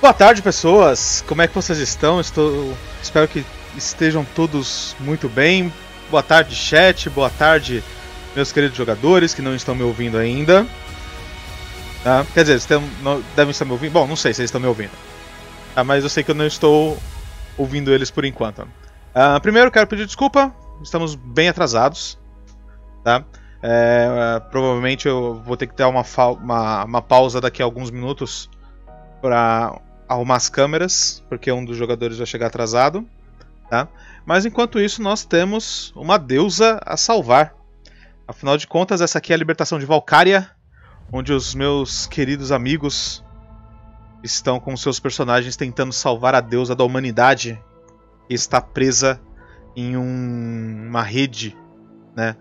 Boa tarde, pessoas. Como é que vocês estão? Estou... Espero que estejam todos muito bem. Boa tarde, chat. Boa tarde, meus queridos jogadores que não estão me ouvindo ainda. Tá? Quer dizer, estão... não- devem estar me ouvindo. Bom, não sei se eles estão me ouvindo. Tá, mas eu sei que eu não estou ouvindo eles por enquanto. Ah, primeiro, quero pedir desculpa. Estamos bem atrasados. Tá? É, provavelmente eu vou ter que dar uma, fal- uma, uma pausa daqui a alguns minutos para arrumar as câmeras, porque um dos jogadores vai chegar atrasado. Tá? Mas enquanto isso, nós temos uma deusa a salvar. Afinal de contas, essa aqui é a libertação de Valkyria, onde os meus queridos amigos estão com seus personagens tentando salvar a deusa da humanidade, que está presa em um- uma rede né,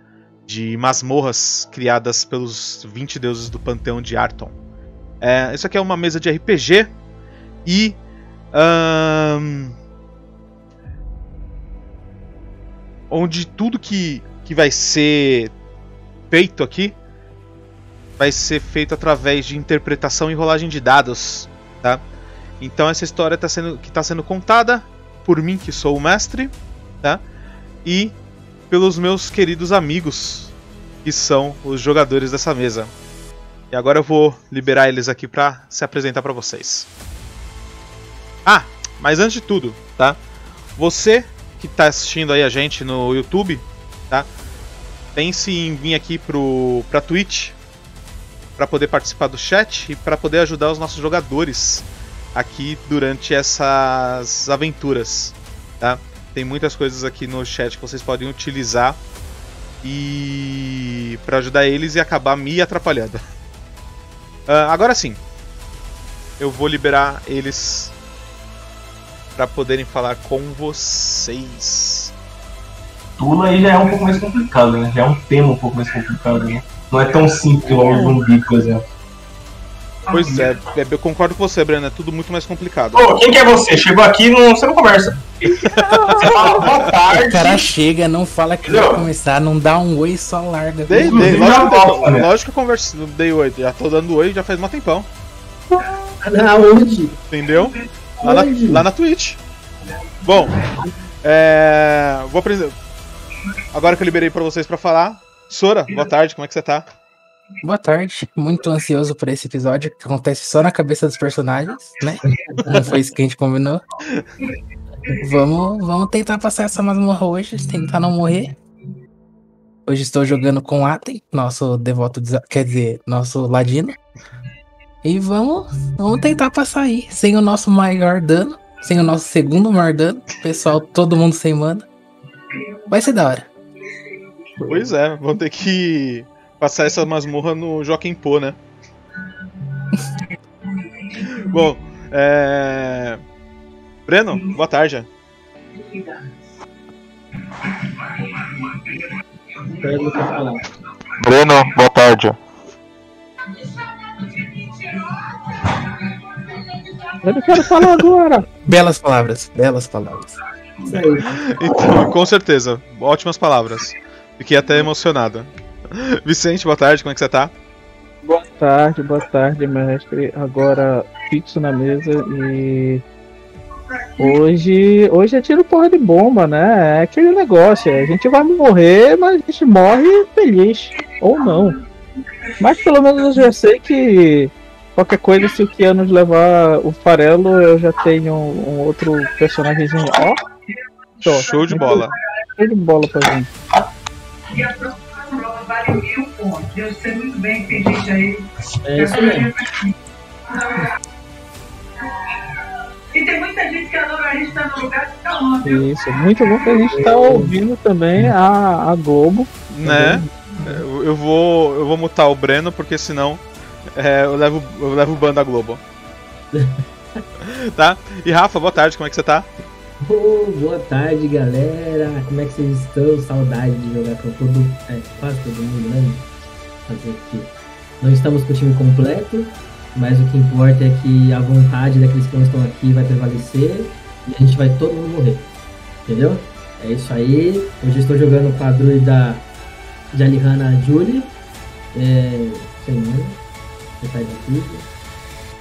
de masmorras criadas pelos 20 deuses do panteão de Arton. É, isso aqui é uma mesa de RPG e. ahn, onde tudo que, que vai ser feito aqui vai ser feito através de interpretação e rolagem de dados, tá? Então essa história tá sendo, que está sendo contada por mim, que sou o mestre, tá? E pelos meus queridos amigos, que são os jogadores dessa mesa. E agora eu vou liberar eles aqui pra se apresentar pra vocês. Ah, mas antes de tudo, tá? Você que tá assistindo aí a gente no YouTube, tá? Pense em vir aqui pro pra Twitch pra poder participar do chat e pra poder ajudar os nossos jogadores aqui durante essas aventuras, tá? Tem muitas coisas aqui no chat que vocês podem utilizar e para ajudar eles e acabar me atrapalhando. Ah, agora sim. Eu vou liberar eles para poderem falar com vocês. Tula aí já é um pouco mais complicado, né? Já é um tema um pouco mais complicado, né? Não é tão simples igual o zumbi, por exemplo. Pois é, é, eu concordo com você, Breno, é tudo muito mais complicado. Ah, Ô, quem que é você? Chegou aqui e não, você não conversa. Você fala boa O cara tarde. chega, não fala que vai Entendeu? começar, não dá um oi, só larga. Dei, Inclusive, dei, lógico, já que eu, volta, né? lógico que eu conversei, dei oi, já tô dando oi já faz um tempão, Aonde? entendeu? Lá na, lá na Twitch. Bom, é, vou apresentar. Agora que eu liberei para vocês para falar, Sora, boa tarde, como é que você tá? Boa tarde, muito ansioso por esse episódio que acontece só na cabeça dos personagens, né? Não foi isso que a gente combinou. Vamos, vamos tentar passar essa masmorra hoje, tentar não morrer. Hoje estou jogando com Aten, nosso devoto, desa- quer dizer, nosso ladino. E vamos, vamos tentar passar aí, sem o nosso maior dano, sem o nosso segundo maior dano. Pessoal, todo mundo sem mana. Vai ser da hora. Pois é, vão ter que passar essa masmorra no Joaquim Pô, né? Bom, é... Breno, boa tarde. Breno, boa tarde. Belas palavras, belas palavras. Então, com certeza, ótimas palavras. Fiquei até emocionado. Vicente, boa tarde, como é que você tá? Boa tarde, boa tarde, mestre. Agora fixo na mesa e. Hoje, hoje é tiro porra de bomba, né? É aquele negócio. A gente vai morrer, mas a gente morre feliz. Ou não. Mas pelo menos eu já sei que qualquer coisa, se o Keanu nos levar o farelo, eu já tenho um, um outro personagemzinho. Ó, Tô. Show de bola. show de bola pra gente. E a próxima prova vale mil pontos. Eu sei muito bem que tem gente aí. É isso mesmo. E tem muita gente que adora a gente estar no lugar que está onde. Isso, muito bom que a gente tá ouvindo também a, a Globo. Né? Eu eu vou, eu vou mutar o Breno, porque senão é, eu, levo, eu levo o ban da Globo. tá? E Rafa, boa tarde, como é que você tá? Ô, boa tarde, galera. Como é que vocês estão? Saudade de jogar com todo, é, quase todo mundo, né? Fazer o quê? Não estamos com o time completo, mas o que importa é que a vontade daqueles que não estão aqui vai prevalecer e a gente vai todo mundo morrer. Entendeu? É isso aí. Hoje eu estou jogando com a druida de Alihana Julie. É, sem nome. Metade da vida.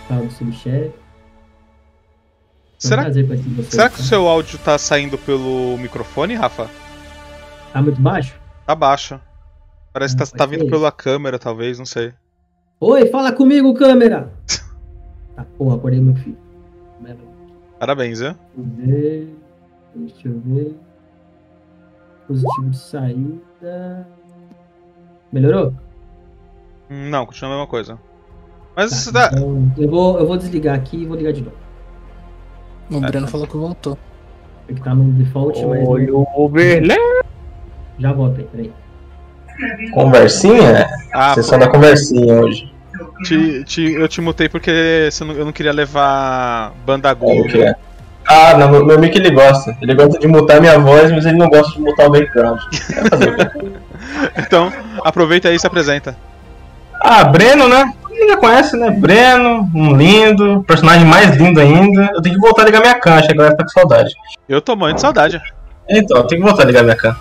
Fala do subchefe. Será- um prazer conhecer vocês, Será que tá? o seu áudio tá saindo pelo microfone, Rafa? Tá muito baixo? Tá baixo. Parece que Hum, tá, tá pode vindo ser. pela câmera, talvez, não sei. Oi, fala comigo, câmera! Ah, porra, acordei meu filho. Merda. Parabéns, viu? Deixa eu ver. Deixa eu ver. Positivo de saída. Melhorou? Tá, Hum, Não, continua a mesma coisa. Mas isso Tá, dá. então eu, vou, eu vou desligar aqui e vou ligar de novo. O Breno falou que voltou. Porque tá no default, mas Olha o Berlé. já volto aí, peraí. Conversinha? Ah, Sessão da conversinha hoje. te- te- eu te mutei porque você não- eu não queria levar banda Como Google. que é? Ah, não, meu- meu mic ele gosta. Ele gosta de mutar minha voz, mas ele não gosta de mutar o background. Vai fazer o quê? Então, aproveita aí e se apresenta. Ah, Breno, né? Todo mundo já conhece, né? Breno, um lindo, personagem mais lindo ainda. Eu tenho que voltar a ligar minha caixa, a galera tá com saudade. Eu tô morrendo de saudade. Então, tem que voltar a ligar minha cama.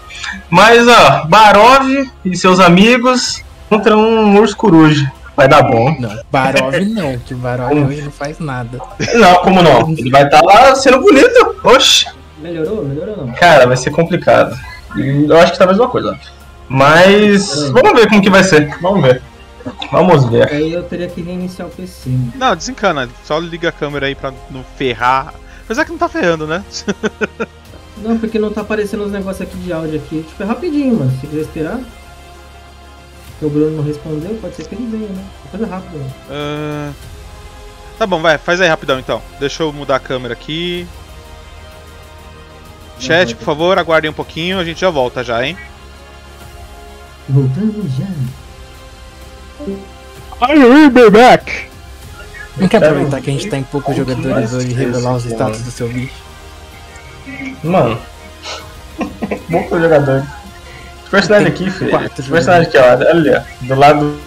Mas, ó, Barov e seus amigos contra um urso coruja. Vai dar bom. Não, Barov não, que o Barov Hum. hoje não faz nada. Não, como não? Ele vai estar lá sendo bonito. Oxe, Melhorou? Melhorou não? cara, vai ser complicado. E Eu acho que tá a mesma coisa. Mas, vamos ver como que vai ser. Vamos ver. Vamos ver. Aí eu teria que reiniciar o PC. né? Não, desencana. Só liga a câmera aí pra não ferrar. Apesar que não tá ferrando, né? Não, porque não tá aparecendo os negócios aqui de áudio aqui. Tipo, é rapidinho, mano. Se quiser esperar. Porque o Bruno não respondeu, pode ser que ele venha, né? Coisa rápida. né? Ah, Tá bom, vai, faz aí rapidão então. Deixa eu mudar a câmera aqui. Chat, por favor, aguardem um pouquinho, a gente já volta já, hein? Voltando já. I will be back. Não quer aproveitar que a gente tá em poucos jogadores hoje e revelar os status do seu bicho? Mano. bom pro jogador. Esse personagem aqui, filho. Quatro Esse personagem aqui, ó. Olha ali, ó. Do lado.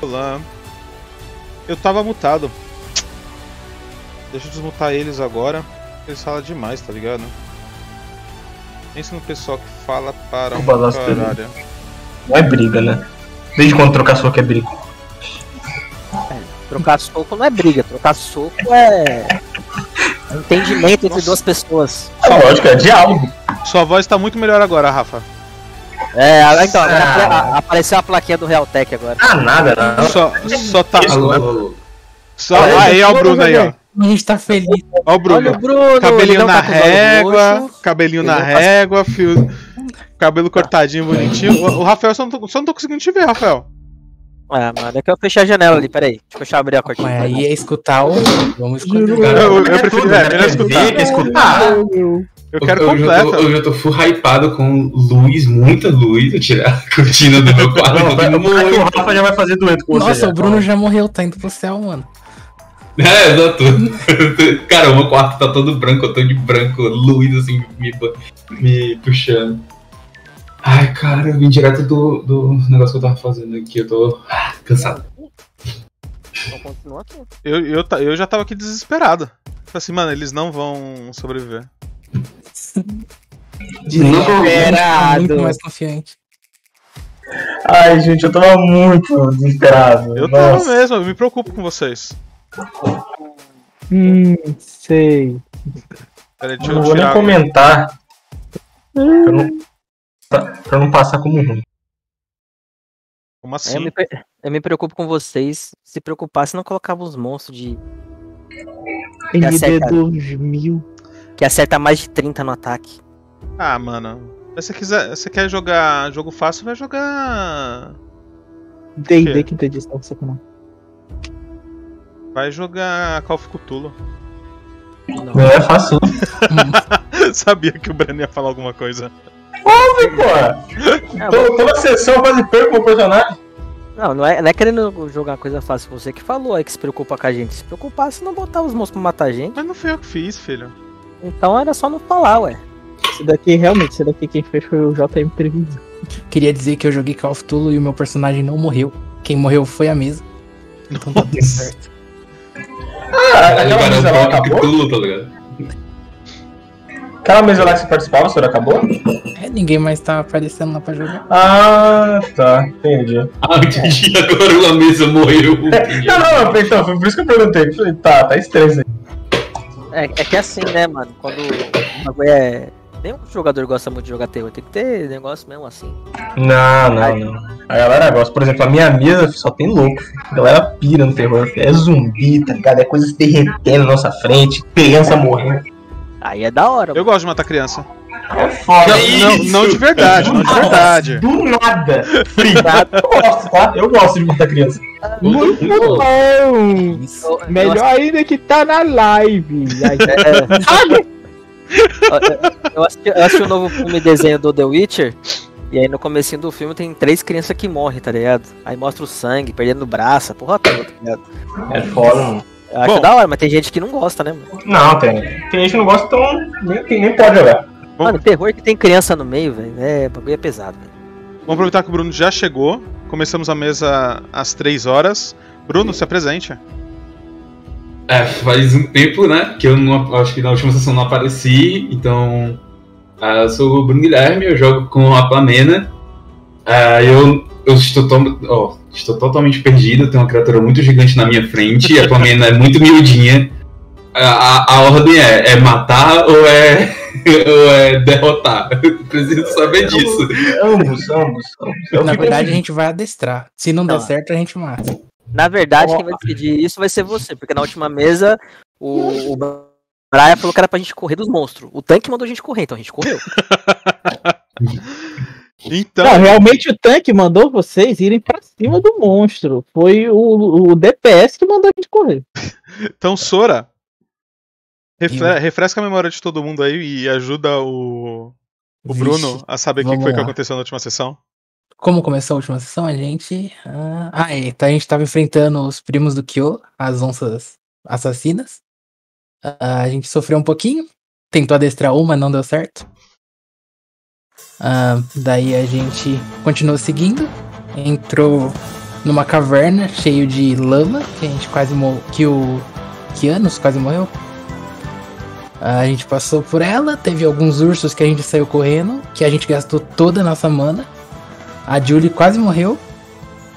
Olá. Eu tava mutado. Deixa eu desmutar eles agora. Eles falam demais, tá ligado? Pensa no pessoal que fala para O um balaço dele. caralho. Não é briga, né? Desde quando trocar soco é briga. Trocar soco não é briga, trocar soco é. Entendimento entre Nossa. duas pessoas. É lógico, é diálogo. Sua voz tá muito melhor agora, Rafa. É, a- então, agora Ah. apare- a- apareceu a plaquinha do Realtec agora. Ah, nada, não. Só, só tá. Alô, alô. Só, aí, ó, o Bruno aí, ó. A gente tá feliz. Ó, o Bruno. Olha o Bruno, ele Cabelinho não na tá com o olho régua, roxo. cabelinho Ele na não tá- régua, fio. Cabelo cortadinho, bonitinho. O o Rafael, só não tô, só não tô conseguindo te ver, Rafael. Ah, mano, é que eu fechei a janela ali, peraí. Deixa eu abrir a cortina. Mas aí é escutar o. Vamos escutar. Eu, eu É prefiro. tudo, É, né? melhor Quer ver, escutar. quer Ah, escutar. Eu quero eu, já tô, completa. eu já tô full hypado com luz, muita luz. Eu tirar a cortina do meu quarto. Ah, Não, eu vai- aqui tô o muito. Rafa já vai fazer doente com você. Nossa, já. o Bruno já morreu, tá indo pro céu, mano. É, exato. Cara, o meu quarto tá todo branco, eu tô de branco, luz assim, me, pu- me puxando. Ai, cara, eu vim direto do, do negócio que eu tava fazendo aqui, eu tô ah, cansado. Então continua aqui. Eu, eu, ta- eu já tava aqui desesperado. Falei assim, mano, eles não vão sobreviver. Tá Muito Desesperado. mais confiante. Ai, gente, eu tava muito desesperado. Eu Nossa. tava mesmo, eu me preocupo com vocês. Hum, sei. Peraí, deixa Eu não eu vou tirar. nem comentar. Pra não, pra- pra não passar como ruim. Como Eu me, assim? pre- eu me preocupo com vocês. Se preocupasse, não colocava uns monstros de. tá acerta. MD2000. que acerta mais de 30 no ataque. Ah, mano. Se você, quiser, se você quer jogar jogo fácil, vai jogar. D&D quinta edição, que você não. Vai jogar Call of Cthulhu. Não é fácil, Sabia que o Breno ia falar alguma coisa. não, pô. Ah, Tô- Toda sessão eu quase perco o personagem. Não, não é, não é querendo jogar coisa fácil. Você que falou aí que se preocupa com a gente. Se preocupasse, não botava os monstros pra matar a gente. Mas não fui eu que fiz, filho. Então era só não falar, ué. é. Esse daqui, realmente, esse daqui quem fez foi o JM Previsão. Queria dizer que eu joguei Call of Tulo e o meu personagem não morreu. Quem morreu foi a mesa. Então tá tudo Nossa. certo. Ah, Aí, aquela cara, mesa eu lá tô acabou? Cthulhu, tá ligado? Aquela mesa lá que você participava, o senhor acabou? É, ninguém mais tá aparecendo lá pra jogar. Ah, tá. Entendi. Ah, entendi, agora a mesa morreu. Não, não, não, então, foi por isso que eu perguntei. Eu Falei, tá, tá estranho isso aí. É, é que é assim, né, mano? Quando o bagulho é. Nenhum jogador gosta muito de jogar terror. Tem que ter negócio mesmo assim. Não, não, não. A galera gosta. Por exemplo, a minha mesa só tem louco. A galera pira no terror. É zumbi, tá ligado? É coisa se derretendo na nossa frente, criança morrendo. Aí é da hora, Eu mano. gosto de matar criança. É foda. Não, não, não de verdade, não de verdade. Do nada. Obrigado. Eu gosto, tá? Eu gosto de muita criança. Muito Tá bom! Isso. Eu- eu- Melhor ainda que tá na live. Ai, É. Eu- eu, assisti, eu assisti o novo filme e desenho do The Witcher. E aí no comecinho do filme tem três crianças que morrem, tá ligado? Aí mostra o sangue, perdendo o braço, a porra toda, tá ligado? É foda, mano. Eu acho Bom. da hora, mas tem gente que não gosta, né, mano? Não, tem. Tem gente que não gosta, então nem, nem pode jogar. Mano, terror que tem criança no meio, velho. É, bagulho é pesado, velho. Vamos aproveitar que o Bruno já chegou. Começamos a mesa às 3 horas. Bruno, se apresente. É, faz um tempo, né? Que eu não, acho que na última sessão não apareci, então. ah, eu sou o Bruno Guilherme, eu jogo com a Pamena. Ah, eu, eu estou, to- ó, estou totalmente perdido, tem uma criatura muito gigante na minha frente, e a Pamena é muito miudinha. A, a, a ordem é, é matar ou é, ou é derrotar? Eu preciso saber disso. Ambos, ambos, ambos. Na verdade, a gente vai adestrar. Se não der certo, a gente mata. Na verdade, quem vai decidir isso vai ser você, porque na última mesa o, o Brian falou que era pra gente correr dos monstros. O tanque mandou a gente correr, então a gente correu. Então, Não, realmente o tanque mandou vocês irem pra cima do monstro. Foi o, o DPS que mandou a gente correr. então Sora, refre- refresca a memória de todo mundo aí e ajuda o, o Bruno Vixe. a saber o que vamos foi que lá. aconteceu na última sessão. Como começou a última sessão, a gente. Ah, ah, é, tá, a gente tava enfrentando os primos do Kyo, as onças assassinas. Ah, a gente sofreu um pouquinho. Tentou adestrar uma, não deu certo. Ah, daí a gente continuou seguindo. Entrou numa caverna cheio de lama, que a gente quase morreu. Que o Kianos quase morreu. Ah, a gente passou por ela, teve alguns ursos que a gente saiu correndo, que a gente gastou toda a nossa mana. A Julie quase morreu.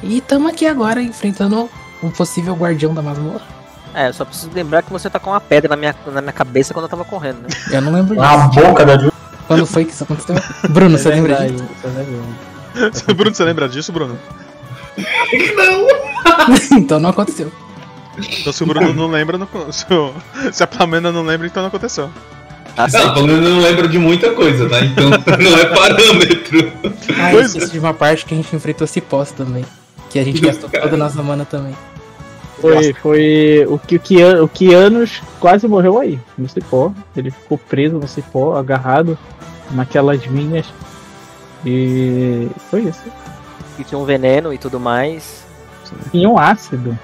E estamos aqui agora enfrentando um possível guardião da masmorra. É, eu só preciso lembrar que você tá com uma pedra na minha, na minha cabeça quando eu tava correndo, né? Eu não lembro disso. Na boca da Ju. Quando foi que isso aconteceu? Bruno, você lembra disso? Bruno, você lembra disso, Bruno? então não aconteceu. Então se o Bruno não lembra, não, co- se, o- se a Pamela não lembra, então não aconteceu. Tá certo. Não, pelo menos eu não lembro de muita coisa, né? Então não é parâmetro. Ah, eu Pois esqueci de uma parte que a gente enfrentou Cipós também. Que a gente gastou toda a nossa mana também. Foi, foi o que o Kian- o Kianos quase morreu aí, no cipó. Ele ficou preso no cipó, agarrado naquelas minhas. E foi isso. E tinha um veneno e tudo mais. Tinha um ácido.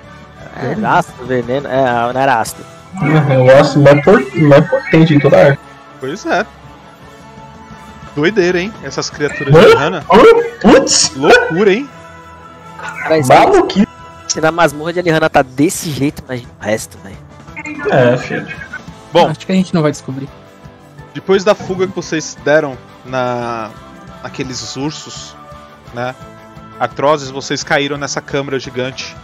É, era ácido, veneno. É, não era ácido. Um negócio mais, por, mais potente de toda a arte. Pois é. Doideira, hein? Essas criaturas de Hannah. Hã? Putz, Loucura, hein? Cara, se- maluquice. se na masmorra de Alihana tá desse jeito, imagina o resto, velho. É, filho. Bom. Acho que a gente não vai descobrir. Depois da fuga que vocês deram na naqueles ursos, né? Atrozes, vocês caíram nessa câmara gigante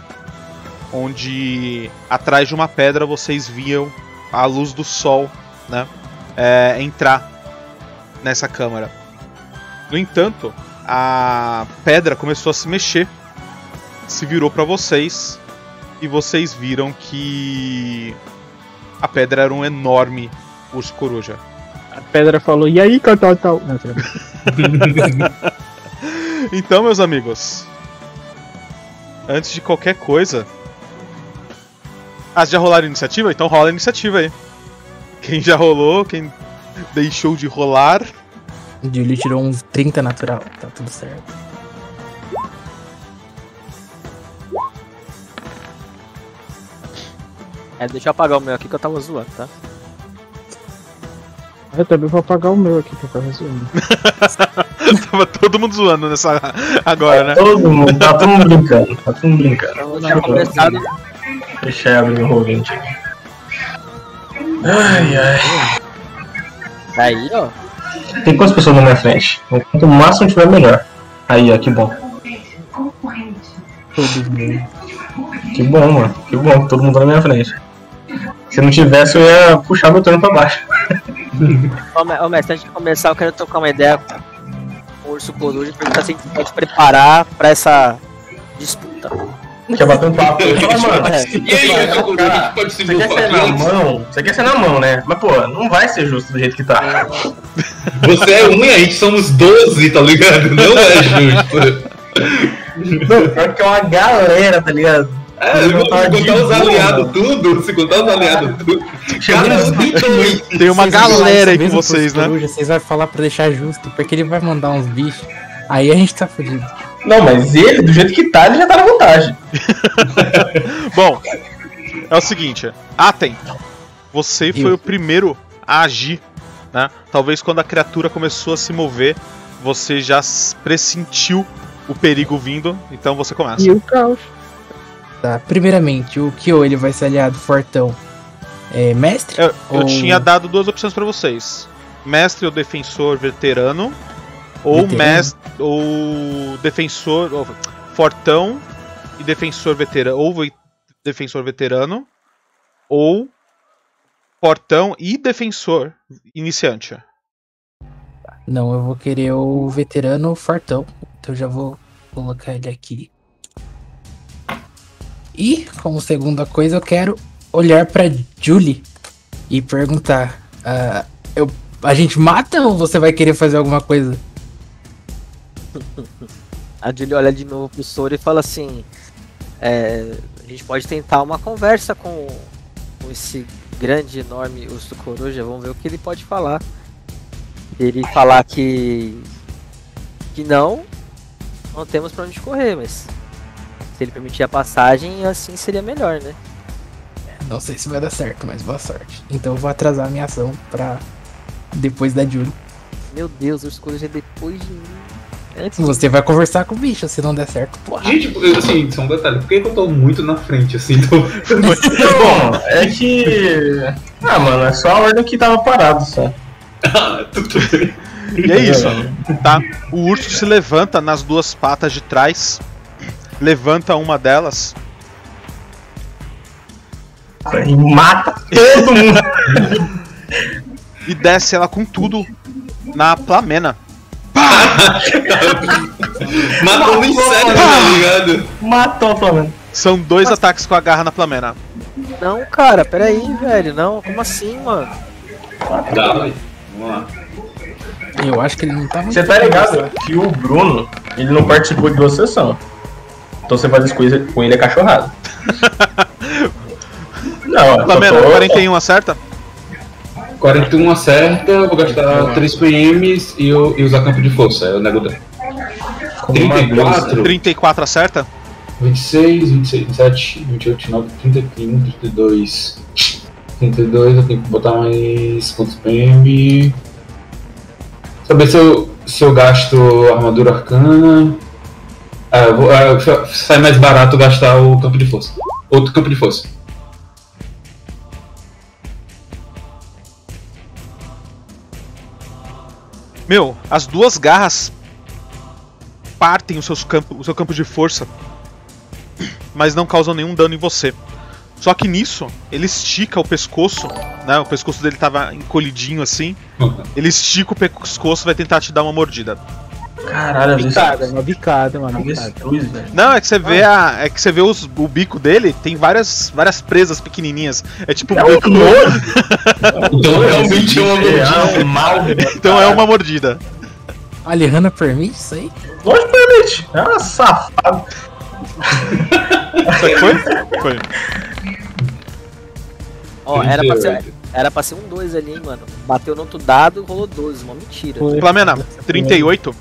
onde atrás de uma pedra vocês viam a luz do sol, né? é, entrar nessa câmara. No entanto, a pedra começou a se mexer, se virou para vocês e vocês viram que a pedra era um enorme urso coruja. A pedra falou, e aí, tal, tal, tal. Não, sei lá. Então, meus amigos, antes de qualquer coisa. Ah, já rolaram iniciativa? Então rola a iniciativa aí. Quem já rolou, quem deixou de rolar. Julie tirou uns 30 natural, tá tudo certo. É, deixa eu apagar o meu aqui que eu tava zoando, tá? Eu também vou apagar o meu aqui, que eu tava resumindo. Tava todo mundo zoando nessa agora, né? Todo mundo, tá todo mundo brincando. Tá todo mundo brincando. Então, já começado. Deixa eu abrir o roll 20. Ai, ai. Aí, ó. Tem quantas pessoas na minha frente? Quanto máximo tiver, melhor. Aí, ó, que bom. Concorrente. Todos meus. Que bom, mano. Que bom, todo mundo tá na minha frente. Se não tivesse, eu ia puxar meu turno pra baixo. Ô, me- ô, mestre, antes de começar, eu quero trocar uma ideia com o Urso Coruja e perguntar se a gente pode preparar pra essa disputa. Quer bater um papo. Mas, E aí, eu tô com medo, a gente pode se Você quer ser na ver mão? Você quer ser na mão, né? Mas, pô, não vai ser justo do jeito que tá. Você é um e a gente somos 12, tá ligado? Não é justo. Não, pior que é uma galera, tá ligado? É, Eu se tava de contar os boa, aliados mano. tudo, se contar os aliados tudo. um Chegou Cara, nessa- muito Tem uma Vocês vão falar isso galera aí com mesmo pros vocês, né? coruja, Vocês vão falar pra deixar justo, porque ele vai mandar uns bichos. Aí a gente tá fudido. Não, mas ele, do jeito que tá, ele já tá na vantagem. Bom, é o seguinte, Atem, você foi o primeiro a agir né? Talvez quando a criatura começou a se mover, você já s- pressentiu o perigo vindo, então você começa. E o caos. Tá, primeiramente, o Kyo ele vai ser aliado fortão. É, mestre? Eu, eu Ou- tinha dado duas opções pra vocês: mestre ou defensor veterano, ou Veterano? mestre ou defensor ou, fortão e defensor veterano, ou ve- defensor veterano, ou fortão e defensor iniciante. Não, eu vou querer o veterano fortão. Então eu já vou colocar ele aqui. E, como segunda coisa, eu quero olhar pra Julie e perguntar: ah, eu, a gente mata ou você vai querer fazer alguma coisa? A Julie olha de novo pro Soro e fala assim: é, a gente pode tentar uma conversa com, com esse grande, enorme urso coruja, vamos ver o que ele pode falar. Ele falar que. que não, não temos pra onde correr, mas se ele permitir a passagem, assim seria melhor, né? Não sei se vai dar certo, mas boa sorte. Então eu vou atrasar a minha ação pra depois da Julie. Meu Deus, o urso coruja é depois de mim. Antes de Você vai conversar com o bicho, se não der certo, porra. Gente, eu- assim, só um detalhe. Por que que eu tô muito na frente, assim? Então, Bom, é que. Ah, mano, é só a ordem que tava parado só. ah, tudo bem. E é isso, tá? O urso se levanta nas duas patas de trás, levanta uma delas E mata todo mundo. e desce ela com tudo na plamena. Matando inseto, tá ligado? Matou, pelo menos. São dois ataques com a garra na plamena. Não, cara, peraí, velho. Não, como assim, mano? Tá, vai. Vamos lá. Eu acho que ele não tá muito. Você tá ligado que o Bruno, ele não participou de duas sessões. Então você faz as coisas com ele é cachorrado. Não, eu só Plamena, tô- 41 acerta? 41 acerta, eu vou gastar 3 PMs e, eu, e usar campo de força. é Eu nego dois. como uma doença. 34, 34 acerta? 26, 26, 27, 28, 29, 30, 31, 32. 32, eu tenho que botar mais pontos PM. Saber se eu, se eu gasto armadura arcana. Ah, eu vou, ah, fa- sai mais barato gastar o campo de força. Outro campo de força. Meu, as duas garras partem o, seus campo, o seu campo de força, mas não causam nenhum dano em você. Só que nisso, ele estica o pescoço, né? O pescoço dele tava encolhidinho assim. Ele estica o pescoço e vai tentar te dar uma mordida. Caralho, às vezes Bicada, uma bicada, mano. me Bicada. destruz, velho. Não, é que você vê a. É que você vê os- o bico dele, tem várias, várias presas pequenininhas. É tipo um bico. Então realmente é uma é um mal. Então é uma mordida. A Lihana permite isso Tá, aí? Longe permite. É uma safada. Isso aqui foi? Foi. Ó, era pra ser, era pra ser um 2 ali, hein, mano. Bateu no outro dado, rolou 12, uma mentira. Foi. Flamena, 38.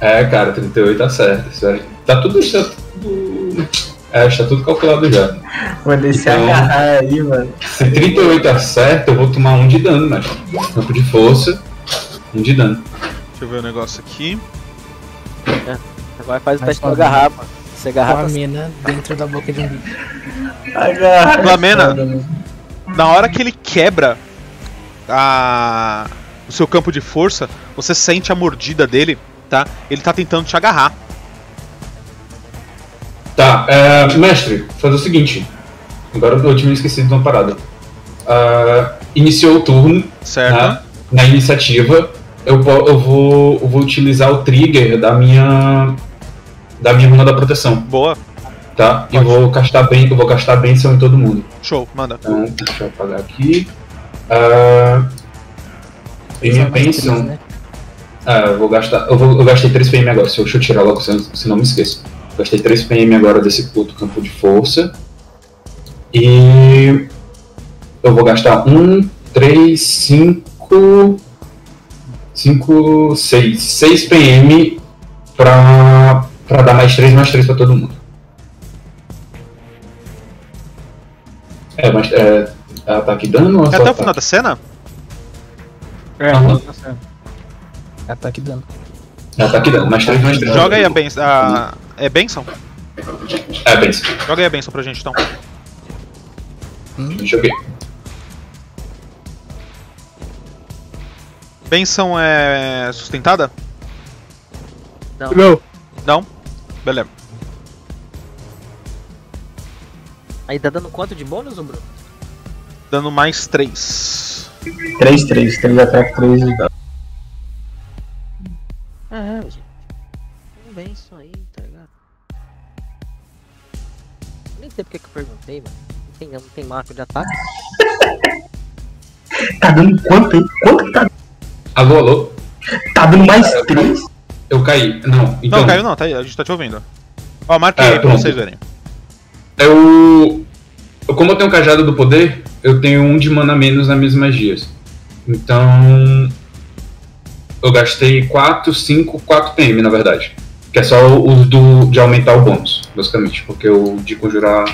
É, cara, 38 acerta. Isso aí. Tá tudo. Tá tudo... É, está tudo calculado já. Mano, esse Então- agarrar aí, mano. Se 38 acerta, tá eu vou tomar um de dano, mas campo de força, um de dano. Deixa eu ver o negócio aqui. Agora faz o Mas teste pra tá bem. agarrar, mano. Se Com a agarrar, tá... mina dentro da boca de um bicho. Ah, Agarrar. Flamena, Mano, é. na hora que ele quebra a- o seu campo de força, você sente a mordida dele, tá? Ele tá tentando te agarrar. Tá, é, mestre, fazer o seguinte. Agora eu tinha me esquecido de uma parada. Ah, iniciou o turno, Certo? né, na iniciativa, eu, po- eu vou, eu vou utilizar o trigger da minha. da minha runa da proteção, Boa. tá? E vou castar bem, eu vou castar benção em todo mundo. Show, manda. Então, deixa eu apagar aqui. Ah, e minha Só mais três, benção. né? Ah, eu vou gastar. Eu, vou, eu gastei 3 PM agora, se eu, deixa eu tirar logo, senão, senão eu me esqueço. Gastei 3 PM agora desse outro campo de força. E. Eu vou gastar 1, 3, 5. 5, 6. 6 PM pra, pra dar mais 3, mais 3 pra todo mundo. É, mas. É, ataque e dano ou É só até o ataque? final da cena? É, Aham. tá certo. Ataque e dano. Já tá aqui dando, mais três, mais três. Joga aí a benção. A... É benção? É, benção. Joga aí a benção pra gente então. Joguei. Benção é sustentada? Não, Não, Não? Beleza. aí tá dando quanto de bônus, ô Bruno? Dando mais 3. 3, 3, 3 ataque, 3 de dano. Ah, gente. Não vem isso aí, tá ligado? Nem sei porque que eu perguntei, mano. Não tem, não tem macro de ataque. Tá dando quanto aí? Quanto que tá dando? Alô, alô? Tá dando mais 3? Eu caí. Não, então. Não, caiu não, tá aí, a gente tá te ouvindo. Ó, marquei Ah, aí pra pronto. vocês verem. Eu. eu- Como eu tenho o cajado do poder, eu tenho um de mana a menos nas minhas magias. Então. Eu gastei 4, 5, 4 PM na verdade. Que é só o uso do, de aumentar o bônus, basicamente. Porque o de conjurar.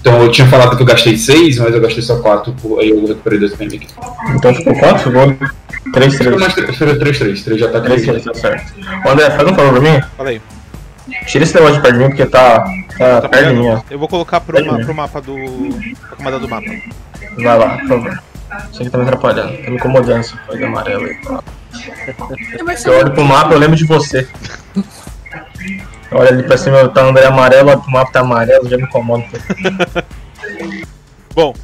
Então eu tinha falado que eu gastei 6, mas eu gastei só 4, aí eu recuperei 2 PM aqui. Então ficou quanto? Ficou 3, 3. Mais 3, 3, 3, 3 já tá 3, 3. 3, tá certo. Ô, André, faz um favor pra mim? Fala aí. Tira esse negócio de perto de mim porque tá, tá, Tá perto de pegando? mim, ó. Eu vou colocar pro, Pode ma- ver. pro mapa do. pra comandante do mapa. Vai lá, por favor. Isso aqui tá me atrapalhando, tá me incomodando essa coisa amarela aí. Eu olho pro mapa, eu lembro de você. Olha ali pra cima, tá André amarelo, olha pro mapa tá amarelo, já me incomoda. um pouco. Bom.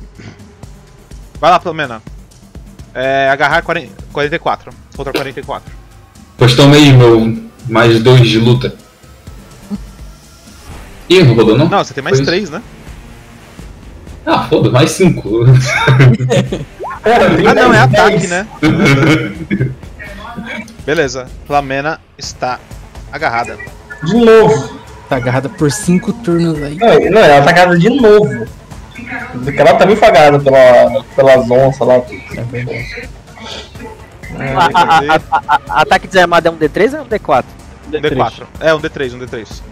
Vai lá, Palmena. É. Agarrar 40, 44. Contra 44. Pois tomei meu mais 2 de luta. Ih, não rodou não? Não, você tem mais Pois. 3, né? Ah, foda, mais 5. Ah, não, é ataque, né? Beleza. Flamena está agarrada. De novo! Tá agarrada por cinco turnos aí. Não, não, ela tá cagada de novo. Porque Ela tá muito cagada pela, pelas onças lá. A- a- É. a- a- a- ataque desarmado é um D3 ou é um D4? Um D4. É, um D3, um D3.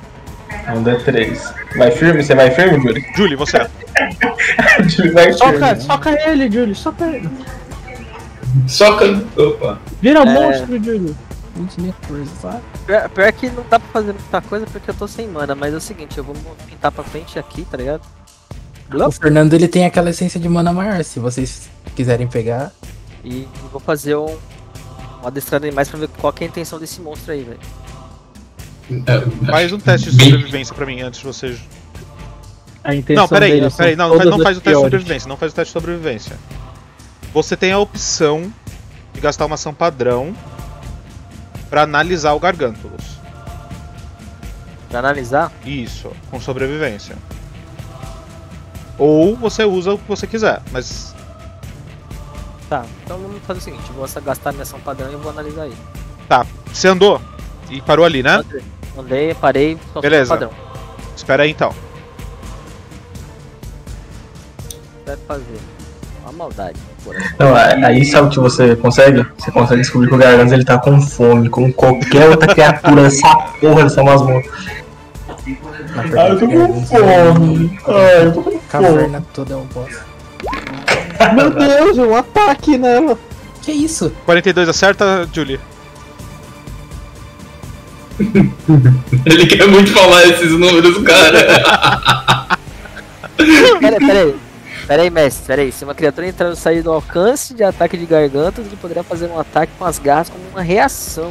Um D3. Vai firme? Você vai firme, Júlio? Julie, você. é. Júlio vai Soca, firme. soca ele, Júlio, soca ele. Soca. Opa. Vira monstro, Júlio. 20 mil coisas, sabe? Pior, pior que não dá pra fazer muita coisa porque eu tô sem mana, mas é o seguinte, eu vou pintar pra frente aqui, tá ligado? O Fernando ele tem aquela essência de mana maior. Se vocês quiserem pegar, E vou fazer um, um adestrado animais pra ver qual que é a intenção desse monstro aí, velho. É, Faz um teste de Bem- sobrevivência pra mim antes de você. A intenção Não, peraí, dele são peraí. Não, não faz, todas não as faz o teste de piores. sobrevivência. Não faz o teste de sobrevivência. Você tem a opção de gastar uma ação padrão pra analisar o Gargantulus. Pra analisar, Isso, com sobrevivência. Ou você usa o que você quiser, mas tá. Então vamos fazer o seguinte, eu vou só gastar minha ação padrão e eu vou analisar aí. você andou e parou ali, né? Andei, Andei, parei, só sou Beleza. padrão. Espera aí então. Deve fazer. Uma maldade. porra. Não, a- aí sabe o que você consegue? Você consegue descobrir que o Garganta ele tá com fome, como qualquer outra criatura dessa porra dessa masmorra. Ah, na verdade, Garganta- Ai, Ah, eu tô com Caverna toda é um boss. Meu Deus, um ataque nela. Que isso? 42 acerta, Julie. Ele quer muito falar esses números, cara. Pera, pera aí. Pera aí, mestre, pera aí. Se uma criatura entrar ou sair do alcance de ataque de gargantas, ele poderá fazer um ataque com as garras como uma reação.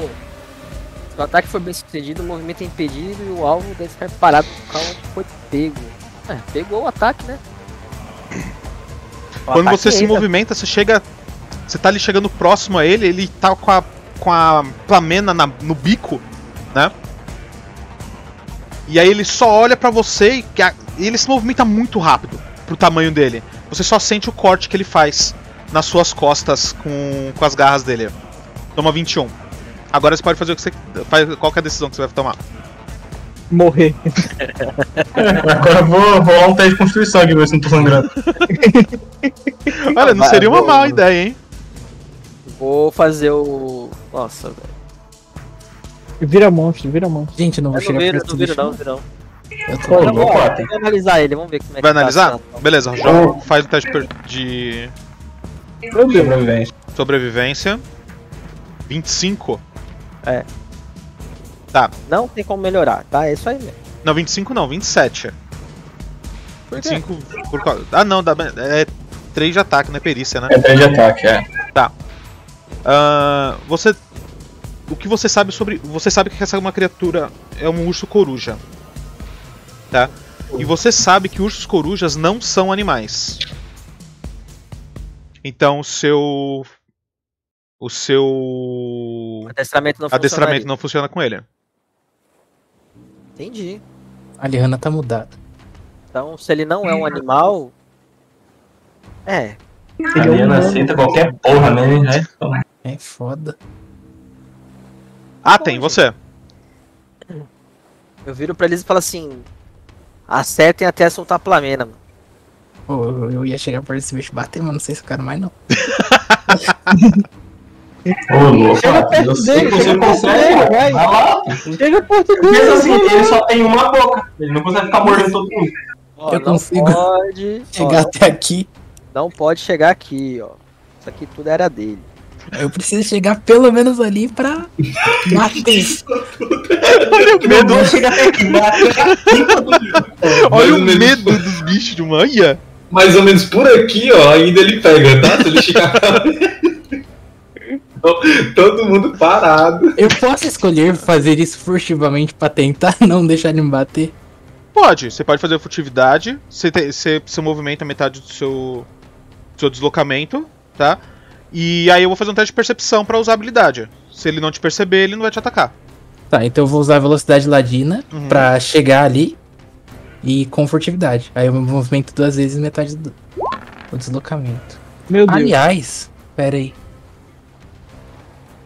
Se o ataque for bem sucedido, o movimento é impedido e o alvo deve ficar parado no local onde foi pego. É, pegou o ataque, né? O Quando ataque você se entra. movimenta, você chega. Você tá ali chegando próximo a ele, ele tá com a. com a plamena na- no bico, né? E aí ele só olha pra você e, que a- e ele se movimenta muito rápido pro tamanho dele. Você só sente o corte que ele faz nas suas costas com, com as garras dele. Toma 21. Agora você pode fazer o que você. Faz, qual que é a decisão que você vai tomar? Morrer. Agora eu vou rolar um teste de constituição aqui, ver se não tô sangrando. Olha, não seria uma má ideia, hein? Vou fazer o. Nossa, velho. Vira monstro, vira monstro. Gente, eu não vou Eu não chegar viro, perto não do viro, não, chão. viro, não. Eu tô- Pô, Eu vou, louco, ó. vou analisar ele, vamos ver como é que Vai tá a analisar? situação. Beleza, joga, faz o teste per- de Sobrevivência. Sobrevivência. 25? É. Tá. Não tem como melhorar, tá? É isso aí mesmo. Não, 25 não, 27. Por quê? 25 por causa. Ah, não, dá, é 3 de ataque, não é perícia, né? É três de ataque, é. Ah, você. O que você sabe sobre. Você sabe que essa é uma criatura. É um urso coruja. Tá? E você sabe que ursos corujas não são animais. Então o seu. O seu. O adestramento não Adestramento funcionaria. não funciona com ele. Entendi. A Lihana tá mudada. Então, se ele não é um animal. É. A Liana aceita É qualquer porra, né? né? Então, É foda. Ah, tem, você. Eu viro pra eles e falo assim. Acertem até soltar a plamena, mano. Pô, eu- eu ia chegar perto desse bicho e bater, mas não sei se eu quero mais não. Ô, louco, Chega perto eu sei dele, que você chega perto consegue. dele, Vai vai. lá. Chega perto Mas dele, assim, ele só tem uma boca. Ele não consegue ficar mordendo todo mundo. Ó, Eu não consigo pode. Chegar ó, até aqui, não pode chegar aqui, ó. Isso aqui tudo era dele. eu preciso chegar pelo menos ali pra bater. Olha o medo, olha Mais ou o menos medo por- dos bichos de manha. Mais ou menos por aqui, ó, ainda ele pega, tá? Se ele chegar. Então, Todo mundo parado. Eu posso escolher fazer isso furtivamente pra tentar não deixar ele me bater? Pode, você pode fazer furtividade, você, tem, você, você movimenta metade do seu, do seu deslocamento, tá? E aí eu vou fazer um teste de percepção pra usar a habilidade. Se ele não te perceber, ele não vai te atacar. Tá, então eu vou usar a velocidade ladina Uhum. pra chegar ali e com furtividade. Aí eu me movimento duas vezes metade do o deslocamento. Meu Deus. Aliás, pera aí.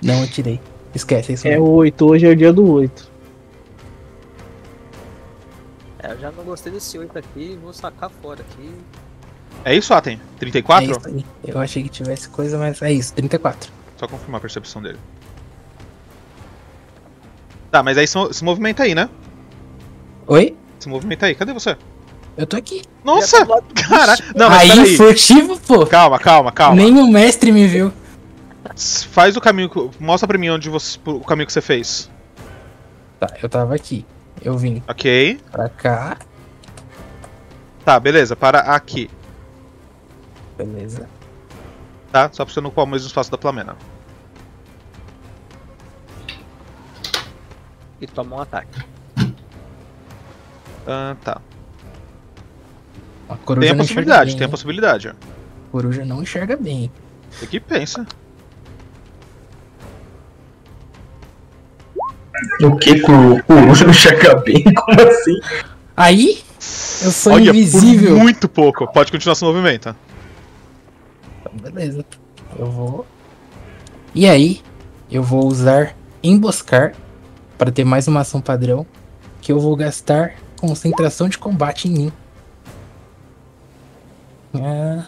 Não, eu tirei. Esquece, é isso É mesmo. o 8, hoje é o dia do 8. É, eu já não gostei desse 8 aqui, vou sacar fora aqui. É isso, Aten? É 34? isso aí. Eu achei que tivesse coisa, mas é isso, 34. Só confirmar a percepção dele. Tá, mas aí se, mo- se movimenta aí, né? Oi? Se movimenta aí. Cadê você? Eu tô aqui. Já Nossa! tô lá- Caralho! Não, mas tá- peraí. aí, furtivo, pô. Calma, calma, calma. Nem o mestre me viu. S- Faz o caminho. que- Mostra pra mim onde você. O caminho que você fez. Tá, eu tava aqui. Eu vim Ok. pra cá. Tá, beleza. Para aqui. Beleza. tá? Só pra você não ocupar o mesmo espaço da Plamena. E toma um ataque. Ah, tá. A coruja Tem a não enxerga possibilidade, bem, tem a hein? possibilidade. A coruja não enxerga bem. O que pensa? O que que o Coruja não chega bem? Como assim? Aí, eu sou Olha, invisível. por muito pouco. Pode continuar seu movimento. Então, beleza. Eu vou. E aí, eu vou usar emboscar para ter mais uma ação padrão. Que eu vou gastar concentração de combate em mim. Ah,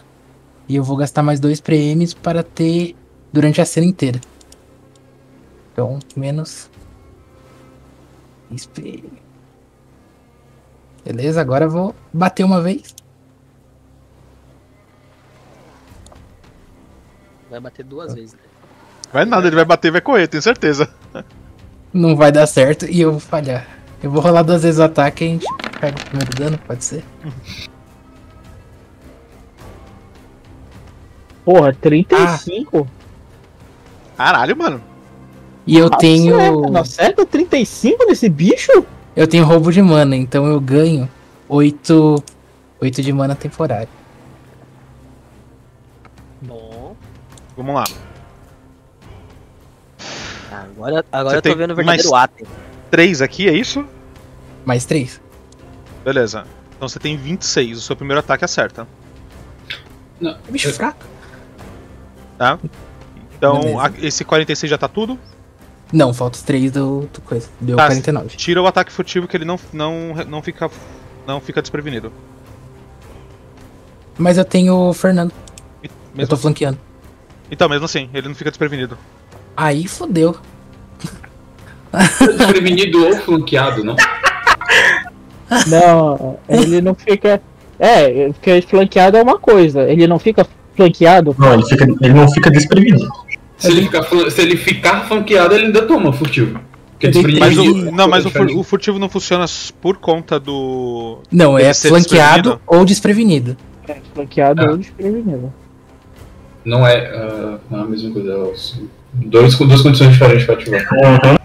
e eu vou gastar mais dois PMs para ter durante a cena inteira. Então, menos. SP. Beleza, agora eu vou bater uma vez. Vai bater Ah. duas vezes, né? Vai nada, ele vai bater e vai correr, tenho certeza. não vai dar certo e eu vou falhar. Eu vou rolar duas vezes o ataque e a gente pega o primeiro dano, pode ser? Porra, 35? Caralho, mano. E eu Ah, tenho. Acerta, não acerta 35 nesse bicho? Eu tenho roubo de mana, então eu ganho 8. 8 de mana temporário. Bom. Vamos lá. Agora, agora Você eu tô tem vendo o verdadeiro mais- Atem. Três aqui, é isso? Mais 3. Beleza. Então você tem 26, o seu primeiro ataque acerta. Bicho fraco. Então, Beleza. a- esse 46 já tá tudo. Não, falta os 3 do, do coisa. Deu Tá. 49. Tira o ataque furtivo que ele não, não, não, fica, não fica desprevenido. Mas eu tenho o Fernando. Eu Mesmo- assim? tô flanqueando. Então, mesmo assim, ele não fica desprevenido. Aí fodeu. Prevenido ou flanqueado, não? Não, ele não fica. É, porque flanqueado é uma coisa, ele não fica flanqueado? Não, ele, fica, ele não fica desprevenido. Se ele ficar, flan- se ele ficar flanqueado, ele ainda toma furtivo. Porque Ele tem Mas desprevenido- é o, não, mas o, fur- o furtivo não funciona s- por conta do. Não, Deve é ser flanqueado desprevenido? ou desprevenido. É, flanqueado Ah. ou desprevenido. Não é, ah, não é a mesma coisa. é os- Dois, com duas condições diferentes pra ativar. Uhum.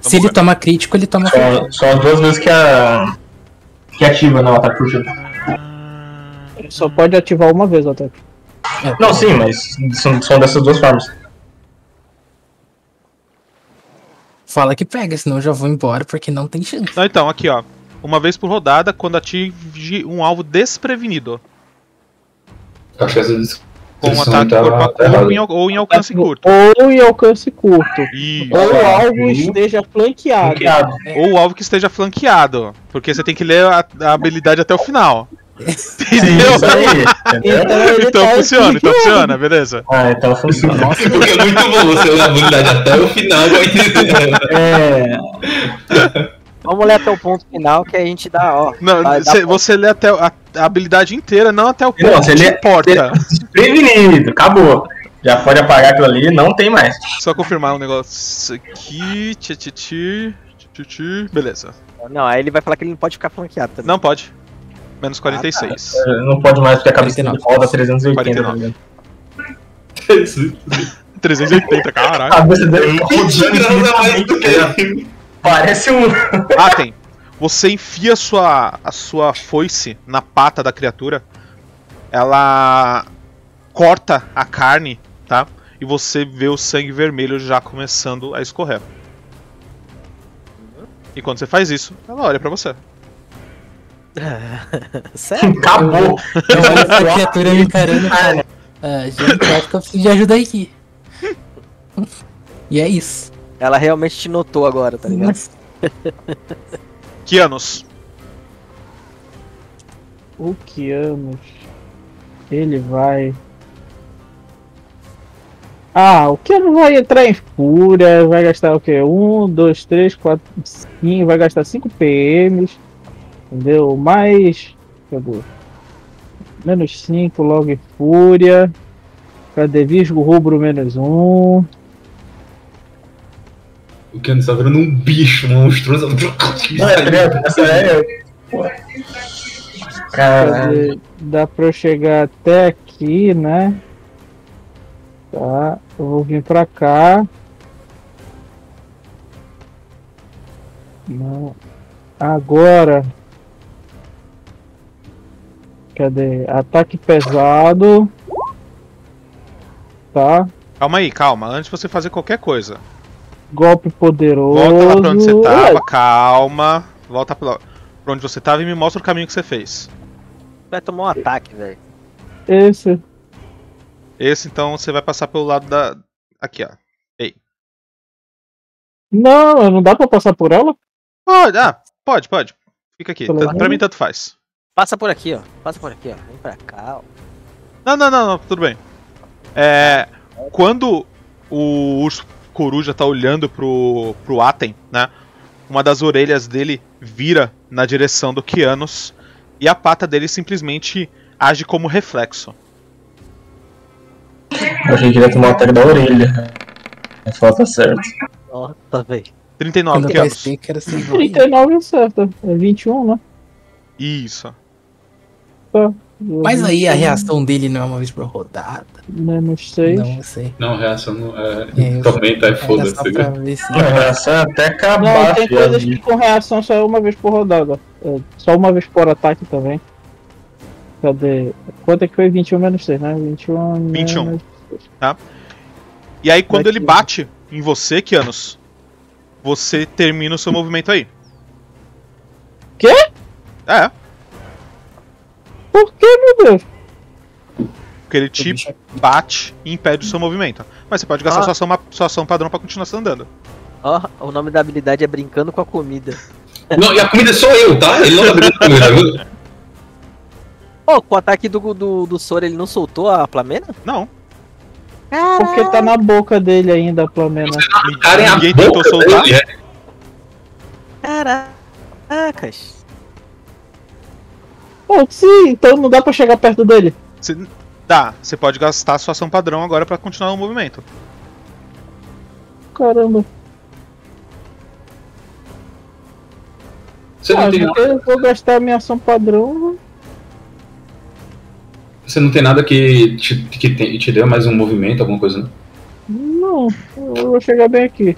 Se ele toma crítico, ele toma Só, só as duas vezes que a. que ativa não o ataque furtivo. Ele só pode ativar uma vez o ataque. É. Não, sim, mas são, são dessas duas formas. Fala que pega, senão eu já vou embora porque não tem chance. Não, então, aqui ó. Uma vez por rodada, quando atinge um alvo desprevenido. Acho que essa descrição Com um ataque tá, corpo a tá corpo errada. em al- ou em alcance curto. Ou em alcance curto. E, Ou o alvo Uhum. esteja flanqueado. Bloqueado. É. ou o alvo que esteja flanqueado. Porque você tem que ler a, a habilidade até o final. Sim, Entendeu? isso aí. entendeu? ele Então tá funciona, então funciona, beleza. Ah, então funciona. Porque é muito bom você usar a habilidade até o final. mas- É. Vamos ler até o ponto final que a gente dá, ó. Não, Vai dar cê- bom. você lê até a, a habilidade inteira, não até o ponto Não, você que lê- importa. Desprevenido, acabou. Já pode apagar aquilo ali, não tem mais. Só confirmar um negócio aqui. Tchê, tchê, tchê, tchê, tchê. Beleza. Não, aí ele vai falar que ele não pode ficar flanqueado também. Não pode. Menos 46. Ah, É, Não pode mais, porque a cabeça dele 49. roda 380. 49. né? tá. 380, A caralho. cabeça dele tá O Jung não é mais do roda que. Parece um. Ah, tem. Você enfia a sua, a sua foice na pata da criatura. Ela corta a carne, tá? E você vê o sangue vermelho já começando a escorrer. E quando você faz isso, ela olha pra você. Sério? Acabou. A criatura me encarando e fala, "Ah, gente, eu acho que eu preciso de ajuda aqui. E é isso. Ela realmente te notou agora, tá ligado? Kianos, O Kianos. Ele vai. Ah, o Kianos vai entrar em fúria. Vai gastar o quê? Um, dois, três, quatro, cinco. Vai gastar cinco PMs. Entendeu? Mais. Cadê? Menos cinco, logo em fúria. Cadê? Visgo rubro, menos um. O Ken está virando um bicho monstruoso. Não, é treta, essa é. Caralho. Cadê? Dá pra eu chegar até aqui, né? Tá, eu vou vir pra cá. Não. Agora. Cadê? Ataque pesado. Tá. calma aí, calma. Antes de você fazer qualquer coisa, Golpe poderoso. Volta lá pra onde você Ué, tava, calma. Volta pra pra onde você tava e me mostra o caminho que você fez. Vai tomar um ataque, velho. Esse. Esse então você vai passar pelo lado da. Aqui, ó. Não, não dá pra passar por ela? Pode, ah, pode, pode. Fica aqui. Pelo Tá- lado? Pra mim tanto faz. Passa por aqui, ó. Passa por aqui, ó. Vem pra cá, ó. Não, não, não, não, tudo bem. É. Quando o urso coruja tá olhando pro, pro Aten, né? Uma das orelhas dele vira na direção do Kianos e a pata dele simplesmente age como reflexo. Eu achei que ele ia tomar o ataque da orelha. A falta certa. Nossa, velho. 39 Quando eu Kianos. pensei que era assim, 39 acerta. É 21, né? Isso. Mas Né, aí a reação dele não é uma vez por rodada. Menos 6. Não, eu sei. Não, reação não. É, É, eu- também tá, é Era foda-se. só pra ver se. A reação é até acabar. Não, tem filho. coisas que com reação só é uma vez por rodada. É, só uma vez por ataque também. Cadê? Quanto é que foi? 21 menos 6, né? 21. 21. Menos... E aí quando ele Daqui. bate em você, Kianos, você termina o seu movimento aí. Quê? É, Por que, meu Deus? porque ele te bate e impede o seu movimento. Mas você pode gastar Ah. sua, ação, ma- sua ação padrão pra continuar andando. Ó, o nome da habilidade é brincando com a comida. Não, e a comida sou eu, tá? Ele não tá brincando comigo. né? Pô, com o ataque do, do, do Sora, ele não soltou a Plamena? Não, Porque tá na boca dele ainda, pelo menos. Cara, é a ninguém tentou boca soltar. dele, é. Caracas. Pô, sim, então não dá pra chegar perto dele. Você- Dá, você pode gastar a sua ação padrão agora pra continuar o movimento. Caramba. Você Ah, Ah, não, tem, já que Ah, eu vou gastar a minha ação padrão. você não tem nada que te, que te, te dê mais um movimento, alguma coisa, né? Não, eu vou chegar bem aqui.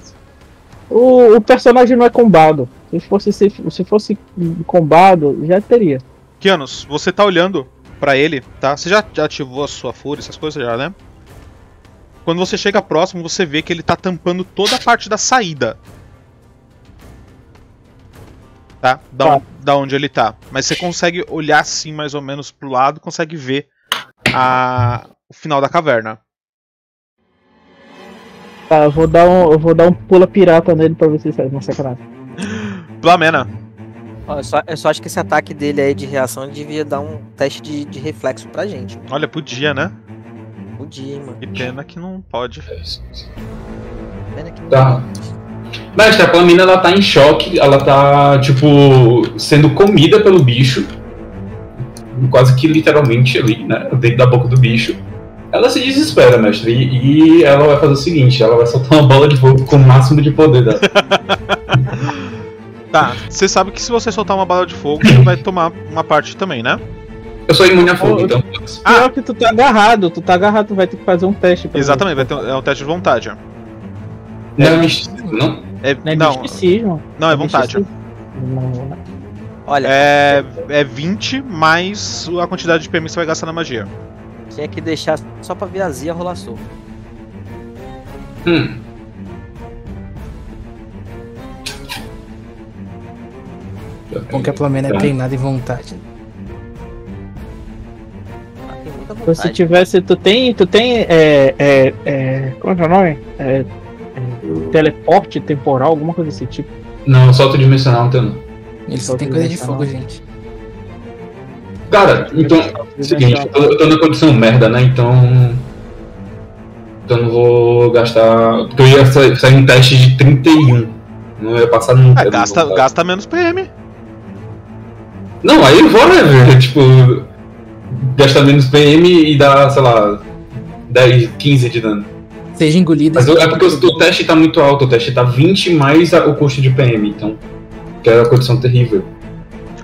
O, o personagem não é combado. Se fosse, se, se fosse combado, já teria. Kianos, você tá olhando pra ele, tá? Você já já ativou a sua fúria, essas coisas já, né? Quando você chega próximo, você vê que ele tá tampando toda a parte da saída. Tá? Da, on- da onde ele tá. Mas você consegue olhar assim, mais ou menos, pro lado, consegue ver a- o final da caverna. Tá, eu vou dar um, eu vou dar um pula pirata nele pra ver se ele sai. Não, sacanagem. Plamena, Ó, eu, só, eu só acho que esse ataque dele aí de reação ele devia dar um teste de, de reflexo pra gente. olha, podia, né? Podia, hein, mano. Que pena que não pode. É isso. Pena que não Tá. Mas a Plamina ela tá em choque, ela tá, tipo, sendo comida pelo bicho. Quase que literalmente ali, né? Dentro da boca do bicho. Ela se desespera, mestre, e, e ela vai fazer o seguinte: ela vai soltar uma bola de fogo com o máximo de poder dela. Tá, você sabe que se você soltar uma bala de fogo, você vai tomar uma parte também, né? Eu sou imune a Ô, fogo, então. Pior que tu tá agarrado, tu tá agarrado, tu vai ter que fazer um teste. pra Ah. Exatamente, vai ter um, é um teste de vontade. Não é misticismo, não? É, ver. Não é não, misticismo. não, é vontade. Não, não. Olha, É, é 20 mais a quantidade de PM que você vai gastar na magia. tinha que deixar só pra ver a Zia rolar soco. Hum. Bom que a Plamena Tá. é treinada em vontade. Ela Ah, tem muita Então, se vontade. tivesse. Tu tem. Tu tem. É, é, é, como é que é o nome? É, é, teleporte temporal, alguma coisa desse tipo. Não, salto dimensional então não tem não. Ele tá só tem coisa de fogo, gente. Cara, então, É seguinte, eu tô, eu tô na condição merda, né? Então. Então eu não vou gastar. Porque eu ia sa- sair um teste de 31. Não ia passar nunca. né, Ah, não gasta, vou- gasta menos PM. Não, aí eu vou, né, velho? Tipo. Gastar menos PM e dar, sei lá. 10, 15 de dano. Seja engolida. Mas eu- é porque o, o teste tá muito alto, o teste tá 20 mais a- o custo de PM, então. Que é uma condição terrível.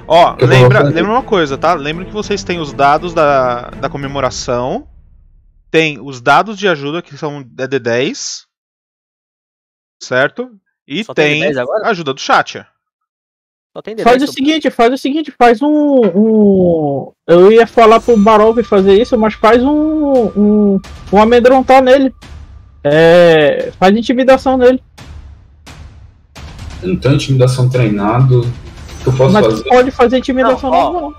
Ó, Eu vou lembra, fazer. lembra uma coisa, tá? Lembra que vocês têm os dados da, da comemoração. Tem os dados de ajuda, que são é D10. Certo? E Só tem tem, D10 agora? a ajuda do chat. Só tem D10. Faz o sobrando. seguinte, faz o seguinte, faz um. um- eu ia falar pro Barov fazer isso, mas faz um. um, um amedrontar nele. É, faz intimidação nele. Então, intimidação treinado. O que eu posso mas fazer? tu pode fazer intimidação Não, ó, nele, não.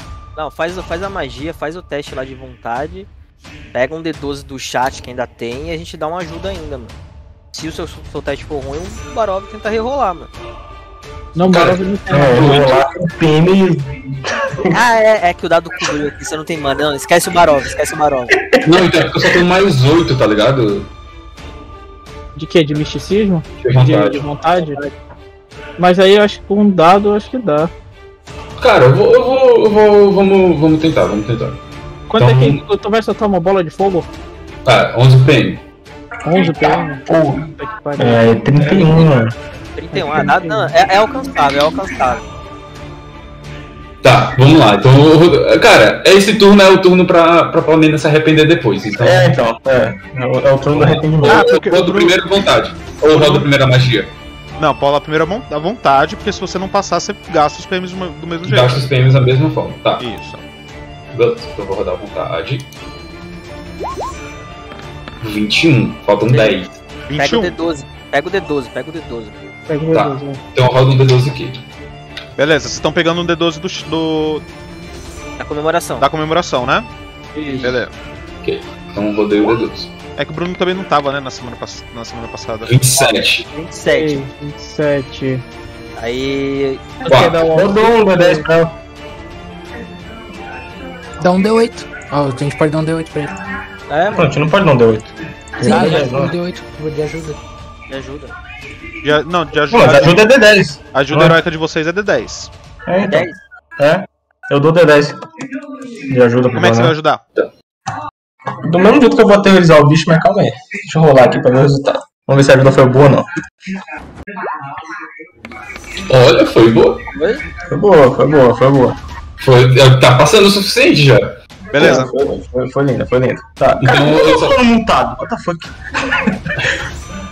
Não, faz, faz a magia, faz o teste lá de vontade. Pega um D12 do chat que ainda tem e a gente dá uma ajuda ainda, mano. Se o seu, seu teste for ruim, o Barov tenta rerolar, mano. Não, Cara, Barov não tem. É, eu vou lá com o PM. Ah, é, é que o dado cobriu aqui, você não tem mana. Não, esquece o Barov, esquece o Barov. Não, então é porque eu só tenho mais 8, tá ligado? De quê? De misticismo? De De, de vontade. vontade? Mas aí eu acho que com um dado eu acho que dá. Cara, eu vou. Eu vou, eu vou vamos, vamos tentar, vamos tentar. Quanto é que Então- tu, tu vai soltar uma bola de fogo? Ah, 11 PM. 11 PM? Pô, Puta que pariu. é 31, mano. 31, ah, dado, não, é, é alcançável, é alcançável. Tá, vamos lá. Então, eu vou- cara, esse turno é o turno pra, pra Palmeiras se arrepender depois. Então, É, então, é. É o, é o turno do arrependimento. Ah, ou porque- eu rodo primeiro vontade. Ou eu rodo primeiro a magia. Não, Paula, primeiro a mon- a vontade, porque se você não passar, você gasta os PMs do me- do mesmo jeito. Gasta os PMs da mesma forma. Tá, Isso. beleza. Então eu vou rodar a vontade. 21, faltam 10. Pega 21. o D12, pega o D12, pega o D12. Pega o Tá. meu Deus, né? Então eu rodo um D12 aqui. Beleza, vocês estão pegando um D12 do ch- do, Na comemoração. da comemoração, né? Beleza. Então eu rodei o D12. É que o Bruno também não tava, né, na semana, pass- na semana passada. 27. 27. 27. Aí. Quer dar um- Rodou um D10 pra ela. Dá um D8. Ó, a gente pode dar um D8 pra ele. É, Não, a mano, gente não pode não, D8. Sim, Ah, ele não. dá um D8 de ajuda. me ajuda. De a- não, de Pô, mas ajuda. ajuda é D10. A ajuda heróica de vocês é D10. É, então. 10. É. Eu dou D10. De ajuda pro né? Como é que você vai Barão. ajudar? Do mesmo jeito que eu vou aterrorizar o bicho, mas calma aí. Deixa eu rolar aqui pra ver o resultado. Vamos ver se a ajuda foi boa ou não. Olha, foi boa. Foi boa, foi boa, foi boa. Foi, tá passando o suficiente já. Beleza. Foi, foi, foi, foi linda, foi linda. Tá. Então, Cara, eu eu só- tô falando mutado. What the fuck?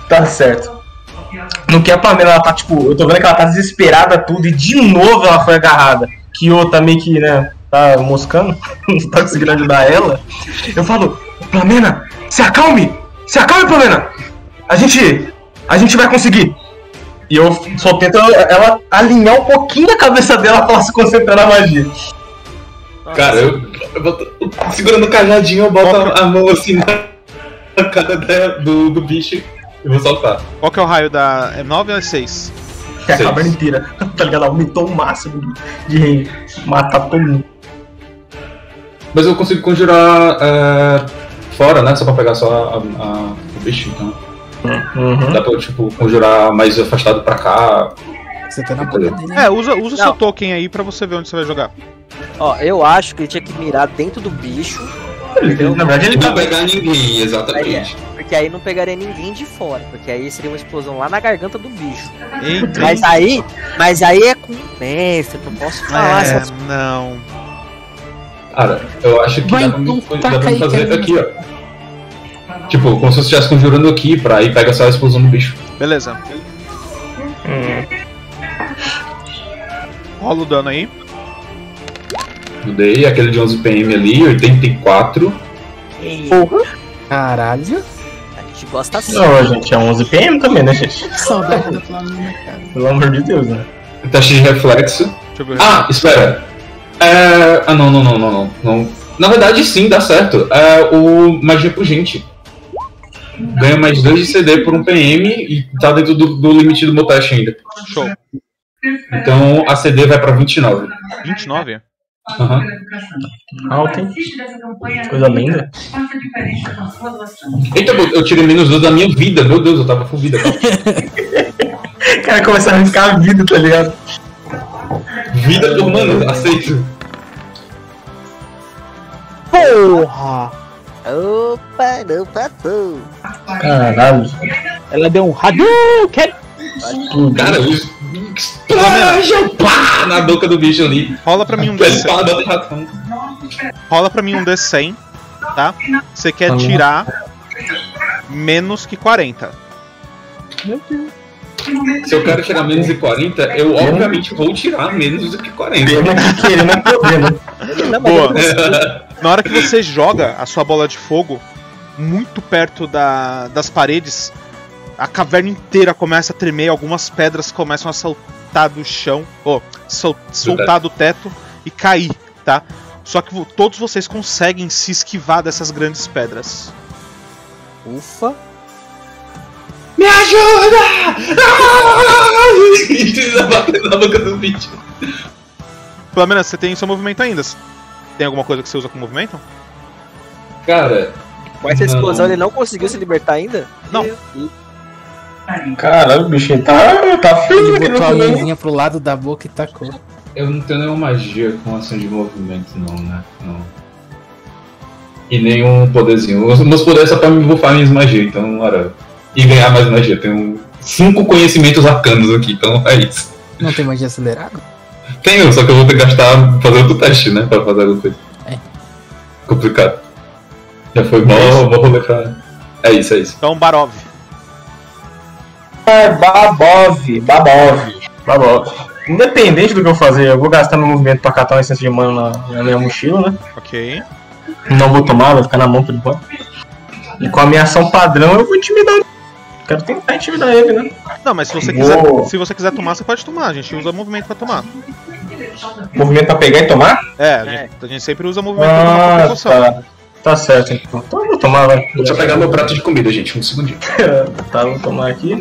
tá certo. No que a Pamela ela tá, tipo, eu tô vendo que ela tá desesperada tudo e de novo ela foi agarrada. Que eu também que, né, tá moscando, não tá conseguindo ajudar ela. Eu falo, Plamena, se acalme! Se acalme, Plamena! A gente. A gente vai conseguir! E eu só tento ela alinhar um pouquinho a cabeça dela pra ela se concentrar na magia. Nossa, Cara, eu, eu boto- segurando o cajadinho, eu boto a, a mão assim na, na cara da- do, do bicho e vou soltar. Qual que é o raio da. É 9 ou é 6? Que a Sim. caverna inteira, tá ligado? Aumentou o máximo de range. Matar todo mundo. Mas eu consigo conjurar é, fora, né? Só pra pegar só a, a- o bicho, então. Uhum. Dá pra eu, tipo, conjurar mais afastado pra cá. Você tá na boca dele. É, usa, usa o seu Não. token aí pra você ver onde você vai jogar. Ó, eu acho que ele tinha que mirar dentro do bicho, Na verdade, ele tá Não pegar ninguém, exatamente. porque aí não pegaria ninguém de fora, porque aí seria uma explosão lá na garganta do bicho. Entre. Mas aí, mas aí é com o mestre, eu não posso falar Ah, essas É, não. Cara, eu acho que Vai, dá pra, me- então, dá pra taca me aí, fazer Kevin. aqui, ó. Tipo, como se eu estivesse conjurando aqui pra aí pega só a explosão do bicho. Beleza. Hum. Rola o dano aí. Mudei aquele de 11 PM ali, 84. coisas. Caralho. A gente gosta assim. Não, gente, é 11 PM também, né, gente? Que saudade da Flamina, cara. Pelo amor de Deus, né? Teste de reflexo. Deixa eu ver. Ah, espera. É... Ah, não, não, não, não, não, não. Na verdade, sim, dá certo. É o Magia Pugente. Ganha mais 2 de CD por um PM e tá dentro do, do limite do meu teste ainda. Show. Então a CD vai pra 29. 29? Aham. Alto, hein? Coisa linda. Eita, pô, eu tirei menos 2 da minha vida. Meu Deus, eu tava com vida. cara. O cara começa a arrancar a vida, tá ligado? Vida por mano, aceito. Porra! Opa, não passou. Caralho. Ela deu um Hadouken! Tudo. Cara, eu. Explode, pá, na boca do bicho ali. Rola pra mim um Com a D100. espada do ratão. Rola pra mim um D100, tá? Você quer Vamos lá. tirar menos que 40. Se eu quero tirar menos de 40, eu obviamente vou tirar menos do que 40. Pena que querendo é problema. Não, mas Boa. Na hora que você joga a sua bola de fogo muito perto da- das paredes, a caverna inteira começa a tremer, algumas pedras começam a saltar do chão, ou sol- soltar do teto e cair, tá? Só que vo- todos vocês conseguem se esquivar dessas grandes pedras. Ufa. Me ajuda! Ah! batendo na boca do bicho. Pelo menos você tem seu movimento ainda. Tem alguma coisa que você usa com movimento? Cara, Com essa Não. explosão ele não conseguiu se libertar ainda? Não. Caralho, o bicho ele tá, tá feio Ele aqui no botou a filme. mãozinha pro lado da boca e tacou. eu não tenho nenhuma magia com ação de movimento, não, né? Não. E nenhum poderzinho. Os meus poderes só pra me bufar minhas magias, então, ora. E ganhar mais magia. Eu Tenho cinco conhecimentos arcanos aqui, então é isso. Não tem magia acelerada? Tenho, só que eu vou ter que gastar fazer outro teste, né? Pra fazer alguma coisa. É. Complicado. Já foi bom, vou rolê pra. É isso, é isso. Então, Barov. É Babov, Babov. Babov. Independente do que eu fazer, eu vou gastar meu movimento pra catar uma essência de mano na, na minha mochila, né? Ok. Não vou tomar, vai ficar na mão por enquanto. E com a minha ação padrão eu vou intimidar ele. Quero tentar intimidar ele, né? Não, mas se você quiser, Boa. se você quiser tomar, você pode tomar. A gente usa movimento pra tomar. Movimento pra pegar e tomar? É, a gente, a gente sempre usa movimento pra tomar Ah, precaução. tá. Tá certo, então. Então eu vou tomar, vai. Deixa eu pegar meu prato de comida, gente. Um segundinho. Tá, vou tomar aqui.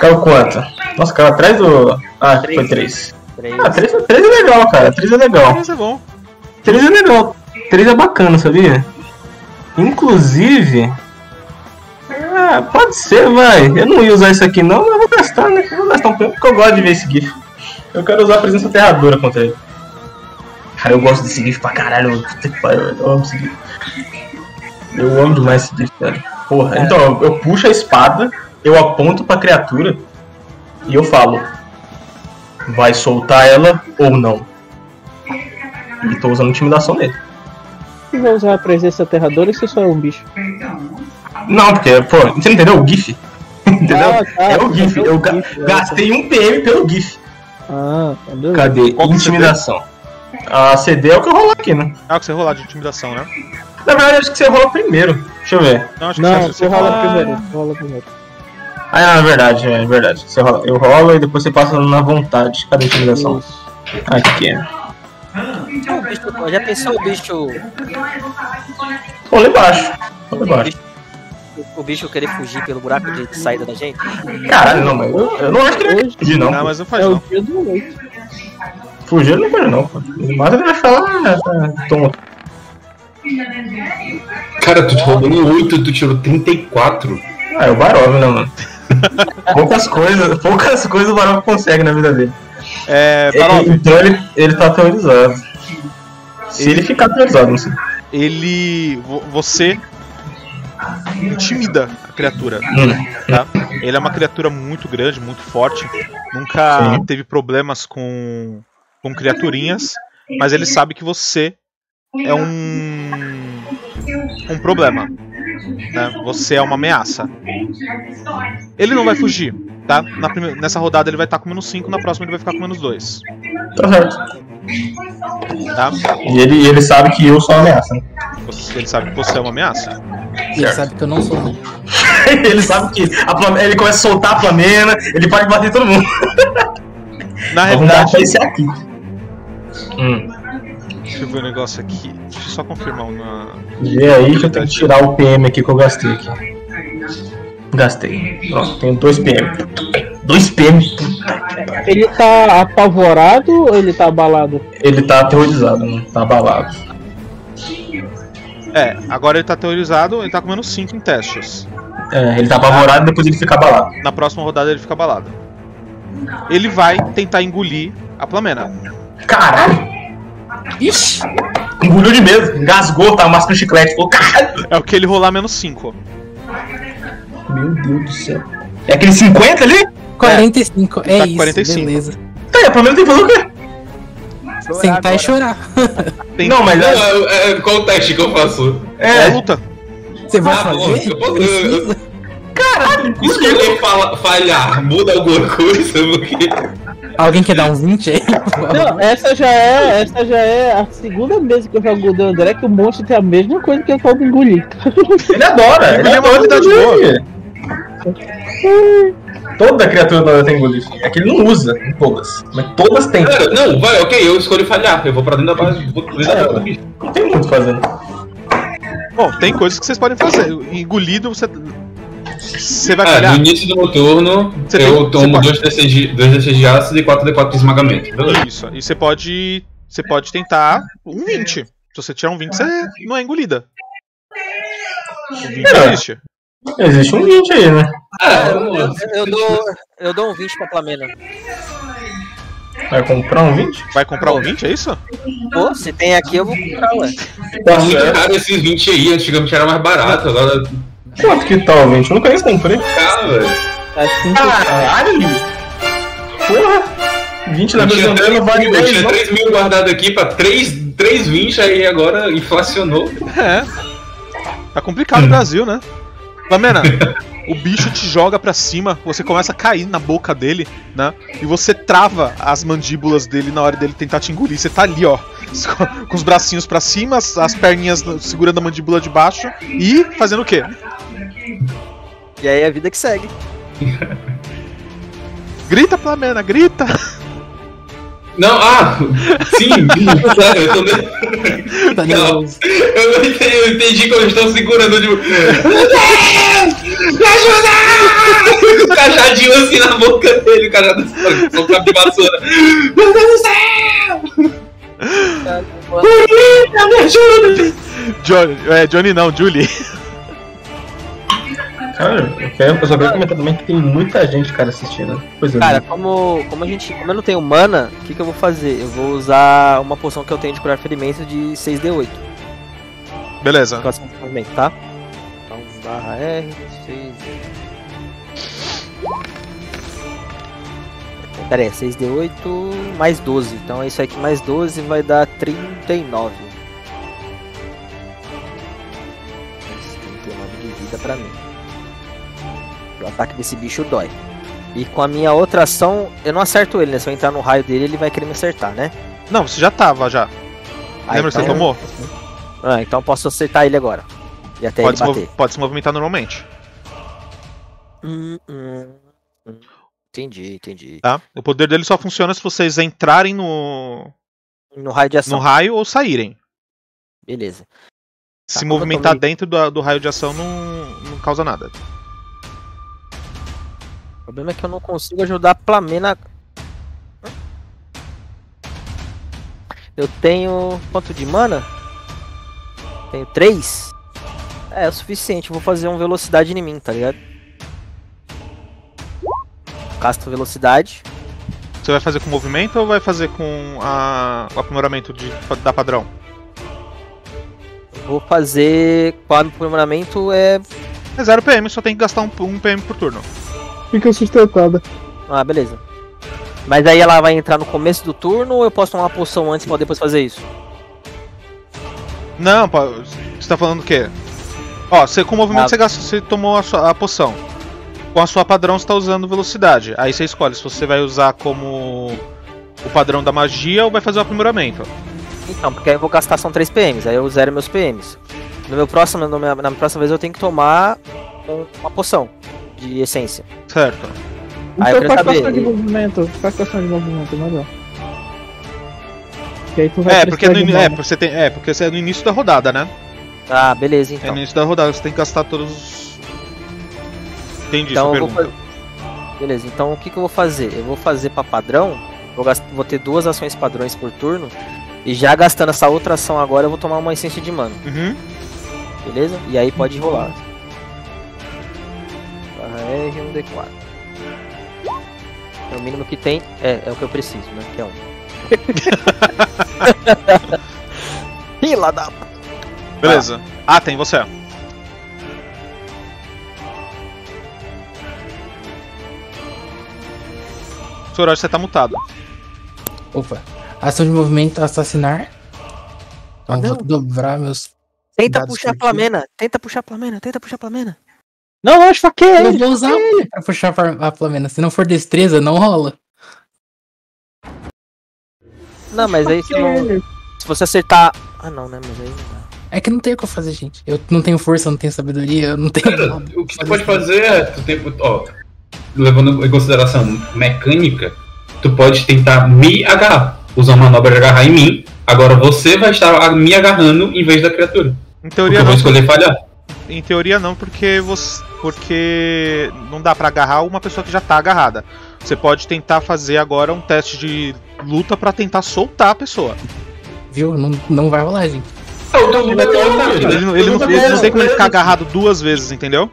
Caiu quanto? Nossa, caiu atrás do. Ah, foi 3. Três. Ah, 3 é três é legal, cara. 3 é legal. Mas é bom. 3 é legal. 3 é bacana, sabia? Inclusive. Ah, pode ser, vai. Eu não ia usar isso aqui não, mas eu vou gastar, né? Eu vou gastar um pouco porque eu gosto de ver esse GIF. Eu quero usar a presença aterradora contra ele. Cara, eu gosto desse GIF pra caralho. Puta que pariu, eu amo esse GIF. Eu amo demais esse bicho, velho. Porra, então eu, eu puxo a espada, eu aponto pra criatura e eu falo: Vai soltar ela ou não? E tô usando intimidação nele. Você vai usar a presença aterradora e você só é um bicho. Não, porque, pô, você não entendeu o GIF? entendeu? Ah, tá, é o você GIF. usou Eu ga- GIF, é. gastei um PM pelo GIF. Ah, tá beleza. Cadê? Qual que você Intimidação. A CD é o que eu rolo aqui, né? Ah, que você rolar de intimidação, né? Na verdade, acho que você rola primeiro. Deixa eu ver. Não, acho que Não, você você rola primeiro. Rola primeiro. Ah, é verdade, é verdade. Você rola- eu rolo e depois você passa na vontade. Cadê a intimidação? Aqui. é um Ah, o bicho, pô, já pensou o bicho, Pô, lá embaixo. Pô, lá embaixo. o bicho querer fugir pelo buraco de saída da gente? Caralho, não, mas eu, eu não acho que ele vai fugir, não. Ah, pô. mas não faz É o não. dia do leite. Fugir ele não pode, não. pô. Mas ele vai falar. ah, Toma. Cara, tu te roubou um 8, tu tirou 34. Ah, é o Barov, né, mano? Poucas coisas, poucas coisas o Barov consegue na vida dele. É, Ele- Barov, então ele, ele tá aterrorizado. Se ele ficar aterrorizado, não sei. ele. vo- Você intimida a criatura. Hum. tá? Ele é uma criatura muito grande, muito forte. Nunca Sim. teve problemas com, com criaturinhas, mas ele sabe que você é um um problema. né? Você é uma ameaça. né, Ele não vai fugir, tá? Na prime- nessa rodada ele vai estar com menos 5, na próxima ele vai ficar com menos 2, Tá certo. tá? E ele, ele sabe que eu sou uma ameaça. né? Você- Ele sabe que você é uma ameaça. E ele sabe que eu não sou. né? ele sabe que a plame- ele começa a soltar a flamena, ele pode bater em todo mundo. Na Vamos dar realidade, pra esse aqui. Hum. deixa eu ver um negócio aqui. Deixa eu só confirmar uma. E é aí que eu tenho que tirar o PM aqui que eu gastei aqui. Gastei. Pronto, tenho dois PM. Dois PM. Puta que pariu. Ele tá apavorado ou ele tá abalado? Ele tá aterrorizado, né? Tá abalado. É, agora ele tá teorizado, ele tá com menos 5 em testes. É, ele tá apavorado e depois ele fica abalado. Na próxima rodada ele fica abalado. Ele vai tentar engolir a Plamena. Caralho! Ixi! Engoliu de medo, engasgou, tá máscara chiclete. Falou, caralho! É o que ele rolar menos 5. Meu Deus do céu. É aquele 50 ali? 45, é, Tá com isso, 45. beleza. Tá, é, pelo menos tem que fazer o quê? é Sentar e chorar. né? Tem Não, mas é, Não, é- é- qual o teste que eu faço? é é, luta. Você vai Ah, bom, fazer? eu posso- eu- Precisa? Isso que alguém fala, falhar, muda alguma coisa, porque. Alguém quer dar um 20 aí? Não, essa já é, essa já é a segunda mesa que eu jogo o André que o monstro tem a mesma coisa que eu posso engolir. ele adora, Ele ele tá é uma adora habilidade engolir. Toda criatura adora tem engolir. É que ele não usa todas, mas todas tem. Cara, não, vai, ok, eu escolho falhar. Eu vou pra dentro da base, vou pra dentro da base do bicho. Não tem muito fazendo. Bom, tem coisas que vocês podem fazer. Engolido, você. Você vai Ah, falhar. no início do meu turno, Você tem- eu você tomo pode- 2 DC de- dois DC de ácido e 4 D4 de esmagamento. Beleza. Isso. E você pode. Você pode tentar um 20. Se você tirar um 20, você não é engolida. O 20 É. existe. Existe um 20 aí, né? Ah, Eu, vamos lá. eu dou, eu dou um 20 pra Plamena. Vai comprar um 20? Vai comprar um 20, é isso? Pô, se tem aqui, eu vou comprar, ué. Tá Tá muito certo. caro esses 20 aí, antigamente era mais barato, agora Quanto que tá o 20? Eu nunca nem comprei. tá, velho. Tá assim que Caralho! Porra! 20 na Eu tinha prisão três dela vale mil- eu 10, tinha não? 3 mil guardado aqui pra 3, 3,20 aí agora inflacionou. É. Tá complicado o Brasil, né? Lamena, o bicho te joga pra cima, você começa a cair na boca dele, né? E você trava as mandíbulas dele na hora dele tentar te engolir. Você tá ali, ó, com- com os bracinhos pra cima, as, as perninhas segurando a mandíbula de baixo e fazendo o quê? E aí é a vida que segue. Grita, Flamena, grita! Não, ah, sim, sério, eu tô ne- Tá Não. nervoso. Eu não entendi, eu entendi que eu estou segurando, tipo. "Meu Deus! Me ajuda! O cajadinho assim na boca dele, o cajado só com a vassoura. Meu Deus do céu! Bonita, me ajuda! Johnny, é, Johnny não, Julie. Cara, eu, quero, eu só quero comentar também é que tem muita gente, cara, assistindo. Pois é. Cara, como, como a gente. Como eu não tenho mana, o que, que eu vou fazer? Eu vou usar uma poção que eu tenho de curar ferimentos de 6D8. Beleza. Próximo movimento, tá? Então, barra R, 6. Pera aí, 6D8 mais 12. Então é isso aqui, mais 12 vai dar 39. 39 de vida pra mim. O ataque desse bicho dói. E com a minha outra ação, eu não acerto ele, né? Se eu entrar no raio dele, ele vai querer me acertar, né? Não, você já tava já. Ah, Lembra que você então- tomou? Ah, então eu posso acertar ele agora. E até Pode se, ele mov- bater. pode se movimentar normalmente. Hum, hum, hum. Entendi, entendi. Tá? O poder dele só funciona se vocês entrarem no, No raio de no ação. raio ou saírem. Beleza. Tá, Se como eu movimentar tomei- dentro do, do raio de ação não, não causa nada. O problema é que eu não consigo ajudar a Plamena. Eu tenho. quanto de mana? Tenho 3? É, é o suficiente. Eu vou fazer um velocidade em mim, tá ligado? Casto velocidade. Você vai fazer com movimento ou vai fazer com a- o aprimoramento de, da padrão? Vou fazer. Qual aprimoramento é. É 0 PM, só tem que gastar um, um PM por turno. Fica sustentada. Ah, beleza. Mas aí ela vai entrar no começo do turno ou eu posso tomar uma poção antes pra depois fazer isso? Não, pá, você tá falando o quê? Ó, você, com o movimento Ah. você, gastou, você tomou a, sua- a poção. Com a sua padrão você tá usando velocidade. Aí você escolhe se você vai usar como o padrão da magia ou vai fazer o aprimoramento. Então, porque aí eu vou gastar são 3 PMs, aí eu zero meus PMs. No meu próximo, no meu- na minha próxima vez eu tenho que tomar um- uma poção de essência. Certo. Ah, eu Então quero faz saber, questão de ele- movimento. Faz questão de movimento, é melhor. Que aí tu vai É porque, no, precisar de ini- é, mana. você tem, é, porque você é no início da rodada, né? Ah, beleza, É no então. início da rodada, você tem que gastar todos os. Entendi Então sua eu vou pergunta. Beleza, então o que, que eu vou fazer? Eu vou fazer pra padrão, vou, gas- vou ter duas ações padrões por turno, e já gastando essa outra ação agora eu vou tomar uma essência de mana, Uhum. beleza? E aí pode rolar. Barra R, 1D4. É o mínimo que tem, é, é o que eu preciso, né? Que é um. Fila da Beleza. Ah, tem você. Soraj, você tá mutado. Opa. Ação de movimento, assassinar. Ah, Então Não. vou dobrar meus. Tenta Dados puxar a perfil. Flamena, tenta puxar a Flamena, tenta puxar a Flamena. Não, eu esfaquei É, Eu ele. vou usar ele pra puxar a Flamena. Se não for destreza, não rola. Não, mas aí se, não- Ele. se você acertar. Ah, não, né? Mas aí não dá. É que não tem o que eu fazer, gente. Eu não tenho força, eu não tenho sabedoria, eu não tenho. nada. O que você pode fazer é, tu tem, ó, levando em consideração mecânica, tu pode tentar me agarrar, usar a manobra de agarrar em mim. Agora você vai estar a- me agarrando em vez da criatura. Em Porque teoria eu vou não, escolher falhar. em teoria não, porque você, porque não dá pra agarrar uma pessoa que já tá agarrada. Você pode tentar fazer agora um teste de luta pra tentar soltar a pessoa. Viu? Não, não vai rolar, gente. Ele, não- ele não, ele não tem como ele ficar agarrado duas vezes, entendeu?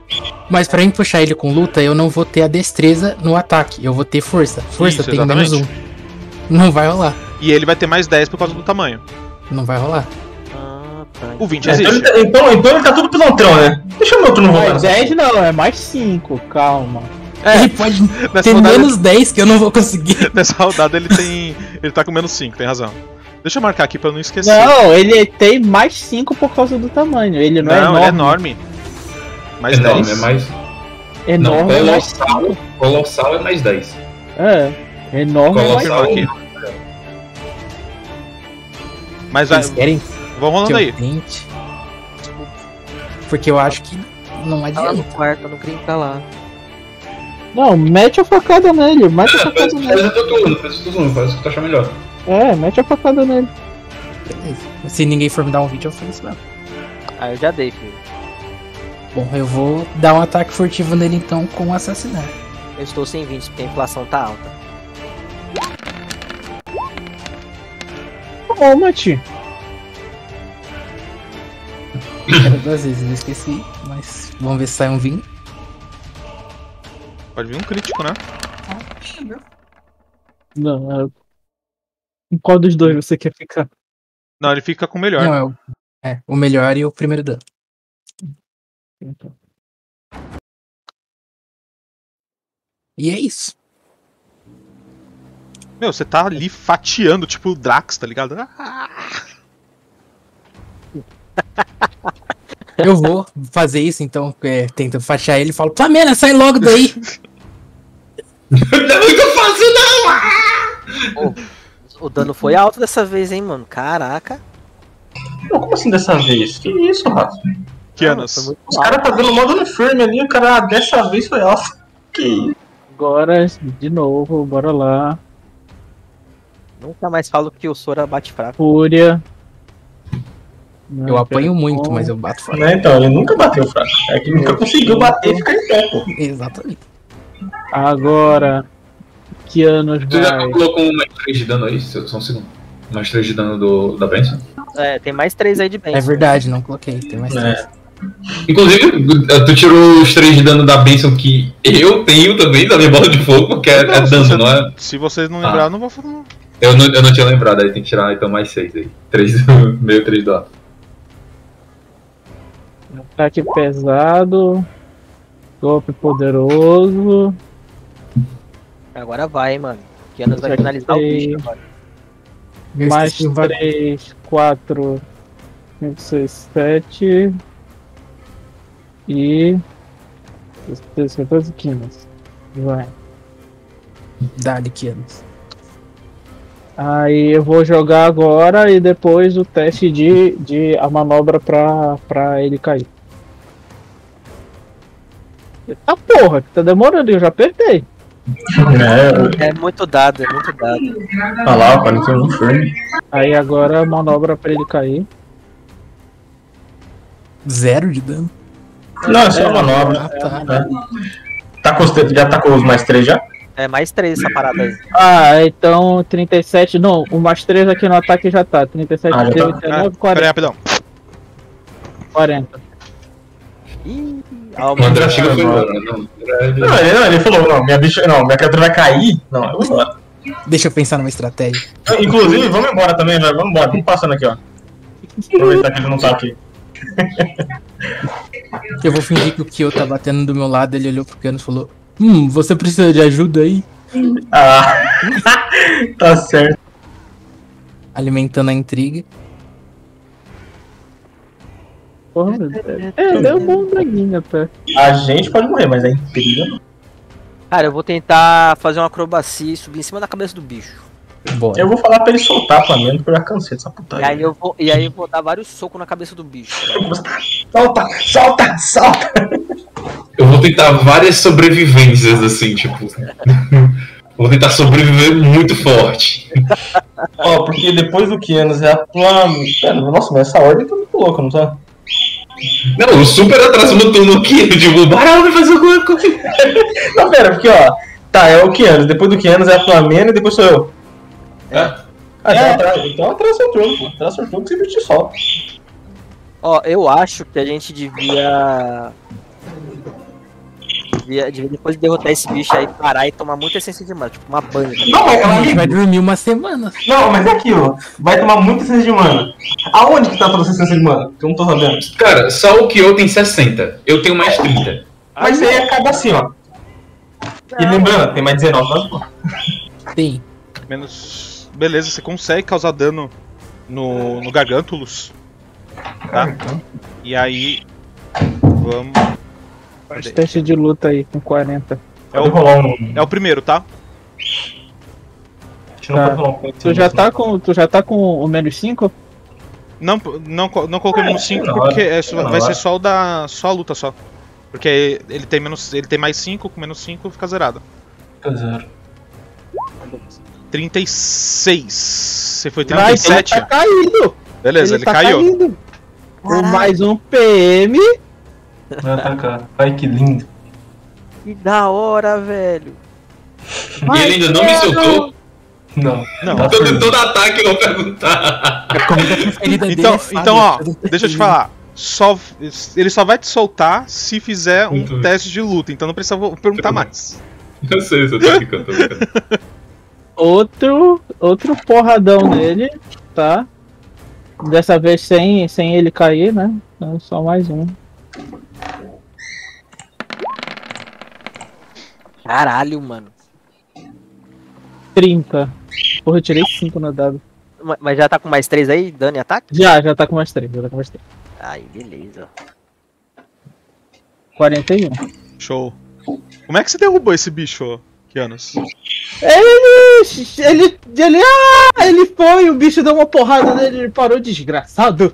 Mas pra mim puxar ele com luta, eu não vou ter a destreza no ataque. Eu vou ter força. Força Isso, tem menos um. exatamente. Não vai rolar. E ele vai ter mais 10 por causa do tamanho. Não vai rolar. Ah, tá. O 20 É, então, ele existe. tá, então, então ele tá tudo pilantrão, né? Deixa o meu turno Não é rolar. 10 não, é mais 5, calma. É. Ele pode Nessa ter rodada, menos 10 que eu não vou conseguir. nessa rodada ele tem. Ele tá com menos 5, tem razão. Deixa eu marcar aqui pra eu não esquecer. Não, ele tem mais 5 por causa do tamanho. Ele não, Não, é ele é enorme. enorme. Mais é, não, 10. é mais. Não, Enorme é mais 5. colossal, colossal é mais 10. É, enorme é mais Colossal aqui. Mas vai, Vocês querem vão que rolando aí. eu tente? Porque eu acho que não Tá lá adianta. no quarto, eu não queria entrar lá. Não, mete a facada nele, mete a Faz, facada faz nele. o teu turno, faz o teu turno, faz o que tu achar melhor. É, mete a facada nele. Beleza. Se ninguém for me dar um vídeo, eu faço mesmo. Ah, eu já dei, filho. Bom, eu vou dar um ataque furtivo nele então com o assassinar. Eu estou sem 20, porque a inflação tá alta. Ô, Mati, Era duas vezes, eu esqueci. Mas vamos ver se sai um 20. Pode vir um crítico, né? Não, é... Em qual dos dois você quer ficar? Não, ele fica com o melhor. Não, eu É, o melhor e o primeiro dano. E é isso. Meu, você tá ali fatiando, tipo o Drax, tá ligado? Ah, Eu vou fazer isso, então é, tento fachar ele e falo, Pamela, sai logo daí! Não, eu faço não! O dano foi alto dessa vez, hein, mano? Caraca. Pô, como assim dessa vez? Que isso, Rafa? que Mano, anos? foi muito Os caras tá dando mó dano firme ali, o cara ah, dessa vez foi alto. Que isso? Agora, de novo, bora lá. Nunca mais falo que o Sora bate fraco. Fúria. Eu apanho muito, mas eu bato fora. Né, então, ele nunca bateu fraco. É que nunca conseguiu bater e ficar em pé, pô. Exatamente. Agora, que anos Tu já vai? calculou com mais 3 de dano aí? Só só um segundo. Mais 3 de dano do, da Benção? É, tem mais três aí de bem. É verdade, não coloquei. Tem mais É. três. Inclusive, eh, tu tirou os 3 de dano da Benção que eu tenho também, da minha bola de fogo, que é, é Não, se você- dano, não é? Se vocês não Ah. lembrar, eu não vou falar. Eu não, eu não tinha lembrado, aí tem que tirar então mais 6 aí. 3, meio 3 do ato. Ataque pesado. Golpe poderoso. Agora vai, hein, mano. Que anos vai Já finalizar o sei. bicho agora. Eu mais esqueci o bagulho. 3, 4, 5, 6, 7. E. 13, 14, 15. Vai. Dá-lhe que anos. Aí eu vou jogar agora e depois o teste de, de a manobra pra, pra ele cair. Eita porra, que tá demorando, eu já apertei. É, É muito dado, é muito dado. falar, o cara tem um firme. Aí agora a manobra pra ele cair. Zero de dano. Não, é só uma manobra. Ah, tá. Tá com os, te- já tá com os mais três já? É mais três essa parada aí. Ah, então 37. Não, o mais 3 aqui no ataque já tá. 37, Ah, já tá. 39, Peraí, 40. rapidão. 40. Ih, ó, O André mano. chega e foi embora. Não, Não, ele, não, ele falou, não, minha bicha, não, minha criatura vai cair. Não, eu vou embora. Deixa eu pensar numa estratégia. Inclusive, vamos embora também, vai, vamos embora. Vamos passando aqui, ó. Aproveitar que ele não tá aqui. Eu vou fingir que o Kyo tá batendo do meu lado, ele olhou pro Canos e falou: Hum, você precisa de ajuda aí? Ah, tá certo. Alimentando a intriga. Porra, meu Deus. É, deu um bom draguinho até. A gente pode morrer, mas é incrível. Cara, eu vou tentar fazer uma acrobacia e subir em cima da cabeça do bicho. Bora. Eu vou falar pra ele soltar pra mim, porque eu já cansei dessa E putaria. aí eu vou, e aí eu vou dar vários socos na cabeça do bicho. Solta, solta, solta! Eu vou tentar várias sobrevivências, assim, tipo. vou tentar sobreviver muito forte. Ó, porque depois do Kianos é a plano. Pera, nossa, mas essa ordem tá muito louca, não tá? Não, o super atrás botou no Kino, tipo, bora vai fazer alguma coisa. Não, pera, porque ó, tá, é o Kianos, depois do Kianos é a Flamena e depois sou eu. É. Ah, então atrasa- então atrasa seu turno, pô. Atrasa seu turno é que você te solta. Ó, eu acho que a gente devia... devia. devia depois de derrotar esse bicho aí, parar e tomar muita essência de mana, tipo uma banha. tá ligado? Não, mas, é A gente vai dormir uma semana. não, mas é aqui, ó. Vai tomar muita essência de mana. Aonde que tá toda essa essência de mana? Que eu não tô sabendo. Cara, só o Kyo tem 60. Eu tenho mais 30. Mas aí acaba assim, ó. E lembrando, tem mais 19 mas, pô. Tem. Menos. Beleza, você consegue causar dano no, no Gargantulus. Tá? E aí. Vamos. Faz teste de luta aí com 40. É Pode o, rolar um. é o primeiro, tá? A gente não Tá. pode rolar um ponto. Tu já tá com, tu já tá com o menos 5? Não, não, co- não coloquei Ah, menos 5 sei lá, porque é só- sei lá. vai ser só o da. só a luta só. Porque ele tem menos. ele tem mais 5, com menos 5 fica zerado. Fica zero. 36. Você foi Vai, ele 37? tá caído! Beleza, ele, tá caiu. caído. Com mais um PM. Vai atacar. Ai, que lindo. Que da hora, velho. e ele ainda não me soltou. Não. Não. Tá Todo, certo. todo ataque eu vou perguntar. Como que a ferida dele Então, é fada. então ó, deixa eu te falar. Só, ele só vai te soltar se fizer um Muito bem. teste de luta, então não precisa vou perguntar Tudo bem. mais. Eu sei, eu tô brincando, tô brincando. Outro, outro porradão nele, tá? Dessa vez sem, sem ele cair, né? Então, só mais um. Caralho, mano. 30. Porra, eu tirei 5 no dado. Ma- Mas já tá com mais três aí, dano e ataque? Já, já tá com mais 3, já tá com mais 3. Ai, beleza. 41. Show. Como é que você derrubou esse bicho, Kianos? Ele, ele, ele, ah, ele foi, o bicho deu uma porrada nele, ele parou desgraçado.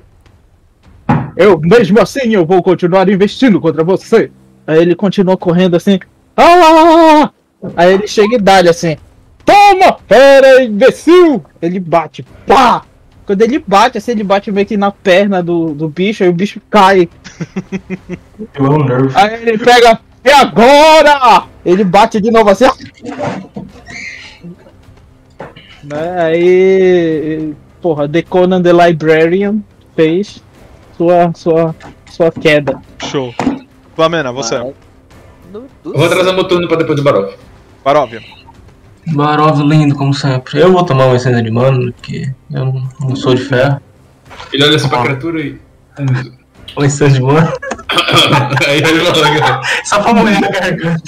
Eu, mesmo assim, eu vou continuar investindo contra você. Aí ele continuou correndo assim, ah! Aí ele chega e dá-lhe assim, toma, fera imbecil! Ele bate, pá! Quando ele bate, assim, ele bate meio que na perna do, do bicho, aí o bicho cai. Eu amo nervo. Aí ele pega, e agora? Ele bate de novo assim. ó. Né, Aí. Porra, The Conan the Librarian fez sua, sua, sua queda. Show. Flamena, você. Vai. No- do- Eu vou trazer meu turno pra depois do Barov. Barovia. Barov lindo, como sempre. Eu vou tomar uma essência de mano, porque eu não- não sou de ferro. Ele olha assim pra criatura e. Uma essência de mano. Aí ele olha, Só pra molhar a garganta.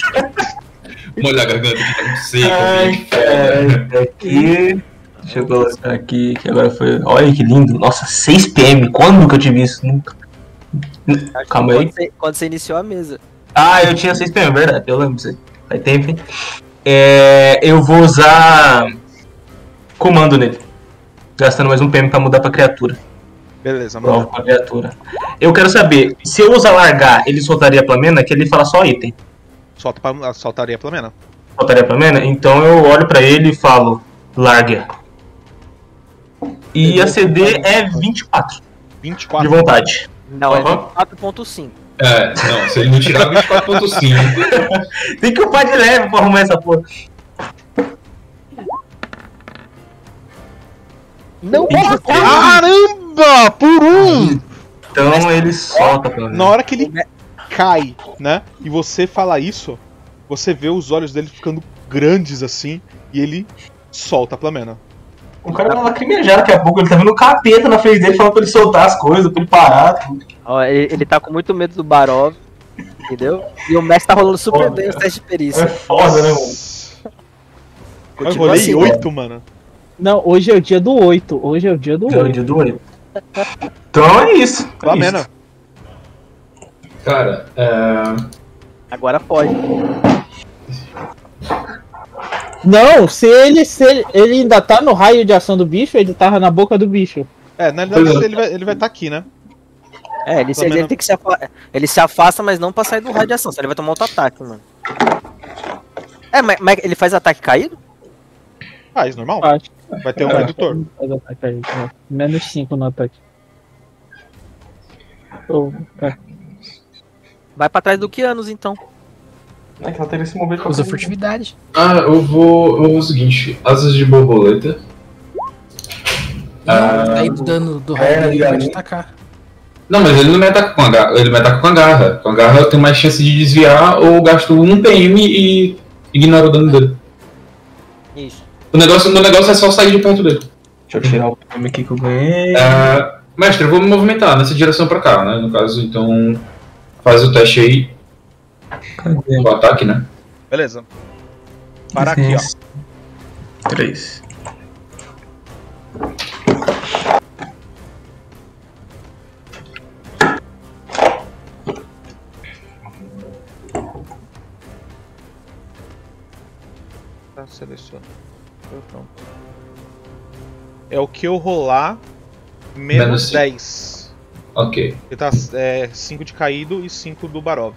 molha a garganta que tá muito seco. Ai, cara, aqui. Deixa eu colocar aqui, que agora foi. Olha que lindo. Nossa, 6 PM. Quando que eu tive isso? Nunca. Acho que Calma aí. Quando você, quando você iniciou a mesa. Ah, eu tinha 6 PM, é verdade. Eu lembro disso aí. Faz tempo, hein? É, eu vou usar. Comando nele. Gastando mais um PM pra mudar pra criatura. Beleza, Prova mano. pra criatura. Eu quero saber, se eu usar largar, ele soltaria a plamena? Que ele fala só item. Solta pra, ah, soltaria a Flamena. Soltaria a plamena? Então eu olho pra ele e falo, larga. E a CD é 24 de 24. vontade. Não, é Aham. 4.5. É, não, se ele não tirar 24.5, Tem que upar de leve pra arrumar essa porra. Não, Eita, Caramba! Por um! Então ele solta a plamena. Na hora que ele cai, né? E você fala isso, você vê os olhos dele ficando grandes assim e ele solta a Flamena. O cara vai lacrimejar daqui a pouco, ele tá vendo o capeta na frente dele falando pra ele soltar as coisas, pra ele parar. Ó, ele, ele tá com muito medo do Barov, entendeu? E o mestre tá rolando super Olha. bem os testes de Isso é perícia. foda, né, mano? Eu tipo Continua rolei assim, ó. 8, mano. Não, hoje é o dia do 8. Hoje é o dia do É o 8. dia do olho. Então é isso. é Flamena. isso. cara, é... Agora pode. Não, se ele, se ele, ele ainda tá no raio de ação do bicho, ele tava na boca do bicho. É, na realidade Pois é. ele vai estar ele vai tá aqui, né? É, ele, se- Pelo ele menos- tem que se afastar. Ele se afasta, mas não pra sair do raio de ação, senão ele vai tomar outro ataque, mano. É, mas, mas ele faz ataque caído? Ah, isso é normal. Acho. Vai ter um É. redutor. Faz ataque aí, né? Menos 5 no ataque. Ou- é. Vai pra trás do Kianos, então. É que ela teria que se mover pra Usa cá. furtividade. Ah, eu vou. Eu vou o seguinte, asas de borboleta. E Ah. aí do dano do Perna raio de ele vai galinha. te atacar. Não, mas ele não me ataca com a garra. Ele me ataca com a garra. Com a garra eu tenho mais chance de desviar ou gasto um PM e ignoro o dano dele. Isso. O negócio, o negócio é só sair de perto dele. Deixa eu tirar o prêmio aqui que eu ganhei. É, mestre, eu vou me movimentar nessa direção pra cá, né? No caso, então. Faz o teste aí. Cadê? O ataque, né? Beleza. Parar aqui, ó. 3. Tá, seleciona. Eu não. É o que eu rolar menos, Menos cinco. 10. Ok. Ele tá 5 de caído e 5 do Barov.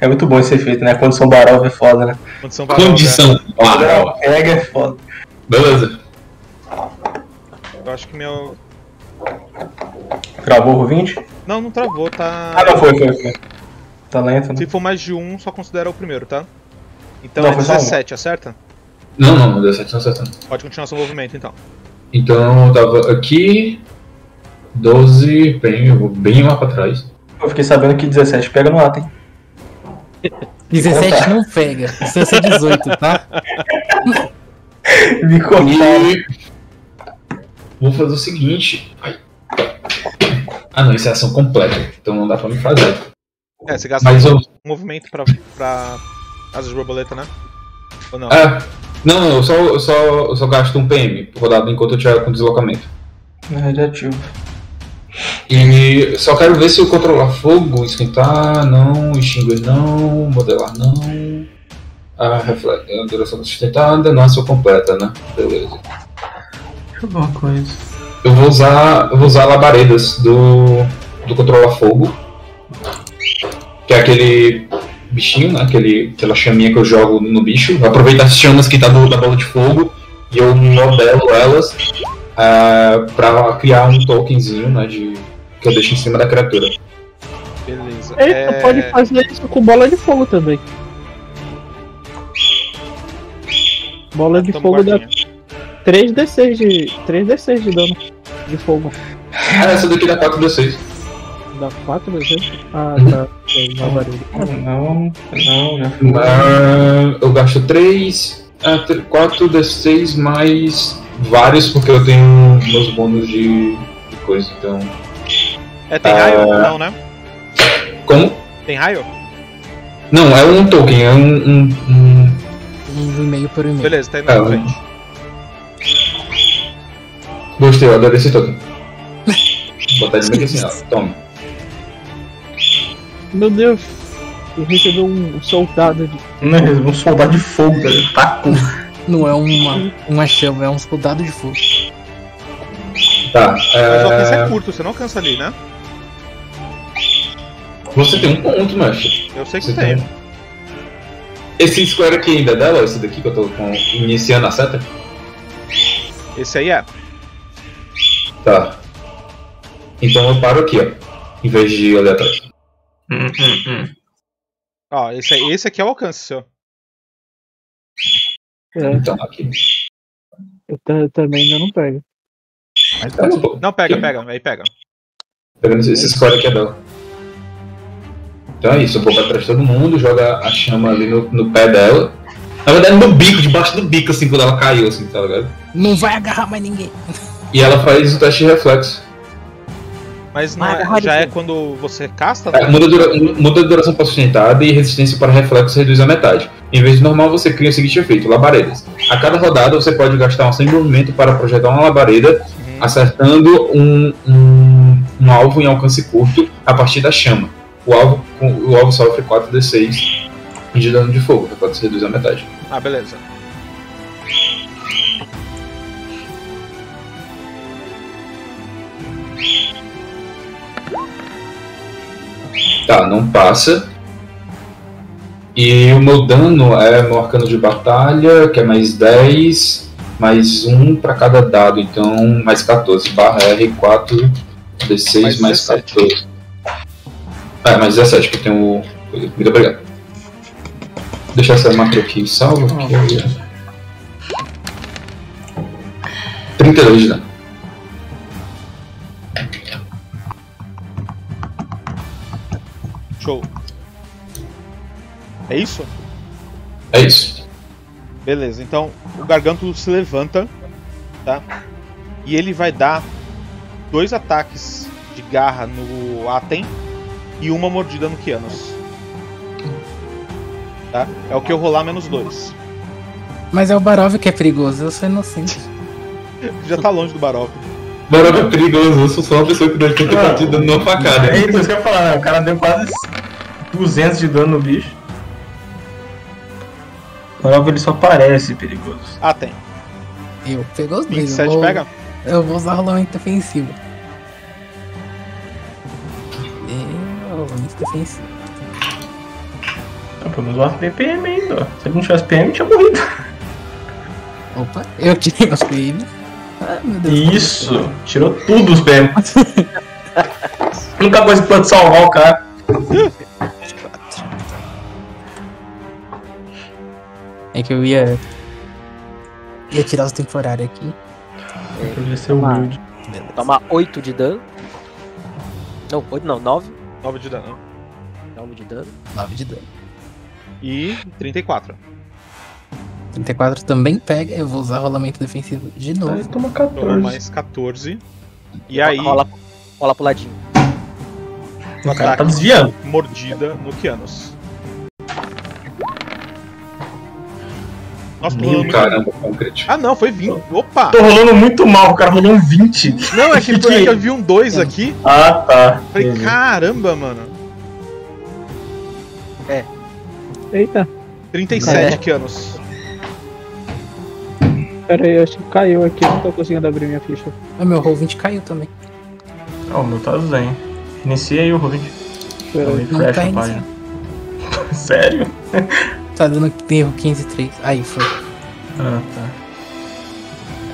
É muito bom esse efeito, né? Condição Barov é foda, né? Condição Barov. Condição. Ah, Pega é foda. beleza. é. Eu acho que meu. Travou o 20? Não, não travou, tá. Ah, não, foi, foi, foi. Tá lento, né? Se for mais de um, só considera o primeiro, tá? Então Não, é foi só um. 17, acerta? Não, não, não deu certo, não deu certo. Pode continuar seu movimento então. Então eu tava aqui. 12 prêmio, eu vou bem lá pra trás. Eu fiquei sabendo que 17 pega no ato, hein? 17 não pega. Isso é 18, tá? Me contaram. E. Vou fazer o seguinte. Ai. Ah não, isso é ação completa, então não dá pra me fazer. É, você gasta Mas eu. um movimento pra, pra asa de borboleta, né? Ou não? Ah, não, não, eu só, eu só, eu só gasto um PM por rodada enquanto eu tiver com deslocamento. É radioativo. E só quero ver se eu controlar fogo, esquentar, não, extinguir não, modelar não. Ah, reflete, a duração sustentada, não, ação completa, né? Beleza. Tá Acabou com isso. Eu vou usar. Eu vou usar labaredas do. do controlar fogo. Que é aquele bichinho, né? Aquele, aquela chaminha que eu jogo no bicho. Eu aproveito as chamas que tá do, da bola de fogo e eu modelo elas ah, pra criar um tokenzinho, né? De, que eu deixo em cima da criatura. Beleza. Eita, É, pode fazer isso com bola de fogo também. Bola de toma fogo dá guardinha. 3d6 de. 3d6 de dano de fogo. Ah, essa daqui dá 4d6. Dá 4 d Ah, tá. Tem mais barulho. Não, não, já foi. Ah, eu gasto ah, 3, 4d6 mais vários, porque eu tenho meus bônus de, de coisa, então. É, tem raio? Não, né? Como? Tem raio? Não, é um token, é um. um, um- Um e-mail por e-mail. Beleza, tá indo é pra um- frente. Gostei, eu adorei esse token. Vou botar ele bem aqui assim, ó. Tome. Meu Deus. Eu recebi um soldado de. Não, um soldado de fogo, velho. Taco. Não é uma, uma chama, é um soldado de fogo. Tá. Mas o alcance é, é curto, você não alcança ali, né? Você tem um ponto, mestre. Eu sei que Você tem. tem. Esse square aqui ainda é dela, esse daqui que eu tô com- iniciando a seta? Esse aí é. Tá. Então eu paro aqui, ó. Em vez de olhar atrás. Hum, hum, hum. Ó, esse, aí- esse aqui é o alcance seu. É, Então, aqui. eu, ta- eu também ainda não pego. Tá bom, pô. Não, pega, pega, aí pega. Pegando esse- esse score aqui é dela. Então é isso, eu vou pra trás de todo mundo, joga a chama ali no, no pé dela. Na verdade, no bico, debaixo do bico, assim, quando ela caiu, assim, tá ligado? Não vai agarrar mais ninguém. E ela faz o teste de reflexo. Mas não Ah, é- agarrado, já é sim. quando você casta, né? É, muda, a dura- muda a duração para sustentada e resistência para reflexo reduz a metade. Em vez de normal, você cria o seguinte efeito: labaredas. A cada rodada, você pode gastar uma ação de movimento para projetar uma labareda, Uhum. acertando um, um, um alvo em alcance curto a partir da chama. O alvo, o alvo sofre 4d6 de dano de fogo, reflexo reduz a metade. Ah, beleza. Tá, não passa. E o meu dano é meu arcano de batalha, que é mais 10, mais 1 pra cada dado, então mais 14, barra R4, D6 mais, Mais 17. 14. É, mais 17, que eu tenho o. Muito obrigado. Deixa essa macro aqui salva. que eu- 32 de dano. Show. É isso? É isso. Beleza, então o Gargantulo se levanta, tá? E ele vai dar dois ataques de garra no Aten e uma mordida no Kianos. Tá? É o que eu rolar menos dois. Mas é o Barov que é perigoso, eu sou inocente. Já tá longe do Barov. Bora é perigoso, eu sou só uma pessoa que deve ter Não. partido dando uma facada. É isso que eu ia falar, né? O cara deu quase 200 de dano no bicho. Prova ele só parece perigoso. Aten, Eu pegou os dois. eu 27 vou- pega? Eu vou usar rolamento defensivo. É, rolamento defensivo. Ah, Pelo menos o PM ainda, ó. Se ele não tivesse PM, tinha morrido. Opa, eu tirei meus PM. Ah, meu Deus. Isso, tirou tudo os PM. A única coisa que pode salvar o cara. É que eu ia. Ia tirar os temporários aqui. Pra ele ser humilde. Toma 8 de dano. Não, 8 não, 9. 9 de dano. 9 de dano. 9 de dano. E 34. 34 também pega. Eu vou usar rolamento defensivo de Aí novo. Então, toma Toma 14. mais 14. E aí, Rola, rola pro ladinho. O cara tá desviando. mordida no Kianos. Nossa, tô Meu rolando muito. Caramba, foi um crítico. Ah não, foi 20. Opa! Tô rolando muito mal, o cara rolou um 20. Não, é que porque eu vi um 2 aqui. Ah, tá. Falei, Entendi. caramba, mano. Eita, 37 Kianos. pera aí, acho que caiu aqui, não tô conseguindo abrir minha ficha. Ah, meu roll 20 caiu também. Ah, o meu tá zen. Inicia aí o Ruby. Pera aí. Não Refresh tá a página. Sério? Tá dando erro 15 3. Aí foi. Ah, tá.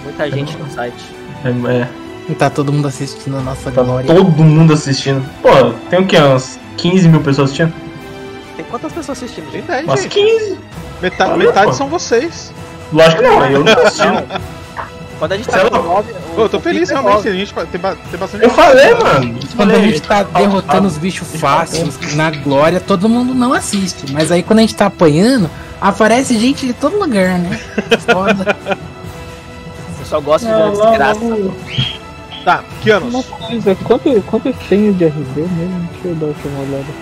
Muita gente no site. É, é, E tá todo mundo assistindo a nossa tá glória. todo mundo assistindo. Pô, tem o quê? Uns 15 mil pessoas assistindo? Tem quantas pessoas assistindo, Tem gente? 10, Umas gente. 15? Metade, Olha, metade pô. são vocês. Lógico que não, eu não tô assistindo. Quando a gente Sei tá lá. com 9. Pô, eu tô feliz realmente, a gente pa- tem, ba- tem bastante. Eu falei, mano. Eu Quando a falei, gente tá derrotando os bichos fáceis na glória, todo mundo não assiste. Mas aí quando a gente tá apanhando, aparece gente de todo lugar, né? Foda. Eu só gosto de Ah, uma lá, desgraça. vamos- Tá, Uma Kianos. coisa, quanto, quanto eu tenho de RB mesmo? Deixa eu dar aqui uma olhada.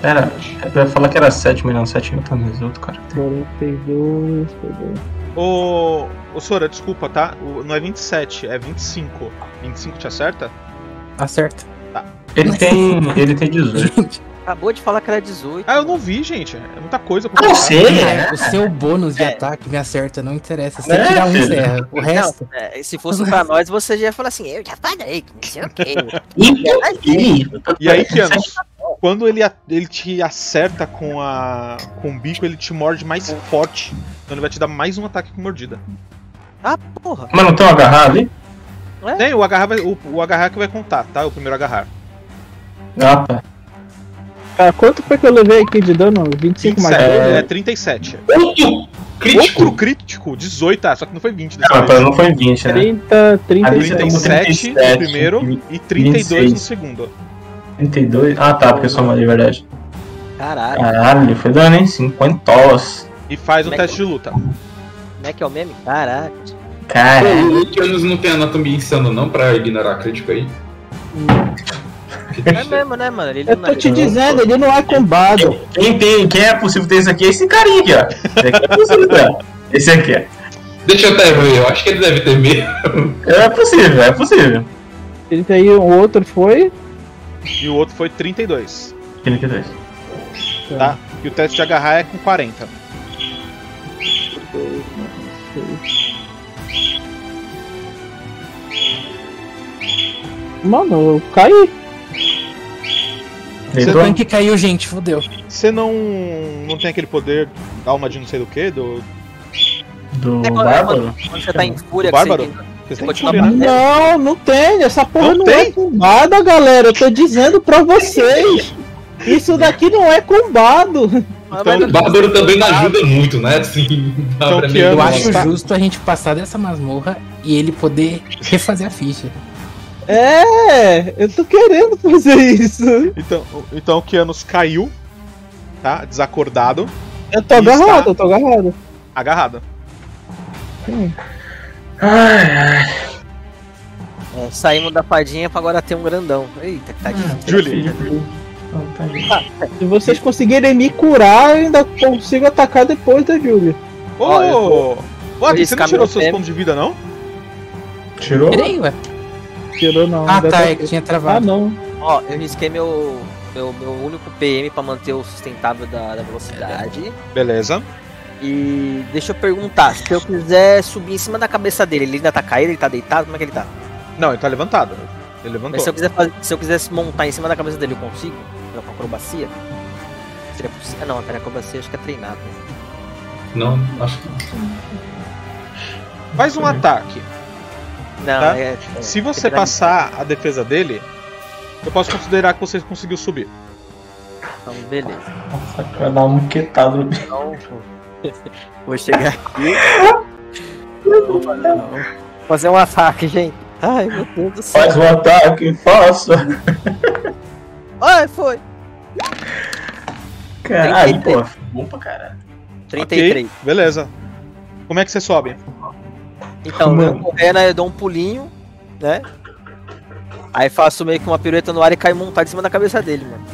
Pera, eu ia falar que era 7, mas não, 7 mil tá no outro cara. 42, perdão. Ô. Ô Sora, desculpa, tá? O- não é 27, é 25. 25 te acerta? Acerta. Ele tem. Ele tem É. 18. Acabou de falar que era 18. Ah, eu não vi, gente. É muita coisa pra Ah, colocar. você? Cara, o seu bônus de É. ataque me acerta, não interessa. Se É, você tirar um, filho. você erra. O resto. Não, é, se fosse pra nós, você já ia falar assim, eu já falei, que não sei o quê. E aí, Kianos, quando ele, a- ele te acerta com a. com o bico, ele te morde mais forte. Então ele vai te dar mais um ataque com mordida. Ah, porra. Mas não tem um agarrar ali? Tem, Né, o agarrar, vai- o, o agarrar que vai contar, tá? O primeiro agarrar. Ah, tá. Cara, Tá, quanto foi que eu levei aqui de dano? 25 mais 27, 2? é 37. Outro crítico? Outro crítico, 18, ah, só que não foi 20 dessa Ah, vez. mas não foi 20, né? 30, Aí você tem 30. um 37 no 37, primeiro e 32 no 26. segundo. 32. Ah, tá, porque eu sou uma de verdade. Caralho, Ah. Caralho, foi dano, hein? 50. E faz um Como é que- teste de luta. como é que é o meme? Caralho. Caralho. O Lucianos não tem anatomia insana, não, pra ignorar crítico aí. Que Não é triste. mesmo, né, mano? Ele Eu não tô te é dizendo, ele não é combado. Quem, tem, quem é possível ter esse aqui é esse carinha aqui, ó. Esse aqui é possível, né? Esse aqui é. Deixa eu até ver, eu acho que ele deve ter medo. É possível, é possível. 31, o outro foi. E o outro foi 32, 32. tá? E o teste de agarrar é com 40. Mano, eu caí. Seu Deitou? tanque caiu, gente. Fudeu. Você não, não tem aquele poder alma de não sei do que? Do, Do É quando- Bárbaro? Quando você tá em fúria, que Bárbaro? você... você tem continua fúria, né? batendo. Não, não tem. Essa porra Não não, tem? é combada, galera. Eu tô dizendo pra vocês. Isso daqui não é combado. O Bárbaro também não ajuda muito, né? Assim, dá Então, pra que meio- ano? Eu Tá. acho justo a gente passar dessa masmorra e ele poder refazer a ficha. É, eu tô querendo fazer isso. Então, então o Kianos caiu, tá? Desacordado, Eu tô Isso, agarrado, tá. eu tô agarrado. agarrado. Ai, ai. É, saímos da fadinha pra agora ter um grandão. Eita, que tadinho. Julie, Se vocês conseguirem me curar, eu ainda consigo atacar depois da Julia. ô! Ó, eu Ô, Adri, você não riscar tirou meu seus tempo. pontos de vida, não? Tirou? Peraí, ué. Tirou não. Ah, ainda tá. É que tinha Ah, travado. não. Ó, eu risquei meu, meu, meu único PM pra manter o sustentável da, da velocidade. Beleza. E deixa eu perguntar, se eu quiser subir em cima da cabeça dele, ele ainda tá caído, ele tá deitado, como é que ele tá? Não, ele tá levantado. Ele levantou. Mas se eu quiser fazer, se eu quisesse montar em cima da cabeça dele, eu consigo? Pela com acrobacia? Seria possível? Ah, Não, a acrobacia acho que é treinado. né? Não, acho que não. Faz um ataque. Não, Tá. é, é- Se você tem que dar- passar a defesa dele, eu posso considerar que você conseguiu subir. Então, beleza. Nossa, vai dar um quetado no bicho. Então, vou chegar aqui. Vou fazer, vou fazer um ataque, gente. Ai, meu Deus do céu. Faz um ataque, faça. Ai, foi. Caralho, pô. Bom pra caralho. 33. Ok, beleza. Como é que você sobe? Então, Mano. eu correndo, aí eu dou um pulinho, né? Aí faço meio que uma pirueta no ar e caio montado em cima da cabeça dele, mano.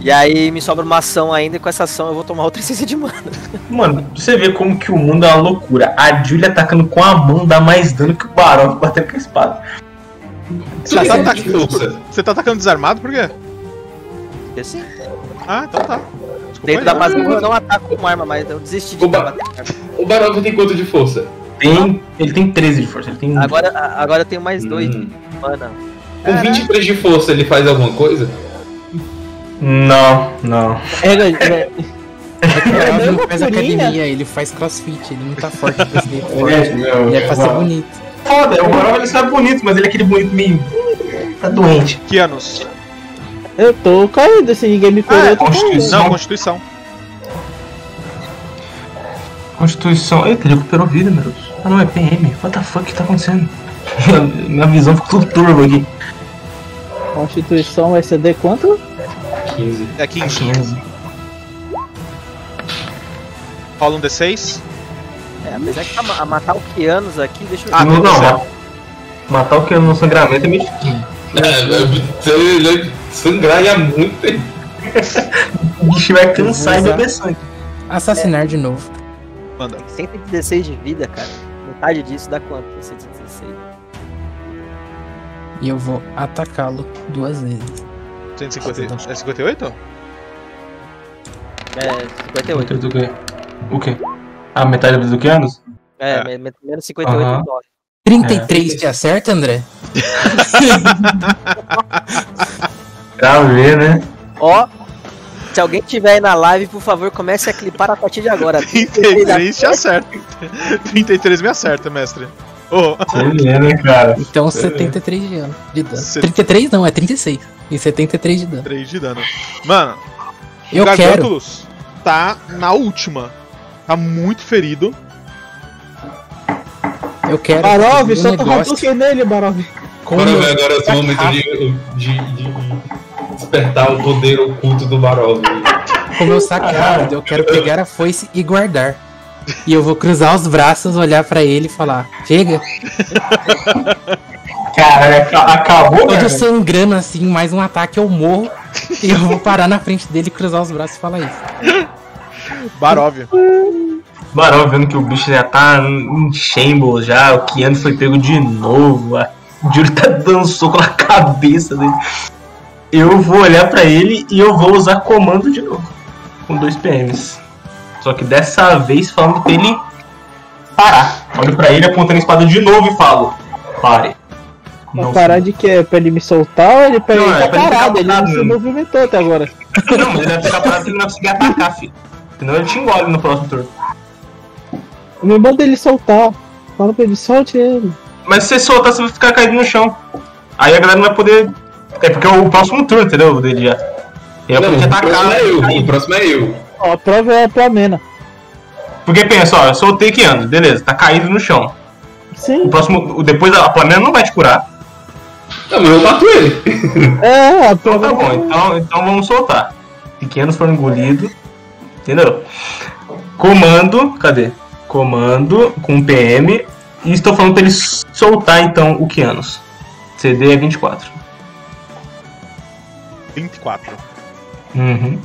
E aí me sobra uma ação ainda e com essa ação eu vou tomar outra essência de mana. Mano, pra você vê como que o mundo é uma loucura. A Julia atacando com a mão dá mais dano que o Barão batendo com a espada. Você Tudo tá, bem. ataca- você tá atacando desarmado por quê? é Assim, Ah, então tá. Desculpa dentro aí. da base eu não ataco com arma, mas eu desisti de né? Oba. bater com arma. O Barota tem quanto de força? Tem, ele tem 13 de força, ele tem um. Agora, a- agora eu tenho mais dois Hum. de mana. Com 23 de força ele faz alguma coisa? Não, não. Ele dando não uma faz pulinha. academia, ele faz crossfit, ele não tá forte pra ser forte. É, não. Ele é pra ser não. bonito. Foda, o Barão ele só é bonito, mas ele é aquele bonito meio. Tá doente. Que anos? Eu tô caindo, se ninguém me curar, Ah, é eu tô caindo. Constituição. Não, Constituição. Constituição. Eita, ele recuperou vida, meu Deus. Ah não, é PM. What the fuck que tá acontecendo? Minha visão ficou tudo turbo aqui. Constituição vai ceder quanto? 15. É 15. 15. Rola um D6. É, apesar que a, ma- a matar o Kianos aqui, deixa eu Ah, não, tudo não, certo. ma- matar o que no sangramento é meio difícil. É, vai- vai sangrar já muito tempo. O bicho vai Eu cansar e vou usar. beber sangue. Assassinar de novo. Manda. 116 de vida, cara. Metade disso dá quanto? 116. E eu vou atacá-lo duas vezes. 150... É 58? É, 58. Metade do quê? O quê? A metade do que anos? É, É. me- me- menos 58 Aham. dólares. É. 33 te acerta, André? Pra ver, né? Ó, se alguém tiver aí na live, por favor, comece a clipar a partir de agora. 33 te acerta. 33 me acerta, mestre. Ô, Você vê, né, cara? É. Então 73 de dano. De dano. Set- 33 não, é 36. E 73 de dano. 3 de dano. Mano, Eu quero. Gargantulus tá na última. Tá muito ferido. Eu quero. Barov, fazer um solta o negócio Hadouken nele, Barov. como Bora eu- ver agora é o momento de, de- de despertar o poder oculto do Barov. Como eu saco rápido, eu quero pegar a foice e guardar. E eu vou cruzar os braços, olhar pra ele e falar: Chega, Cara, aca- acabou, todo cara. sangrando assim, mais um ataque eu morro. E eu vou parar na frente dele, cruzar os braços e falar isso. Barov. Barão vendo que o bicho já tá em shambles já, o Keanu foi pego de novo, a Júlio tá dando soco na cabeça dele. Eu vou olhar pra ele e eu vou usar comando de novo, com dois PMs. Só que dessa vez falando pra ele parar. Olho pra ele, apontando a espada de novo e falo, pare. Pra se- parar de quê? Pra ele me soltar ou ele pra Não, ele é tá pra ele ficar parado? Ele não parado se mesmo. movimentou até agora. Não, mas ele vai ficar parado porque ele não vai conseguir atacar, filho. Senão ele te engole no próximo turno. Me manda ele soltar. Fala pra ele, solte ele. Mas se você soltar, você vai ficar caído no chão. Aí a galera não vai poder. É porque é o próximo turno, entendeu? O dele já. Ele vai poder te o próximo atacar. é eu. Aí. O próximo é eu. Ó, a prova é pra Mena. Porque pensa, ó, eu soltei que ando, beleza, tá caído no chão. O Sim. próximo. o- Depois a Plamena não vai te curar. Não, mas eu bato ele. É, a Então prova tá bom, então, então vamos soltar. Pequenos foram engolidos. Entendeu? Comando. Cadê? Comando com PM. E estou falando pra ele soltar então o Kianos. CD é 24. 24. Uhum.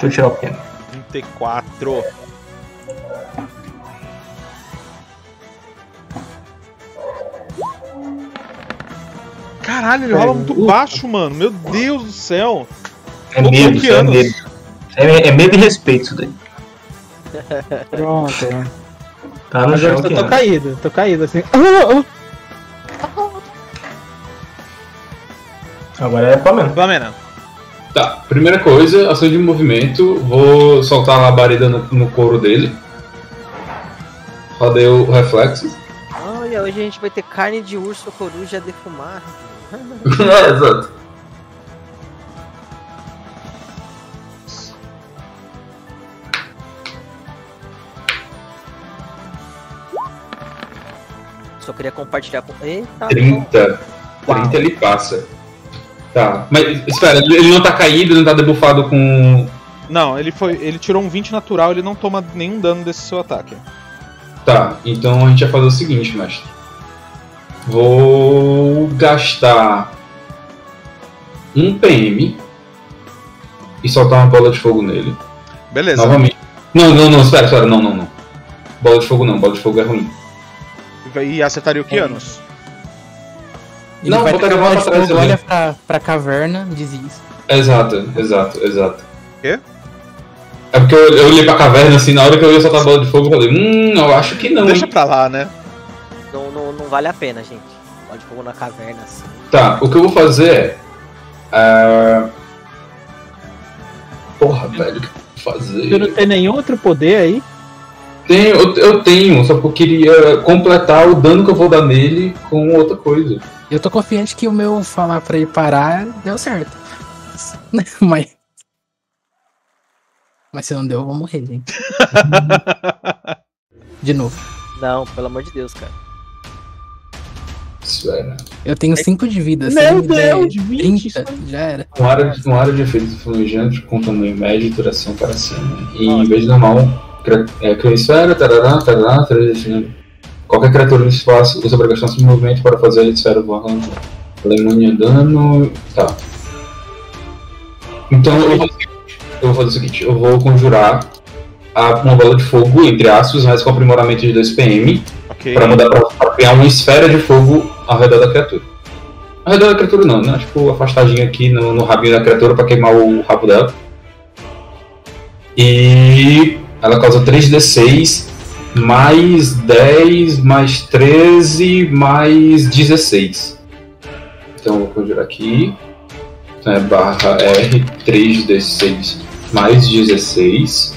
Deixa eu tirar o PM. 24. Caralho, ele rola muito baixo, mano. Meu Deus do céu. É Ô, medo, isso é Kianos. medo. É, é medo e respeito isso daí. Pronto. é. Tá no Agora chão, eu tô, Kianos. tô caído, tô caído assim. Agora é Palmeiras. Flamena. Tá, primeira coisa, ação de um movimento. Vou soltar a labareda no, no couro dele. Rodei o reflexo. Olha, hoje a gente vai ter carne de urso coruja defumar. é, exato. Só queria compartilhar com. Eita, 30. 30 ele passa. Tá, mas espera, ele não tá caído, ele não tá debufado com, Não, ele foi. Ele tirou um 20 natural, ele não toma nenhum dano desse seu ataque. Tá, então a gente vai fazer o seguinte, mestre. Vou gastar um PM e soltar uma bola de fogo nele. Beleza. Novamente. Não, não, não, espera, espera, não, não, não. Bola de fogo não, bola de fogo é ruim. E acertaria o Kianos. Ele Não, vai vou pegar tacar uma bola pra de trás fogo, também. olha pra, pra caverna, desiste. Exato, exato, exato. Quê? É porque eu, eu olhei pra caverna assim, na hora que eu ia soltar a bola de fogo, eu falei, hum, eu acho que não, Deixa hein? pra lá, né? Não, não, não vale a pena, gente. Pode pôr na caverna assim. Tá, o que eu vou fazer é. ah, Porra, velho, o que eu vou Tu não fazer? tem nenhum outro poder aí? Tenho, eu, eu tenho, só que eu queria completar o dano que eu vou dar nele com outra coisa. Eu tô confiante que o meu falar pra ele parar deu certo. Mas. Mas se não deu, eu vou morrer, gente. De novo. Não, pelo amor de Deus, cara. Isso é, né? Eu tenho 5 de vida. se Meu ele me der Deus, 20, 30, já era. Um área, um área de efeitos flumigantes com tamanho médio e duração para cima. E em vez de normal, cria- é, cria esfera, tarará, tarará, tarará, definindo. Qualquer criatura no espaço usa para gastar seu movimento para fazer a esfera voar. Alemanha dano. Tá. Então eu vou, eu vou fazer o seguinte: eu vou conjurar a, uma bola de fogo, entre aspas, mas com aprimoramento de 2 PM Ok. para mudar pra, pra criar uma esfera de fogo ao redor da criatura. Ao redor da criatura não, né? Tipo, afastadinha aqui no, no rabinho da criatura pra queimar o rabo dela. E ela causa 3d6 mais 10 mais 13 mais 16. Então eu vou conjurar aqui. Então é barra R 3d6 mais 16.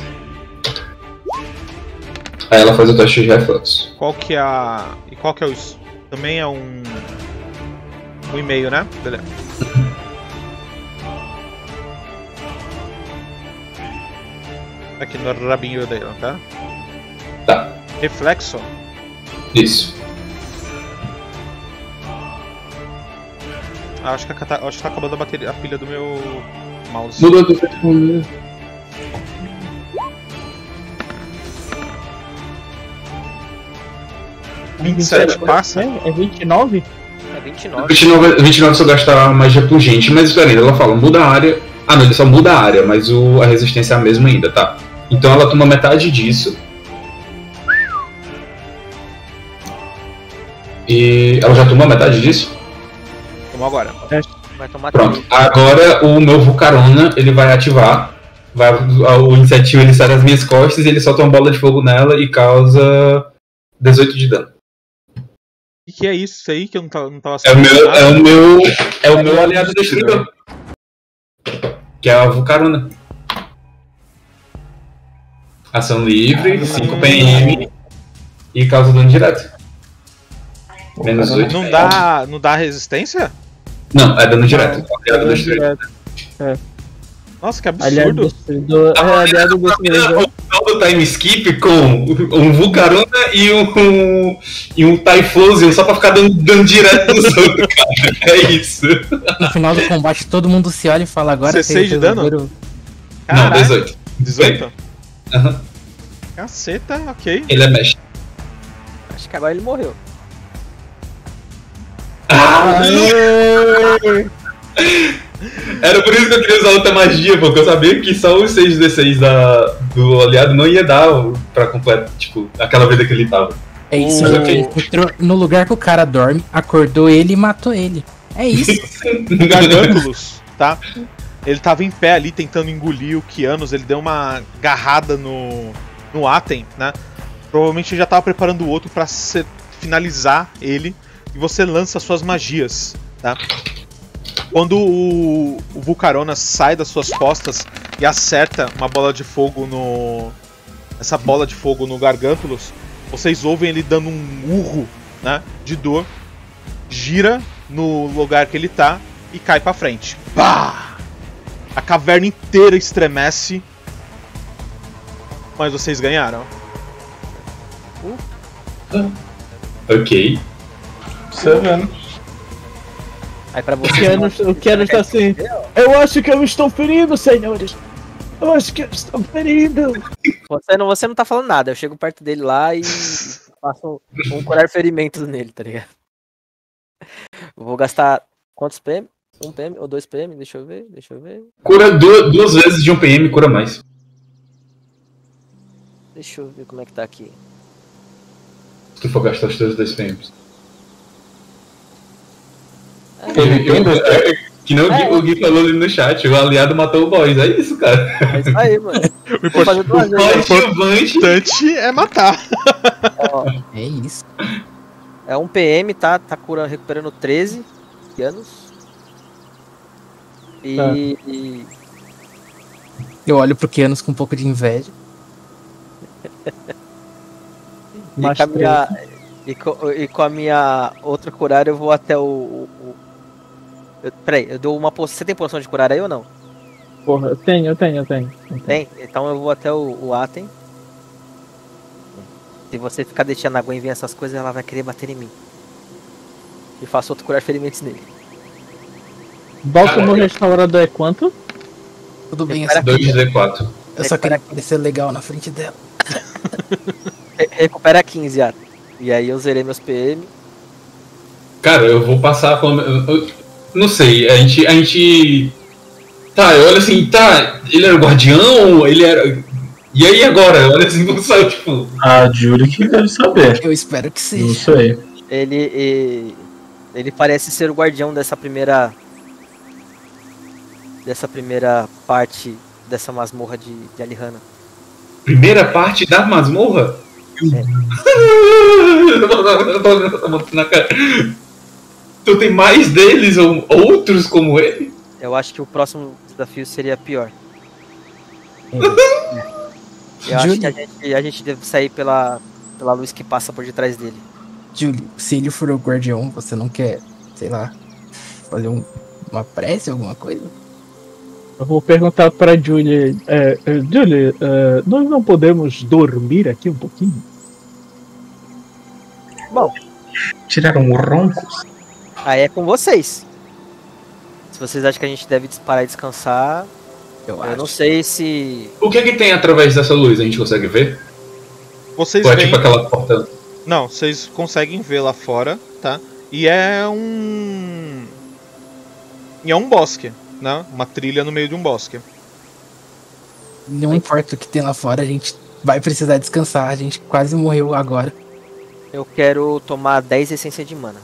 Aí ela faz o teste de reflexo. Qual que é a. E qual que é o. s- Também é um. Um e-mail, né? Beleza. Aqui no rabinho dele, tá? Tá. Reflexo. Isso. Ah, acho, que a cata- acho que tá acabando a, bateria, a pilha do meu mouse. Mudou do efeito comum. passa? É, é 29? É 29. 29, 29 se eu gastar magia pungente, mas peraí, ela fala, muda a área. Ah não, ele só muda a área, mas o, a resistência é a mesma ainda, tá? Então ela toma metade disso. E ela já tomou metade disso? Vamos agora. Vai tomar Pronto. três. Agora o meu Vulcarona, ele vai ativar. Vai, o iniciativo ele sai das minhas costas e ele solta uma bola de fogo nela e causa 18 de dano. O que é isso aí que eu não tava, não tava É o meu, nada? é o meu, é o meu aliado destruidor. Que é a Vulcaruna. Ação livre, 5 PM e causa dano direto. Menos 8. Não dá, não dá resistência? Não, é dano direto. É o aliado destruidor. Nossa, que Aliás, absurdo. destruidor. É, aliás, o destruidor. Todo time skip com um Vulcaruna e um, e um Typhlosion só pra ficar dando dano direto nos outros, cara. É isso. No final do combate, todo mundo se olha e fala agora. 16 de dano? resolveram- Não, Caraca, 18. 18? Aham. Caceta, ok. Ele é mestre. Acho que agora ele morreu. Ah, Era por isso que eu queria usar outra magia, porque eu sabia que só os 6d6 da, do aliado não ia dar o- pra completar, tipo, aquela vida que ele tava. É isso. Mas ele ok. Entrou no lugar que o cara dorme, acordou ele e matou ele. É isso. Um O Gargantulus, tá? Ele tava em pé ali tentando engolir o Kianos, ele deu uma garrada no, no Atem, né? Provavelmente já tava preparando o outro pra se- finalizar ele e você lança suas magias, tá? Quando o, o Vulcarona sai das suas costas e acerta uma bola de fogo no. essa bola de fogo no Gargantulus, vocês ouvem ele dando um urro, né? De dor, gira no lugar que ele tá e cai pra frente. Pá! A caverna inteira estremece. Mas vocês ganharam. Ok. Aí pra você. O Kianos- O Kianos tá assim. Eu acho que eu estou ferido, senhores. Eu acho que eu estou ferido. Você não, você não tá falando nada, eu chego perto dele lá e faço um, um curar ferimentos nele, tá ligado? Eu Vou gastar quantos PM? Um PM ou dois PM? Deixa eu ver, deixa eu ver, Cura du- duas vezes de um PM, cura mais. deixa eu ver como é que tá aqui. Se tu for gastar os teus dois PMs. Ah, Ele- eu- é, é, que não o Gui falou ali no chat, o aliado matou o boss. É isso, cara. É isso aí, mano. O Vou fazer duas vezes. Coadjuvante. importante é matar. É isso. É um PM, tá? Tá curando, recuperando 13 anos. E, Tá. e- Eu olho pro Kianos com um pouco de inveja. e Mais com a minha, e, co- e com a minha outra curar eu vou até o. o- o- eu- peraí, eu dou uma poção. Você tem poção de curar aí ou não? Porra, eu tenho, eu tenho, eu tenho. Tem? Então eu vou até o, o Atem. Se você ficar deixando a Gwen ver essas coisas, ela vai querer bater em mim. E faço outro curar ferimentos nele. Bálsamo restaurador é quanto? Tudo bem, eu só, Recupera- 2D4. eu só queria parecer legal na frente dela. Re- recupera 15, Atem. E aí eu zerei meus PM. Cara, eu vou passar pelo. eu- eu- Não sei, a gente. A gente. Tá, eu olho assim, tá, ele era o guardião, ele era. E aí agora? Olha assim, não sabe, tipo. Ah, juro que deve saber. Eu espero que seja. Isso aí. Ele, e- ele parece ser o guardião dessa primeira dessa primeira parte dessa masmorra de, de Alihanna. Primeira parte da masmorra? É. Eu tô botando na cara. Tu tem mais deles ou outros como ele? Eu acho que o próximo desafio seria pior. Eu acho Júlio. que a gente, a gente deve sair pela, pela luz que passa por detrás dele. Julie, se ele for o guardião, você não quer, sei lá, fazer um- uma prece, alguma coisa? Eu vou perguntar pra Julie. É, é, Julie, é, nós não podemos dormir aqui um pouquinho? Tiraram o ronco? Aí é com vocês. Se vocês acham que a gente deve parar e descansar, Eu eu não acho. sei se. O que é que tem através dessa luz? A gente consegue ver? Vocês Ou é veem- tipo aquela porta. Não, vocês conseguem ver lá fora, tá? E é um. E é um bosque, né? Uma trilha no meio de um bosque. Não importa o que tem lá fora, a gente vai precisar descansar. A gente quase morreu agora. Eu quero tomar 10 essências de mana.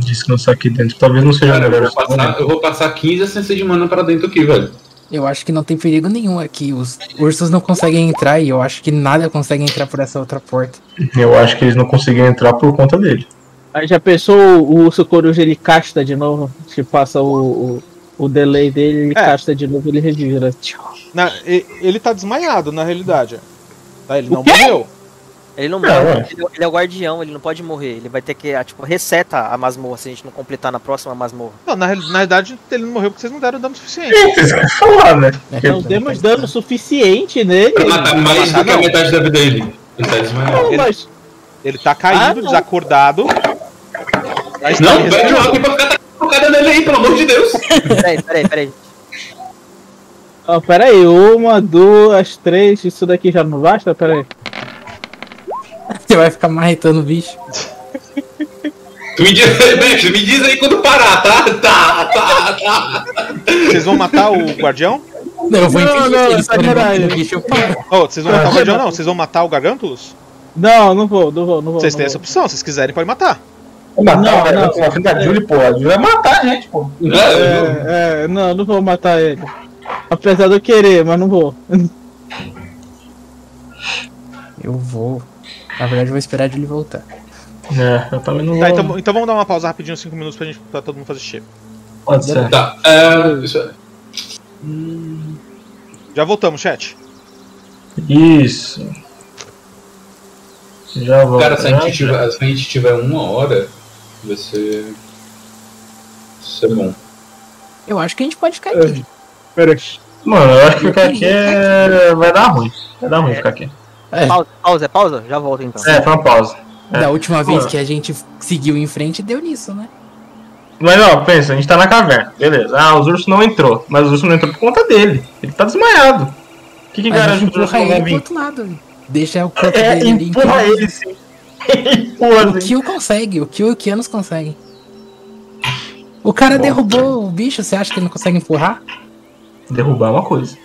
Descansar aqui dentro. Talvez não seja Cara, eu melhor. assim, né? vou passar, eu vou passar 15 essências de mana pra dentro aqui, velho. Eu acho que não tem perigo nenhum aqui. Os ursos não conseguem entrar e eu acho que nada consegue entrar por essa outra porta. Eu acho que eles não conseguiram entrar por conta dele. Aí já pensou o urso coruja ele casta de novo? Te passa o, o, o delay dele, ele É. casta de novo, ele revira. Tchau. Na- e- ele tá desmaiado, na realidade. Tá, ele O não quê? morreu. Ele não É, morre, ué. ele, ele é o guardião, ele não pode morrer. Ele vai ter que, ah, tipo, reseta a masmorra se a gente não completar na próxima masmorra. Não, na, real- na realidade, ele não morreu porque vocês não deram dano suficiente. Vocês querem falar, né? né? Não demos dano suficiente nele. Pra matar mais do que a não. metade da vida dele. Ele tá desmaiado. Não, mas Ele tá Ah, caído, não. desacordado. Mas tá Não, pede respirando. o Rock pra ficar tocada nele aí, pelo amor de Deus. Peraí, peraí, peraí. Ó, peraí, uma, duas, três, isso daqui já não basta? Peraí. Você vai ficar marretando o bicho. Tu me diz, bicho, me diz aí quando parar, tá? Tá, tá, tá. Vocês vão matar o guardião? Não, eu vou Não, impedir não, eles tá por sacanagem. enquanto, bicho, eu paro. Oh, vocês vão matar o guardião, não? Vocês vão matar o Gargantulus? Não, não vou, não vou, não vou. Vocês não têm vou. essa opção, se vocês quiserem, podem matar. Vou matar Não, o cara não. na frente da Julie, pô. A Julie vai matar a gente, pô. É, É, é, não, não vou matar ele. Apesar de eu querer, mas não vou. Eu vou. Na verdade, eu vou esperar de ele voltar. É, eu também não Tá, então, então vamos dar uma pausa rapidinho, 5 minutos pra, gente, pra todo mundo fazer xixi. Pode ser. Tá, é, isso- Já voltamos, chat. Isso. Já né? vou. Cara, se a, gente tiver, se a gente tiver uma hora, vai ser. Isso é bom. Eu acho que a gente pode ficar aqui. Peraí. Mano, eu acho que ficar aqui é... vai dar ruim. Vai dar ruim ficar aqui. É, Pausa, pausa, pausa? Já volto então. É, foi uma pausa. da última vez Ah. que a gente seguiu em frente, deu nisso, né? Mas ó, pensa, a gente tá na caverna, beleza. Ah, os ursos não entrou, mas os ursos não entrou por conta dele. Ele tá desmaiado. O que, que a garante gente que os ursos empurra não vão ele pro vir? outro lado. velho. Deixa o canto É, dele ali. então. empurra ele sim. empurra O assim. Kill consegue, o Kill e o Kianos conseguem. O cara derrubou o bicho, você acha que ele não consegue empurrar? Derrubar é uma coisa.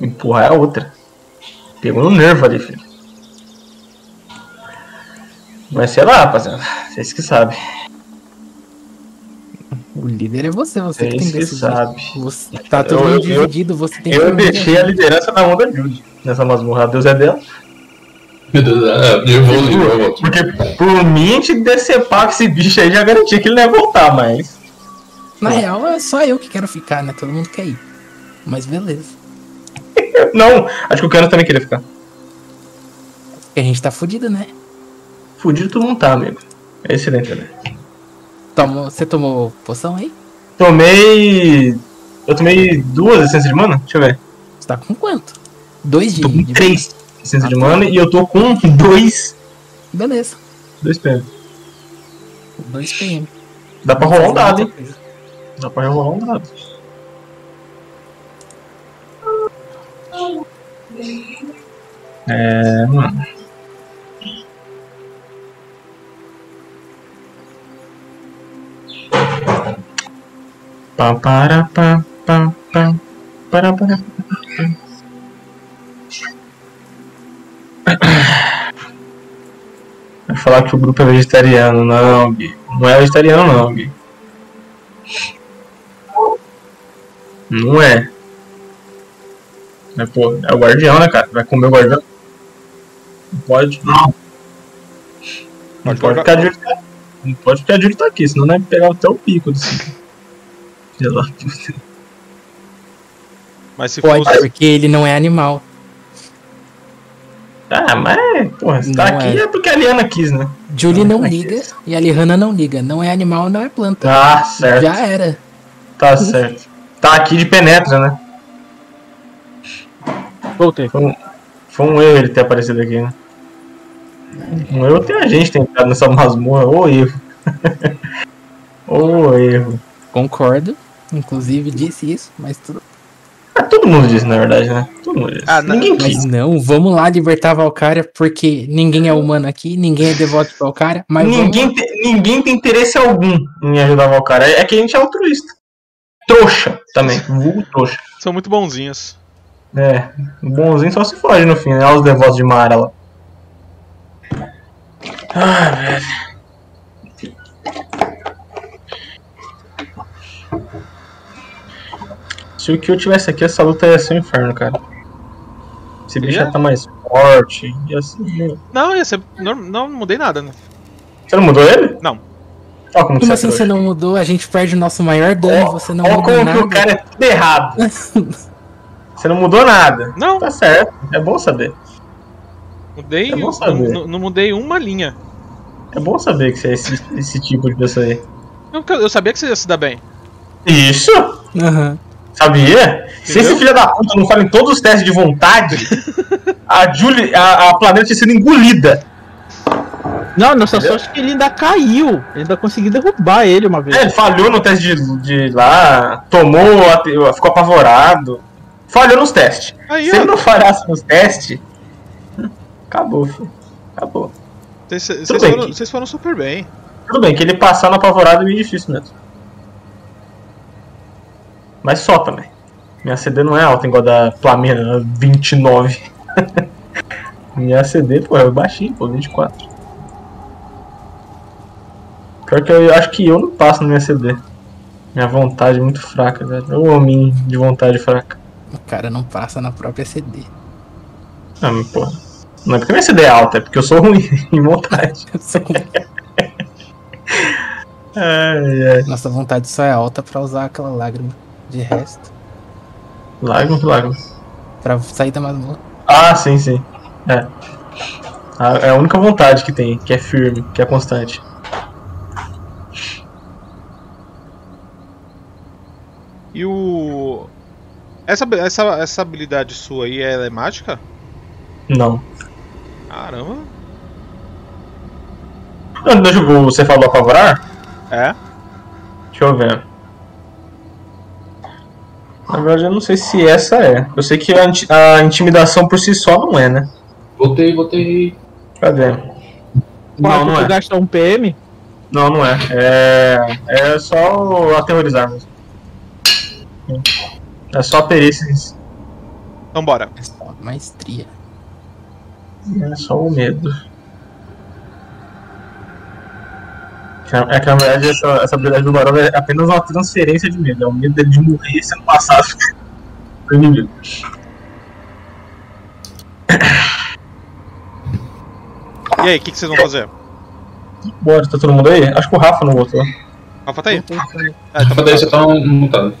Empurrar é outra. Pegou no nervo ali, filho. Mas sei lá, rapaziada. Vocês que sabem. O líder é você, você que tem Vocês que que decidir. sabem. Você tá todo Eu- mundo eu- dividido, você tem que um Eu decidir. deixei a liderança na mão da Jude. Nessa masmorra, Deus é dela. Meu Deus, ah, eu vou ali, eu volto. Porque por mim, a gente decepar com esse bicho aí já garantia que ele não ia voltar, mas. Na real, é só eu que quero ficar, né? Todo mundo quer ir. Mas beleza. Não, acho que o Cano também queria ficar. Porque a gente tá fudido, né? Fudido todo mundo tá, amigo. É excelente, né? Tomou, você tomou poção aí? Tomei. Eu tomei duas essências de mana? Deixa eu ver. Você tá com quanto? Dois de, Tô com de- três essências de mana e eu tô com dois. Beleza. Dois PM. Dois PM. Dá pra rolar um dado, hein? Outra coisa. Dá pra rolar um dado. É, mano. Pá, para, pá, pá, pá, para, para, pá, pá. Vai falar que o grupo é vegetariano, não, Gui. Não é vegetariano, não, Gui. Não é. Mas, pô, é o guardião, né, cara? Vai comer o guardião? Não pode. Não. Não Pode pode guardar. ficar de olho. Não pode ficar de olho tá aqui, senão não é pegar até o pico desse. Filha da puta. Mas se Pode, fosse. porque ele não é animal. Ah, mas, porra, se tá Não aqui é. porque a Liana quis, né? Julie não Ai, liga e a Lihana não liga. Não é animal, não é planta. Tá certo, Já é. era. tá certo. Tá aqui de penetra, né? Voltei. Foi um erro ele ter aparecido aqui, né? Um erro tem a gente ter entrado nessa masmorra, ou erro. ou erro. Concordo. Inclusive disse isso, mas tudo. Ah, todo mundo disse, na verdade, né? Todo mundo disse. Ah, não. Ninguém quis. Mas não, vamos lá libertar Valkyria, porque ninguém é humano aqui, ninguém é devoto de Valkyria, mas vamos... Ninguém, te- ninguém tem interesse algum em ajudar o cara. É que a gente é altruísta. Trouxa também. Vulgo trouxa. São muito bonzinhos. É. O bonzinho só se foge no fim, né? Olha os devotos de Mara lá. Ah, velho. Se o Kyo tivesse aqui, essa luta ia ser um inferno, cara. Esse bicho Ia? já tá mais forte. Ia ser... meu. Não, é ia ser. Não, não mudei nada, né? Você não mudou ele? Não. Olha como, que Como você é assim trouxa. você não mudou? A gente perde o nosso maior dano, você não Olha mudou como que o nada. cara é tudo errado. Você não mudou nada. Não, Tá certo, é bom saber. mudei. É bom não- saber. não, não mudei uma linha. É bom saber que você é esse, esse tipo de pessoa aí. Eu, eu sabia que você ia se dar bem. Isso? Aham. Sabia? Se esse Entendeu? filho da puta não fala em todos os testes de vontade, a Julie, a, a planeta tinha sido engolida. Não, nossa sorte é que ele ainda caiu. Eu ainda consegui derrubar ele uma vez. É, ele falhou no teste de, de lá, tomou, ate- ficou apavorado. Falhou nos testes. Aí, Se ele ó. não falhasse nos testes, acabou, filho. Acabou. Vocês vocês Tudo bem. foram, vocês foram super bem. Tudo bem, que ele passar no apavorado é meio difícil mesmo. Mas só também. Minha CD não é alta igual a da né? Flamena, 29. Minha CD, pô, é baixinho, pô, 24. Pior que eu, eu acho que eu não passo na minha CD. Minha vontade é muito fraca, velho. Eu homem de vontade fraca. O cara não passa na própria CD. Ah, mas, pô. Não é porque minha CD é alta, é porque eu sou ruim em vontade. É. Ai, ai. Nossa vontade só é alta pra usar aquela lágrima. De resto, Lágrima, lágrima. pra sair da masmorra. Ah, sim, sim. É. A- É a única vontade que tem, que é firme, que é constante. assim, E o. Essa, essa, essa habilidade sua aí, ela é mágica? Não. Caramba. Ah, Não, Deixa eu, você falou apavorar? É? Deixa eu ver. Na verdade, eu não sei se essa é. Eu sei que a, inti- a intimidação por si só não é, né? Voltei, voltei. Cadê? Não, não tu é. gasta um PM? Não, não é. É, é só o aterrorizar mesmo. É só perícias. Então bora. É só maestria. É só o medo. Que na- É que na verdade essa, essa habilidade do Barão é apenas uma transferência de medo. É o medo dele de morrer sendo passado pro inimigo. E aí, o que, que vocês vão fazer? Bora, tá todo mundo aí? Acho que o Rafa não voltou. Rafa tá aí? Voltei, falei. Ah, tá Só daí você tá mutado.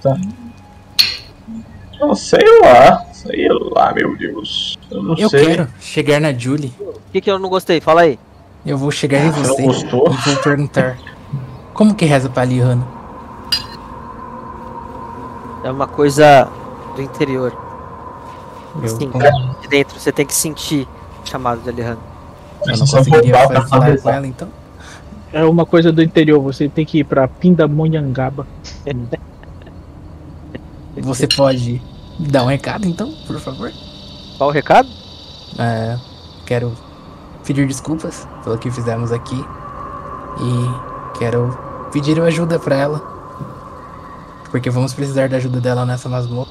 Tá. Não sei lá. Sei lá, meu Deus. Eu não Eu sei. quero chegar na Julie. O que, que eu não gostei? Fala aí. Eu vou chegar em Você você não e gostou? vou perguntar. Como que reza pra Lihana? É uma coisa do interior. Eu, Sim. como eu De dentro, você tem que sentir o chamado de Alejandro. não Só conseguiria voltar pra fa- falar com rezar. ela, então. É uma coisa do interior, você tem que ir pra Pindamonhangaba. Você pode dar um recado, então, por favor? Qual Tá o recado? É, quero pedir desculpas pelo que fizemos aqui. E quero pedir ajuda pra ela. Porque vamos precisar da ajuda dela nessa masmorra.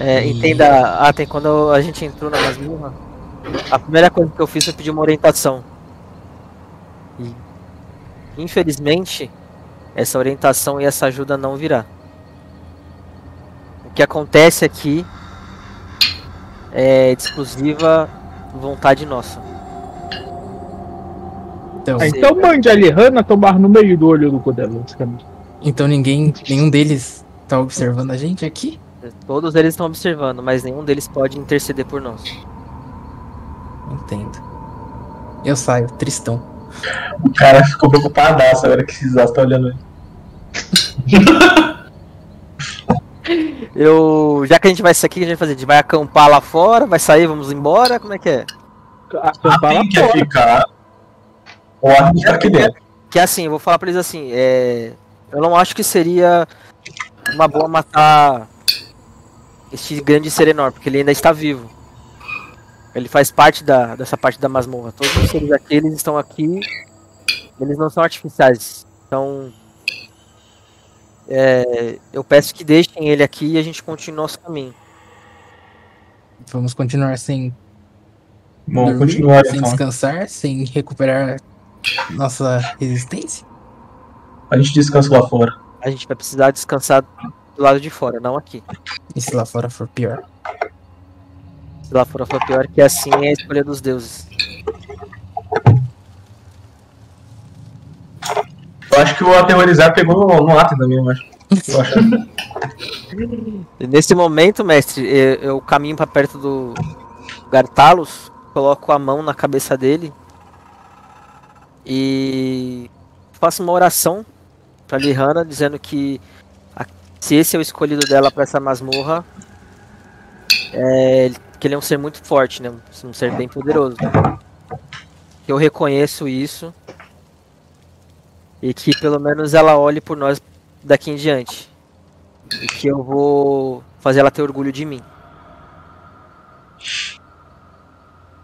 É, E- entenda, ah, tem quando a gente entrou na masmorra, a primeira coisa que eu fiz foi pedir uma orientação. E, infelizmente, essa orientação e essa ajuda não virá. O que acontece aqui é de exclusiva vontade nossa. Então, Ah, Sim. então mande a Lihana tomar no meio do olho do cu dela, basicamente. então ninguém, nenhum deles tá observando a gente aqui? Todos eles estão observando, mas nenhum deles pode interceder por nós. Entendo. Eu saio, tristão. O cara ficou preocupadaço agora que esses Zaz tá olhando ele. Eu, já que a gente vai sair aqui, o que a gente vai fazer? A gente vai acampar lá fora, vai sair, vamos embora, como é que é? Acampar lá Quem quer fora. ficar? Ou a gente tá aqui dentro. Que assim, eu vou falar pra eles assim, é... eu não acho que seria uma boa matar este grande Serenor, porque ele ainda está vivo. Ele faz parte da, dessa parte da masmorra. Todos os seres aqui, eles estão aqui, eles não são artificiais. Então, é, eu peço que deixem ele aqui e a gente continue nosso caminho. Vamos continuar sem Vamos dormir, continuar sem então. descansar, sem recuperar nossa resistência. A gente descansa lá fora. A gente vai precisar descansar do lado de fora, não aqui. E se lá fora for pior? Se lá fora for pior, que assim é a escolha dos deuses. Eu acho que o aterrorizar pegou no, no ato também, eu acho. Eu acho. Nesse momento, mestre, eu, eu caminho pra perto do Gartalos, coloco a mão na cabeça dele e faço uma oração pra Lihana, dizendo que a- se esse é o escolhido dela pra essa masmorra, é, que ele é um ser muito forte, né? Um ser bem poderoso. Eu reconheço isso e que pelo menos ela olhe por nós daqui em diante e que eu vou fazer ela ter orgulho de mim.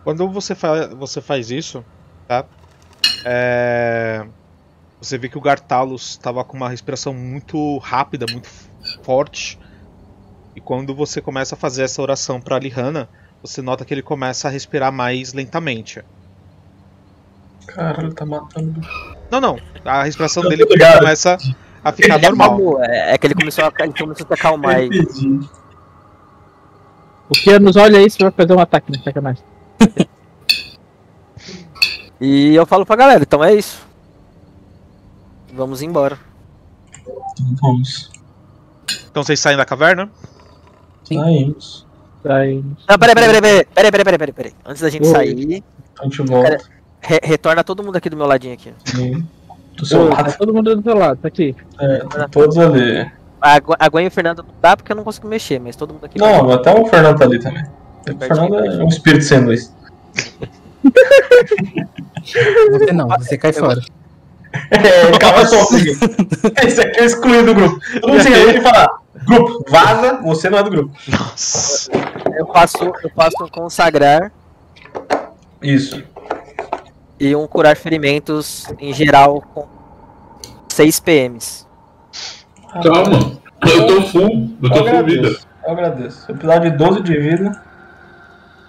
Quando você, fa você faz isso, tá? É, Você vê que o Gartalos estava com uma respiração muito rápida, muito f- forte. E quando você começa a fazer essa oração para Lihana, você nota que ele começa a respirar mais lentamente. Caralho, tá matando. Não, não. A respiração Tá dele ligado. começa a ficar Ele normal. acalmou, é, é que ele começou a, ele começou a se acalmar. aí. Entendi. O Kianos olha aí, você vai fazer um ataque, né? Sacanagem. E eu falo pra galera, então é isso. Vamos embora. Então vamos. Então vocês saem da caverna? Saímos. Aí, Não, peraí, peraí, peraí, peraí, peraí, peraí, peraí, peraí. Antes da gente Oi. sair, Então a gente volta. re- retorna todo mundo aqui do meu ladinho aqui. Do seu eu- lado. tá todo mundo do seu lado, tá aqui. É, tá todos ali. A, Gwen- a Gwen e o Fernando não dá porque eu não consigo mexer, mas todo mundo aqui. vai. Não, até o Fernando tá ali também. O Pertinho, Fernando é pertinho. um espírito sem luz. Você não, você cai fora. É, calma só, filho. Esse aqui eu excluí do grupo. Todo mundo se reúne e fala: Grupo, vaza, você não é do grupo. Nossa. Eu passo, eu passo um consagrar Isso. e um curar ferimentos em geral com 6 PMs. Calma. Eu tô full. Eu Eu tô full vida. agradeço. Eu agradeço. Eu precisava de 12 de vida.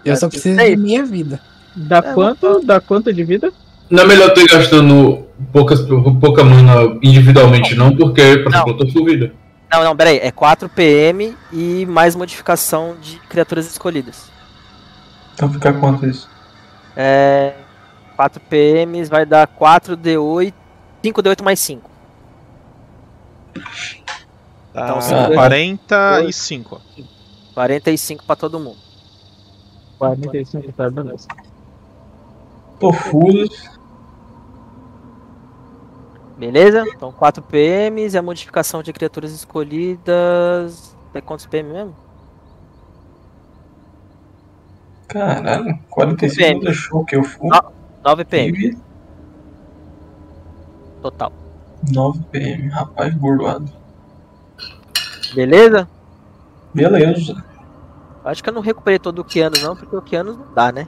Eu É só preciso de minha vida. Dá quanto? Dá quanto de vida? Não é melhor tu ir gastando poucas, pouca mana individualmente, não, porque, por exemplo, eu tô full vida. Não, não, peraí. É 4 PM e mais modificação de criaturas escolhidas. Então fica quanto isso? É, 4 PMs vai dar 4D8. 5D8 mais 5. Então, Ah, são 45. 45 pra todo mundo. 45, tá, beleza. Tô full. Beleza? Então 4 PMs e a modificação de criaturas escolhidas. É quantos PM mesmo? Caralho, 45 não Bem. deixou que eu full. 9 PM Tive total. 9 PM, rapaz, gordoado. Beleza? Beleza. Acho que eu não recuperei todo o Kianos não, porque o Kianos não dá, né?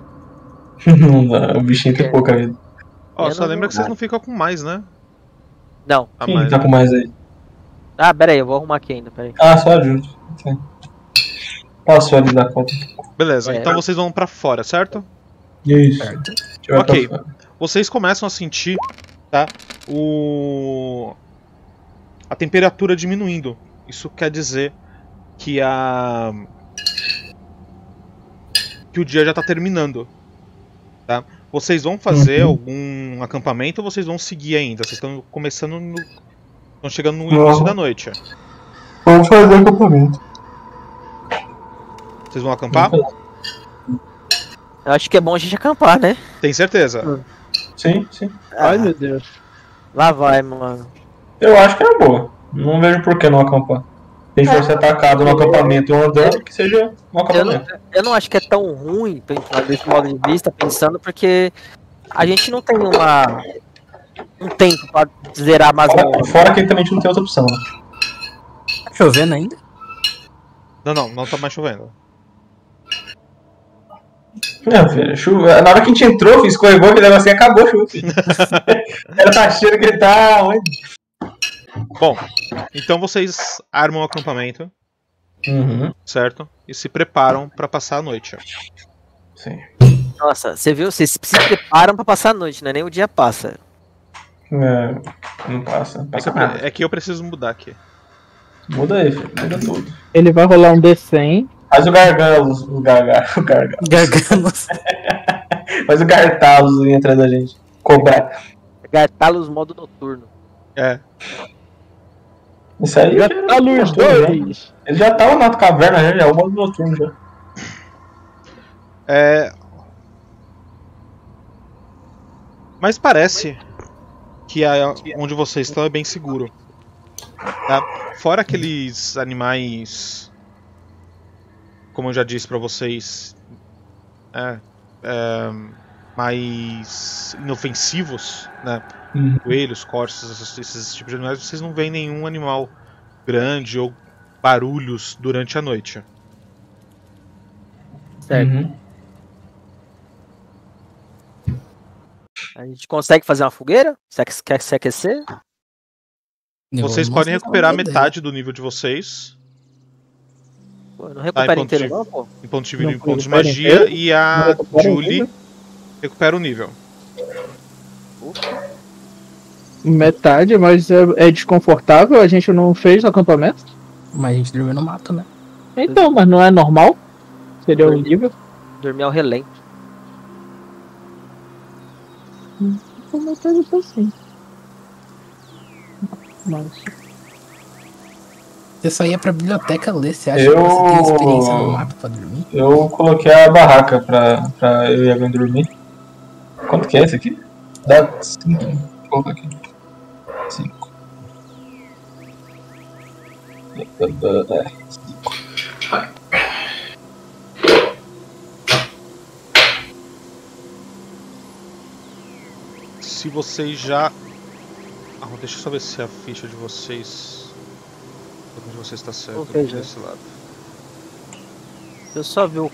Não dá, o bichinho tem pouca vida. Ó, Eu só não lembra vou que vocês não ficam com mais, né? Não. A Quem mais. tá com mais aí? Ah, pera aí, eu vou arrumar aqui ainda, pera aí. Ah, só ajuda. Passou ali da conta. Beleza, É. então vocês vão pra fora, certo? é Isso. Tiver Ok. pra fora. Vocês começam a sentir, tá? O a temperatura diminuindo. Isso quer dizer que a que o dia já tá terminando, tá? Vocês vão fazer algum acampamento ou vocês vão seguir ainda? Vocês estão começando no estão chegando no Não. início da noite. Vamos fazer acampamento. Vocês vão acampar? Eu acho que é bom a gente acampar, né? Tem certeza? Sim, sim. Ai, Ah, meu Deus. lá vai, mano. Eu acho que é boa. Não vejo por que não acampar. Se a gente for ser atacado no acampamento ou andando, que seja no Eu não, acampamento. eu não acho que é tão ruim, pe- desse modo de vista, pensando, porque a gente não tem uma um tempo pra zerar a Fora, masmorra. fora que também a gente não tem outra opção. né? Tá chovendo ainda? Não, não, não tá mais chovendo. Não, filho, chuva. Na hora que a gente entrou, filho, escorregou aquele negócio assim, acabou a chuva. filho. O cara tá achando que ele tá. onde? Bom, então vocês armam o acampamento, Uhum. certo? E se preparam pra passar a noite. Sim. Nossa, você viu? Vocês se preparam pra passar a noite, né? Nem o dia passa. É, não passa. É que, Passa eu, nada. pre- é que eu preciso mudar aqui. Muda aí, filho. Muda tudo. Ele vai rolar um D100. Faz o gargalo, o gargalo, o gargalo. Garganos. Faz o gartalo vir atrás da gente. Cobrar. Gartalos tá modo noturno. É. Isso aí. Já já era tá luz noturno, né? 2. Ele já tá na caverna, já, já é o modo noturno já. É. Mas parece que a, onde vocês estão é bem seguro. Tá? Fora aqueles animais. Como eu já disse pra vocês. É, é, mais inofensivos, né? Uhum. Coelhos, corças, esses, esses tipos de animais, vocês não veem nenhum animal grande ou barulhos durante a noite. Certo. Uhum. A gente consegue fazer uma fogueira? Se aque- Quer se aquecer? Vocês Nossa, podem recuperar meu Deus. metade do nível de vocês Pô, eu não recupera ponto inteiro, de- não, pô. em ponto de vida Não e ponto de recuperem magia e Não né? a recuperem Julie recupera o nível. Metade, mas é, é desconfortável. A gente não fez no acampamento. Mas a gente dormiu no mato, né? Então, mas não é normal? Seria o nível? Dormir ao relento. Uma coisa assim. Mas... Você só ia pra biblioteca ler, você acha Eu- que você tem experiência no mato pra dormir? Eu coloquei a barraca pra, pra eu e a Gwen dormir. Quanto que é esse aqui? Dá 5. Coloca aqui. 5. Se vocês já Ah, deixa eu só ver se a ficha de vocês. Algum de vocês tá certo Ou seja- desse lado. Eu só vi o.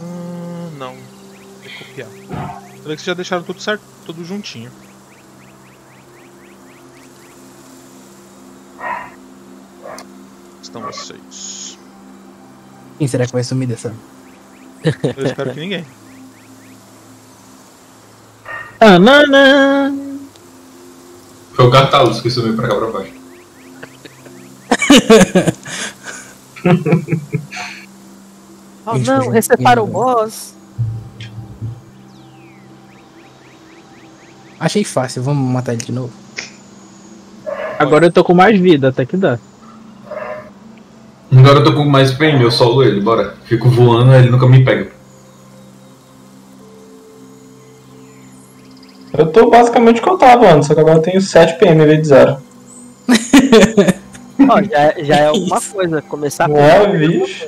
Hum, não. Vou copiar. Você vê que vocês já deixaram tudo certo, tudo juntinho. Estão vocês. Quem será que vai sumir dessa? Eu espero que ninguém. Tanana. Foi o Gartalos que subiu pra cá pra baixo. Oh não, recetaram o boss. Achei fácil, vamos matar ele de novo. Agora eu tô com mais vida, até que dá. Agora eu tô com mais PM, eu solo ele, bora. Fico voando, ele nunca me pega. Eu tô basicamente o que eu tava antes, só que agora eu tenho 7 PM em vez de 0. Ó, já, já é alguma Isso. coisa. Começar Não é, bicho.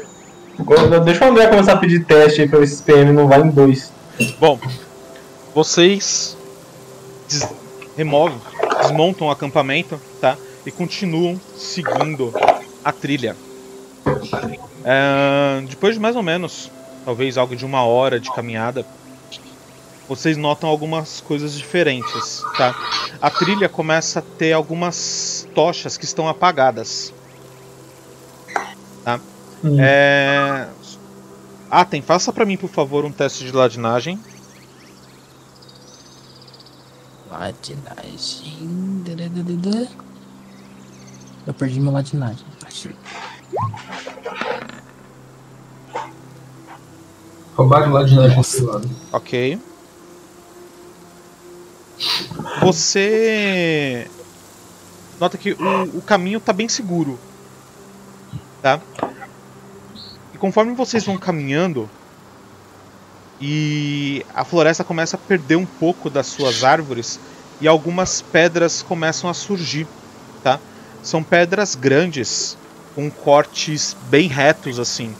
Agora- Deixa o André começar a pedir teste aí pra ver se esse PM não vai em 2. Bom, vocês des- removem, desmontam o acampamento, tá? E continuam seguindo a trilha. É, depois de mais ou menos, talvez algo de uma hora de caminhada, vocês notam algumas coisas diferentes, tá? A trilha começa a ter algumas tochas que estão apagadas. Tá? Hum. É... Atem, faça pra mim, por favor, um teste de ladinagem. Latinagem. dadadadada. Eu perdi meu latinagem. Achei. Roubaram lá de nós Nossa. desse lado. Ok. Você nota que o, o caminho tá bem seguro, tá? E conforme vocês vão caminhando e a floresta começa a perder um pouco das suas árvores e algumas pedras começam a surgir, tá? São pedras grandes com cortes bem retos assim.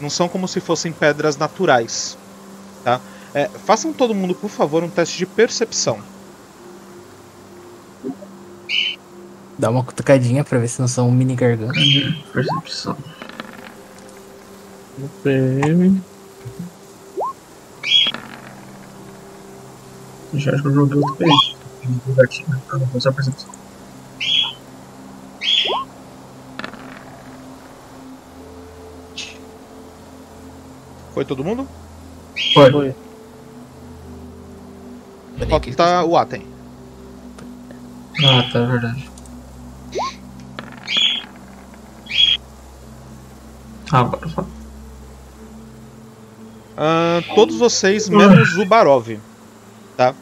Não são como se fossem pedras naturais. É, façam todo mundo, por favor, um teste de percepção. Dá uma cutucadinha pra ver se não são um mini garganta. Percepção. PM. Já acho que eu joguei outro PM. Vou usar percepção. Foi todo mundo? Foi. Falta tá o Aten. Ah, tá, é verdade. Ah, bora falar. Ahn, Ah, todos vocês, menos o Barov, tá?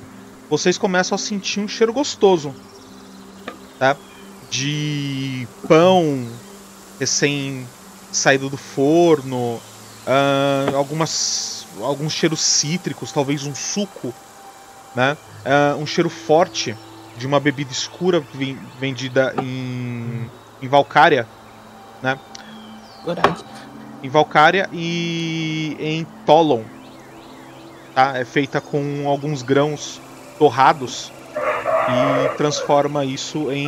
Vocês começam a sentir um cheiro gostoso, tá? De pão recém saído do forno, ahn, algumas alguns cheiros cítricos, talvez um suco, né? Ahn, um cheiro forte de uma bebida escura ven- vendida em em Valcária, né? Coragem. em Valcária e em Tolon. Tá? É feita com alguns grãos torrados e transforma isso em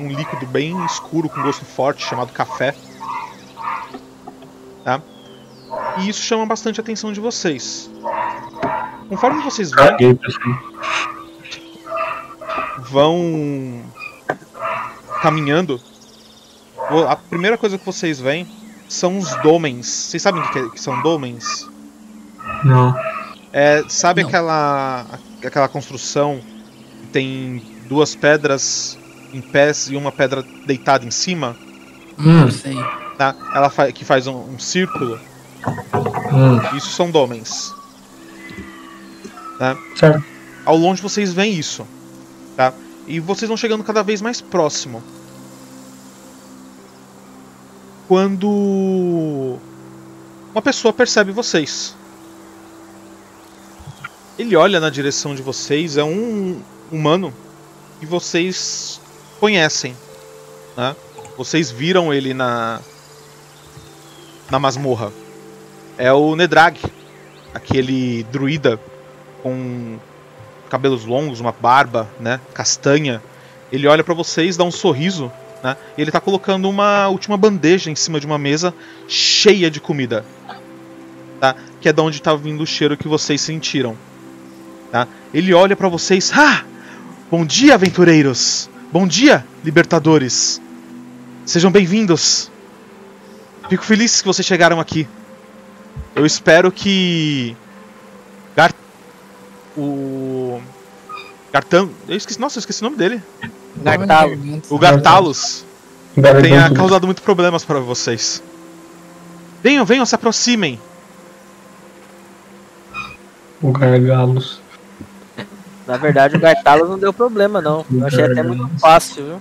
um líquido bem escuro com gosto forte chamado café. Tá? E isso chama bastante a atenção de vocês. Conforme vocês vão Caguei, pessoal. vão caminhando, o- a primeira coisa que vocês veem são os domens. Vocês sabem o que, é, que- que são domens? Não. É, sabe Não. aquela aquela construção que tem duas pedras em pés e uma pedra deitada em cima, Não sei. tá? Ela fa- que faz um, um círculo. Hum, Isso são domens. Né? Certo. Ao longe vocês veem isso, tá? E vocês vão chegando cada vez mais próximo. Quando uma pessoa percebe vocês, ele olha na direção de vocês, é um humano que vocês conhecem, né? Vocês viram ele na na masmorra. É o Nedrag. aquele druida com cabelos longos, uma barba, né, castanha, ele olha pra vocês, dá um sorriso, né, e ele tá colocando uma última bandeja em cima de uma mesa cheia de comida, tá? Que é de onde tá vindo o cheiro que vocês sentiram, tá? Ele olha pra vocês, ah, bom dia aventureiros, bom dia libertadores, sejam bem-vindos. Fico feliz que vocês chegaram aqui. Eu espero que. Gar... O. Gartan. Eu esqueci... Nossa, eu esqueci o nome dele. Gartalo. tá- O Gartalos tenha causado muitos problemas para vocês. Venham, venham, se aproximem. O gargalos. Na verdade, o Gartalo não deu problema, não. Eu achei até muito fácil, viu?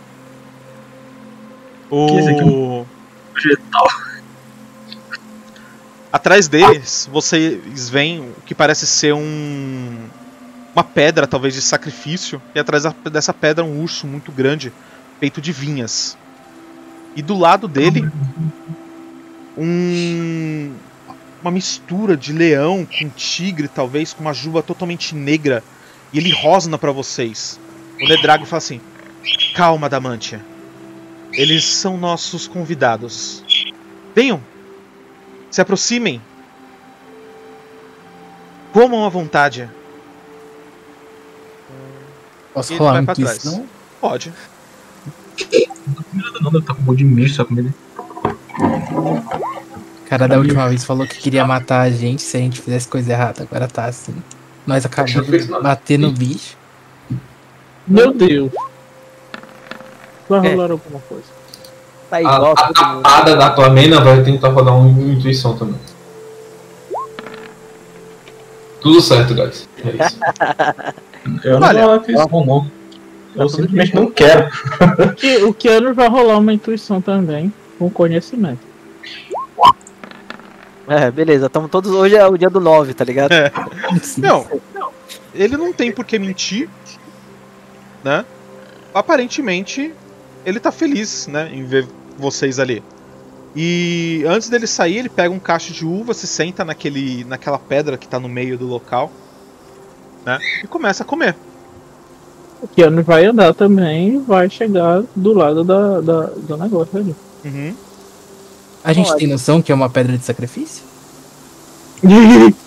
Que isso aqui é O. Atrás deles, vocês veem o que parece ser um. Uma pedra, talvez, de sacrifício. E atrás da- dessa pedra, um urso muito grande, feito de vinhas. E do lado dele, um. Uma mistura de leão com tigre, talvez, com uma juba totalmente negra. E ele rosna pra vocês. O Nedrago fala assim: Calma, Damantia. Eles são nossos convidados. Venham! Se aproximem! Comam à vontade. Posso Ele rolar vai um pra twist, trás. não? Pode. Não, não, tá com gosto de mijo essa comida. O cara da última vez falou que queria matar a gente se a gente fizesse coisa errada. Agora tá assim. Nós acabamos de bater no bicho. Meu Deus. Vai rolar alguma coisa. Tá A, igual a todo mundo. tapada da tua mena vai tentar rodar uma intuição também. Tudo certo, guys. É isso. Eu não Olha, Tá vou lá com isso, não, não. Eu simplesmente não quero. O que- O Keanu vai rolar uma intuição também, com conhecimento. É, beleza, tamo todos. Hoje é o dia do 9, tá ligado? Não, ele não tem por que mentir, né? Aparentemente, ele tá feliz, né, em ver vocês ali. E antes dele sair, ele pega um cacho de uva, se senta naquele, naquela pedra que tá no meio do local, né? E começa a comer. O Keanu vai andar também e vai chegar do lado da, da- do negócio ali. Uhum. A gente Pode. tem noção que é uma pedra de sacrifício?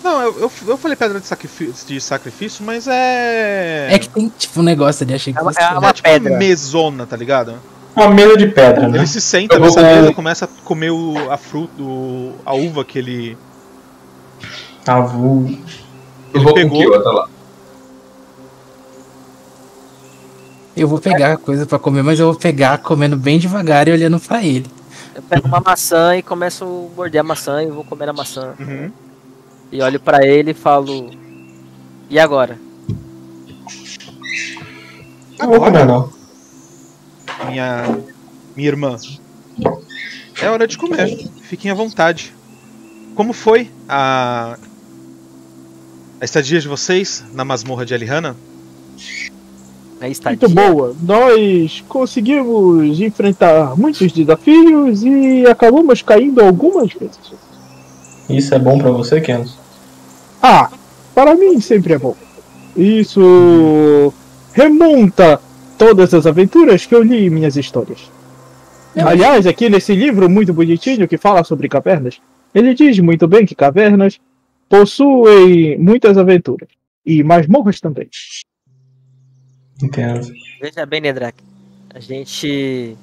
Não, eu, eu, eu falei pedra de sacrifício, de sacrifício, mas é. É. que tem tipo um negócio ali, achei que É uma- fosse. é uma- é tipo pedra. uma mesona, tá ligado? Uma mesa de pedra, né? Ele se senta Eu vou nessa comer- mesa, começa a comer o, a fruta, o- a uva que ele. Tá voo. Eu vou com o pegou. Kyo, até lá. Eu vou pegar a coisa pra comer, mas eu vou pegar comendo bem devagar e olhando pra ele. Eu pego uma maçã e começo a morder a maçã e vou comer a maçã. Uhum. E olho pra ele e falo. E agora? Não vou comer, não. Minha. Minha irmã. É hora de comer. Fiquem à vontade. Como foi a. A estadia de vocês na masmorra de Alihana? Aí está. Muito boa. Nós conseguimos enfrentar muitos desafios e acabamos caindo algumas vezes. Isso é bom pra você, Kenos? Ah, para mim sempre é bom. Isso remonta todas as aventuras que eu li em minhas histórias. Aliás, aqui nesse livro muito bonitinho que fala sobre cavernas, ele diz muito bem que cavernas possuem muitas aventuras. E masmorras também. Entendo. Veja bem, Nedrak. A gente.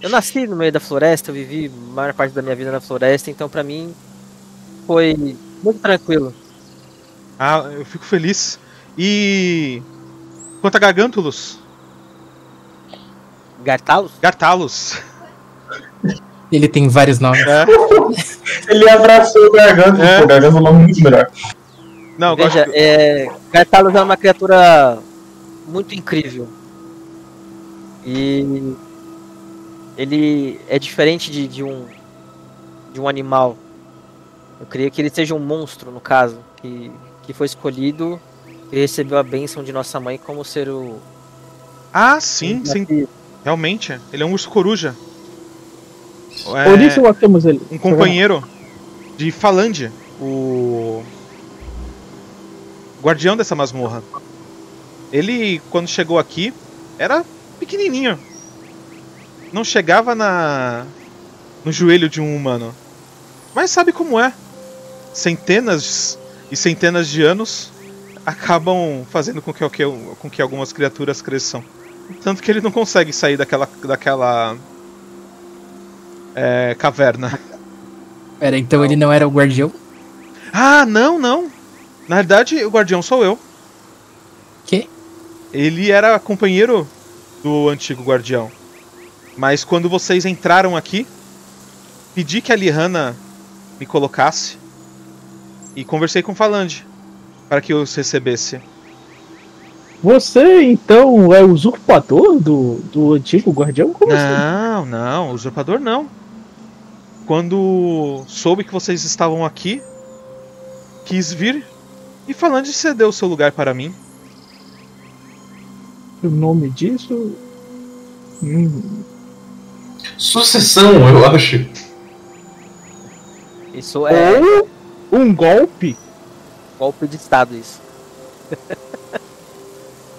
Eu nasci no meio da floresta, eu vivi a maior parte da minha vida na floresta, então pra mim foi muito tranquilo. Ah, eu fico feliz. E. Quanto a Gargantulus? Gartalos? Gartalos. Ele tem vários nomes. É. Ele abraçou o garganta, É. pô, o garganta é um nome muito melhor. Não, eu gosto Veja, é, Gartalos é uma criatura muito incrível. E ele é diferente de, de um de um animal. Eu creio que ele seja um monstro, no caso, que, que foi escolhido e recebeu a bênção de nossa mãe como ser o. Ah, sim, sim, Sim. realmente. Ele é um urso coruja. Por isso É nós temos ele. um companheiro de Falange, o guardião dessa masmorra. Ele, quando chegou aqui, era pequenininho. Não chegava na no joelho de um humano. Mas sabe como é? Centenas e centenas de anos acabam fazendo com que, que- com que algumas criaturas cresçam. Tanto que ele não consegue sair daquela, daquela é, caverna. Pera, então ele não era o guardião? Ah, não, não. Na verdade, o guardião sou eu. Quê? Ele era companheiro do antigo guardião. Mas quando vocês entraram aqui, pedi que a Lihana me colocasse e conversei com o Falange para que eu os recebesse. Você então é usurpador do, do antigo guardião? Como É. assim? Não, não, usurpador não. Quando soube que vocês estavam aqui, quis vir e Falange cedeu seu lugar para mim. é O nome disso. Hum, Sucessão, eu acho. Isso é um golpe? golpe de estado, isso.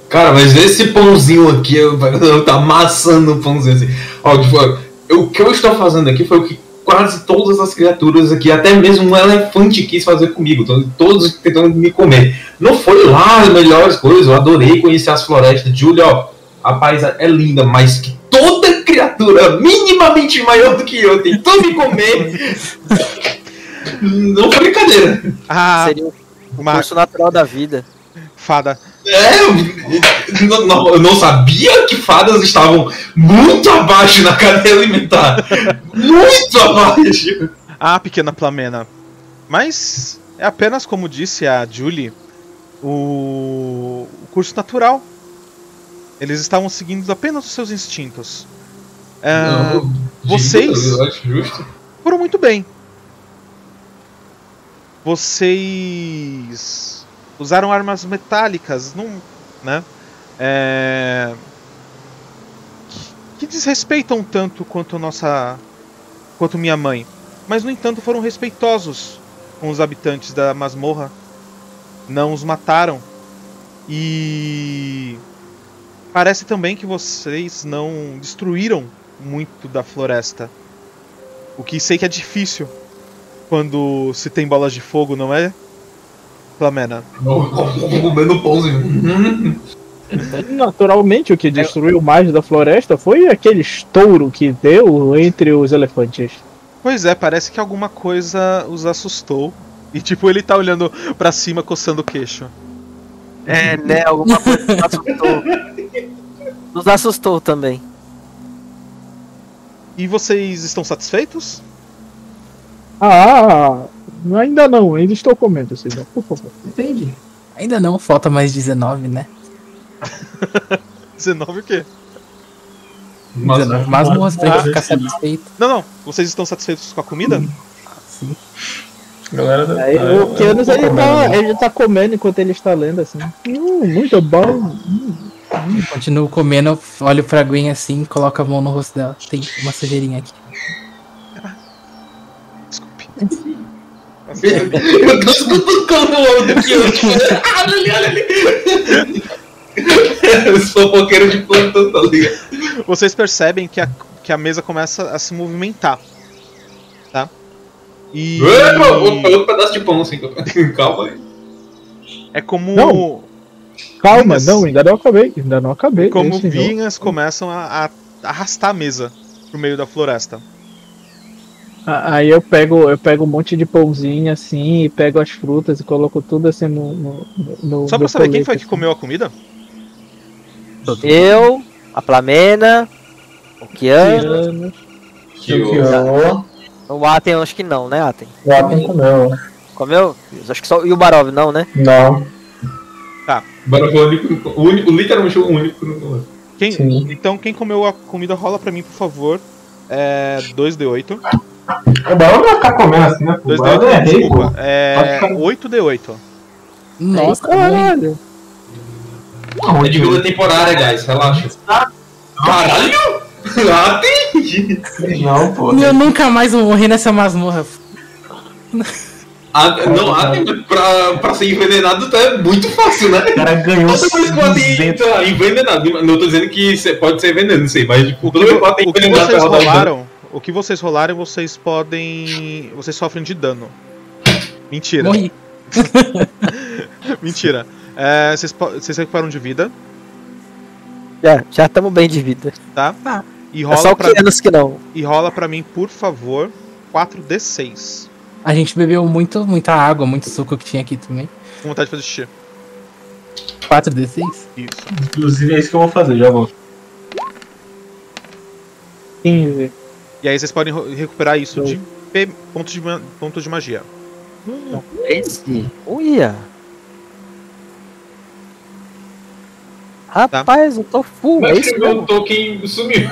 Cara, mas esse pãozinho aqui, eu, eu tá amassando o pãozinho assim. Ó, tipo, ó, eu- o que eu estou fazendo aqui foi o que quase todas as criaturas aqui, até mesmo um elefante quis fazer comigo. Então, todos tentando me comer. Não foi lá as melhores coisas, eu adorei conhecer as florestas. Julia, ó, a paisa é linda, mas que toda criatura minimamente maior do que eu tentou me comer. Não foi brincadeira. Ah, Seria o uma curso natural da vida. fada. É, eu não, não- eu não sabia que fadas estavam muito abaixo na cadeia alimentar. Muito abaixo. Ah, pequena Plamena. Mas é apenas, como disse a Julie, o, o curso natural. Eles estavam seguindo apenas os seus instintos. Ah, Não, vocês? Eu acho justo. foram muito bem. Vocês usaram armas metálicas, não, né? É, que- que desrespeitam tanto quanto nossa, quanto minha mãe, mas no entanto foram respeitosos com os habitantes da masmorra, não os mataram e parece também que vocês não destruíram muito da floresta. O que sei que é difícil quando se tem bolas de fogo, não é? Flamena. Eu tô Comendo pãozinho. Hum. Naturalmente, o que destruiu mais da floresta foi aquele estouro que deu entre os elefantes. Pois é, parece que alguma coisa os assustou. E tipo, ele tá olhando pra cima, coçando o queixo. É, né? Alguma coisa nos assustou. Nos assustou também. E vocês estão satisfeitos? Ah, ainda não, ainda estou comendo, Cidão, por favor. Depende. Ainda não, falta mais 19, né? 19 o quê? Mas- 19 masmorras pra Ah, mas- gente ficar satisfeito. Não, não. Vocês estão satisfeitos com a comida? Sim. Galera da. É, Aí, eu- É, o Keanu, eu não tô ele, comendo. né? tá, ele tá comendo enquanto ele está lendo, assim. Hum, muito bom. Continuo comendo, olho pra Gwen assim, coloco a mão no rosto dela. Tem uma sujeirinha aqui. Desculpe. Eu tô escutando o outro aqui. eu, tipo, Ah, olha ali, olha ali. Eu sou um foqueiro de plantão, tá ligado? Vocês percebem que a, que a mesa começa a se movimentar. Tá? E. Opa, opa, outro pedaço de pão, assim. Calma aí. É como. Não. Calma, Mas- não, ainda não acabei, ainda não acabei. é como Esse jogo. vinhas começam a, a arrastar a mesa pro meio da floresta. A- Aí eu pego, eu pego um monte de pãozinho assim, e pego as frutas e coloco tudo assim no. no, no Só meu pra saber quem colete, foi que assim. comeu a comida? Eu, a Plamena, o Kian. Keanu, Que Que eu. O Aten, eu acho que não, né, Aten? O Atem comeu. Comeu? Acho que só. E o Barov, não, né? Não. Agora foi o único, o único, literalmente o único que não comeu. Quem- Sim. então quem comeu a comida rola pra mim, por favor. É. 2D8. O Barão vai ficar comendo assim, né? O Barão 2D8, é rei, pô. desculpa. É. 8D8. Nossa, Gwen. Caralho! É de vida temporária, guys, relaxa. Caralho! Ah, tem! Não, pô. eu nunca mais vou morrer nessa masmorra. A- não, Atem, pra, pra ser envenenado tá é muito fácil, né? O cara ganhou Toda vez que o Atem 200. tá envenenado, não tô dizendo que cê- pode ser veneno, não sei, mas tipo, O que, toda vez que o Atem o que envenenado tá vocês rodando. rolaram, o que vocês rolaram, vocês podem. Vocês sofrem de dano. Mentira, Morri. mentira. É, vocês, po- vocês recuperam de vida, Já, É, já estamos bem de vida. tá? Tá. E É rola, só o pra, que anos que não. e rola pra mim, por favor, 4d6. A gente bebeu muito, muita água, muito suco que tinha aqui também. Com vontade de fazer xixi. 4D6? Isso. Inclusive é isso que eu vou fazer, já vou. 15. E aí vocês podem ro- recuperar isso de P, pontos, de, ma- pontos de magia. Esse? Uia! Rapaz, eu tô full, é Mas isso chegou mesmo. o Tolkien sumiu.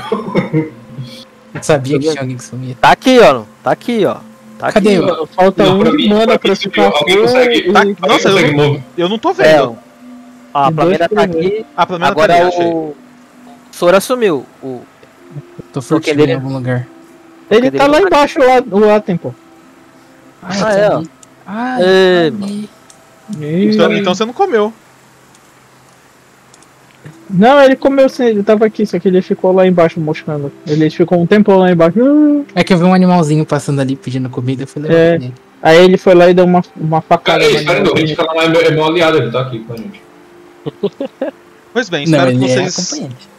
Eu sabia que tinha alguém que sumia. Tá aqui, ó. Tá aqui, ó. Tá Cadê aqui, eu? ó. Falta um Não, pra de mim- pra mana mim pra subiu. ficar Alguém full consegue- e- Tá- Alguém nossa, eu, consegue mover. eu não tô É, vendo. ó. Ó, a Tem dois Plamena tá primeiros. aqui. Ah, pelo menos Agora é tá ali, achei. o. Sora assumiu. O... Tô furtivo dele- em algum lugar. Ele tá lá embaixo, lá, o Atem, pô. Ah, é, ó. Ah, É, eu sabia. Então, então você não comeu. Não, ele comeu sim, ele tava aqui, só que ele ficou lá embaixo mostrando. Ele ficou um tempo lá embaixo. "Ah". É que eu vi um animalzinho passando ali pedindo comida, eu fui levar É. pra ele. Aí ele foi lá e deu uma, uma facada. Cara, na é, cara, um não, a gente minha- tá lá, é meu, é meu aliado, ele tá aqui com a gente. Pois bem, Não, espero ele que é vocês acompanhante.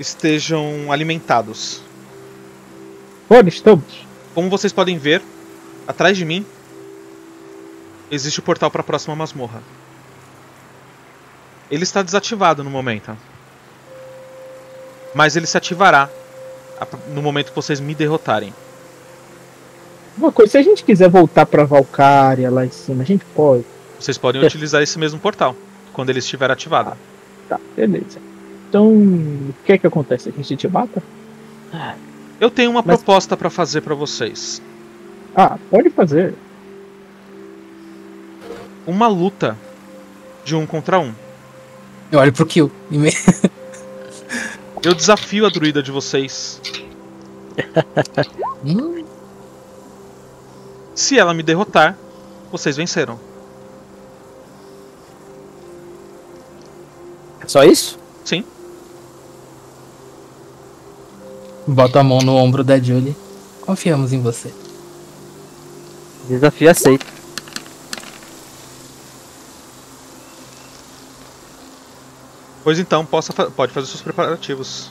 estejam alimentados. Fora, estamos. Como vocês podem ver, atrás de mim existe o portal para a próxima masmorra. Ele está desativado no momento. Mas ele se ativará a- no momento que vocês me derrotarem. Uma coisa, se a gente quiser voltar pra Valkyria lá em cima, a gente pode. Vocês podem É. utilizar esse mesmo portal quando ele estiver ativado. Tá, beleza. Então, o que é que acontece? A gente te mata? Eu tenho uma Mas- proposta para fazer para vocês. Ah, pode fazer. Uma luta de um contra um. Eu olho pro Kill. e me- Eu desafio a druida de vocês. Hum, Se ela me derrotar, vocês venceram. É Só isso? Boto a mão no ombro da Julie. Confiamos em você. Desafio aceito. Pois então, possa fa- pode fazer seus preparativos.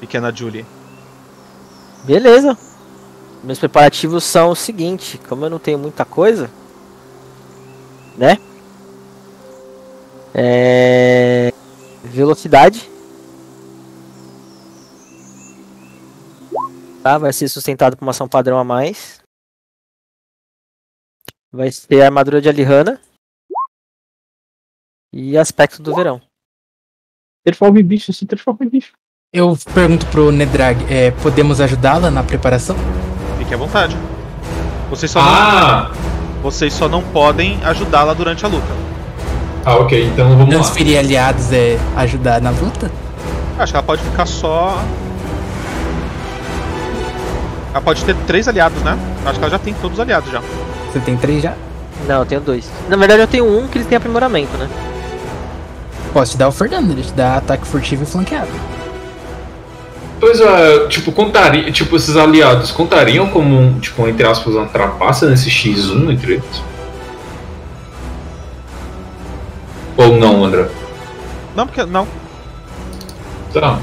Pequena Julie. Beleza. Meus preparativos são o seguinte: como eu não tenho muita coisa, né? É. Velocidade. Tá, vai ser sustentado por uma ação padrão a mais. Vai ser a armadura de Alihanna. E aspecto do verão. Transforma em bicho, se transforma em bicho. Eu pergunto pro Nedrag, é, podemos ajudá-la na preparação? Fique à vontade. Vocês só, Ah! não, vocês só não podem ajudá-la durante a luta. Ah, ok, então vamos lá. Transferir aliados é ajudar na luta? Acho que ela pode ficar só. Ela pode ter três aliados, né? Acho que ela já tem todos os aliados já. Você tem três já? Não, eu tenho dois. Na verdade, eu tenho um que ele tem aprimoramento, né? Posso te dar o Fernando, ele te dá ataque furtivo e flanqueado. Pois é, tipo, contaria, tipo, esses aliados contariam como, um, tipo, entre aspas, uma trapaça nesse X1 entre eles? Ou não, André? Não, porque. Não. Tá.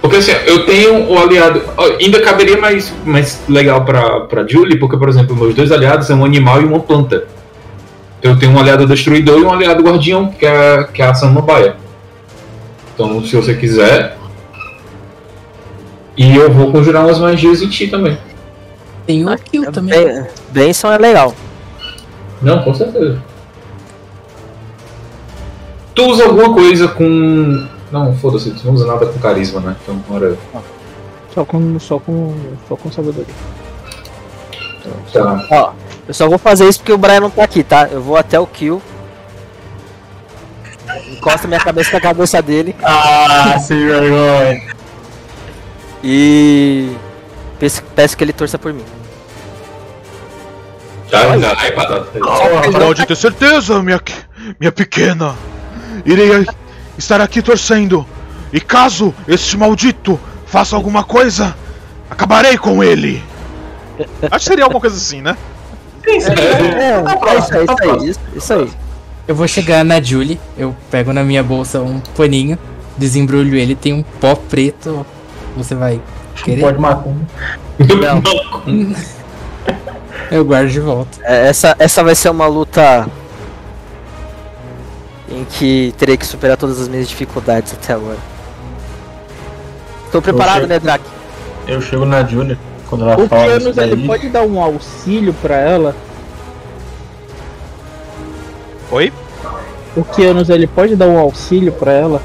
Porque assim, eu tenho o aliado. ó, Ainda caberia mais, mais legal pra, pra Julie, porque, por exemplo, meus dois aliados são um animal e uma planta. Eu tenho um aliado destruidor e um aliado guardião, que é, que é a samambaia. Então, se você quiser. E eu vou conjurar umas magias em ti também. Tem o tá Kill também. Ben- Benção é legal. Não, com certeza. Tu usa alguma coisa com. Não, foda-se, tu não usa nada com carisma, né? Então, bora. Só com. Só com. Só com salvador. Tá. Ó, eu só vou fazer isso porque o Brian não tá aqui, tá? Eu vou até o kill. Encosta minha cabeça na cabeça dele Ah, sem vergonha. e. Peço, peço que ele torça por mim. Tá, não, aí batata. Pode ter certeza, minha, que- minha pequena. Irei a- estar aqui torcendo. E caso este maldito faça alguma coisa, acabarei com ele. Acho que seria alguma coisa assim, né? É, é isso aí, isso aí, isso, isso aí. Eu vou chegar na Julie, eu pego na minha bolsa um paninho, desembrulho ele, tem um pó preto. Você vai querer? Pode matar. Não. Eu guardo de volta. É, Essa, essa vai ser uma luta em que terei que superar todas as minhas dificuldades até agora. Tô preparado, Ok. né, Drac? Eu chego na Júlia quando ela O fala. isso Kianos, ele daí. pode dar um auxílio pra ela? Oi? O Kianos, ele pode dar um auxílio pra ela?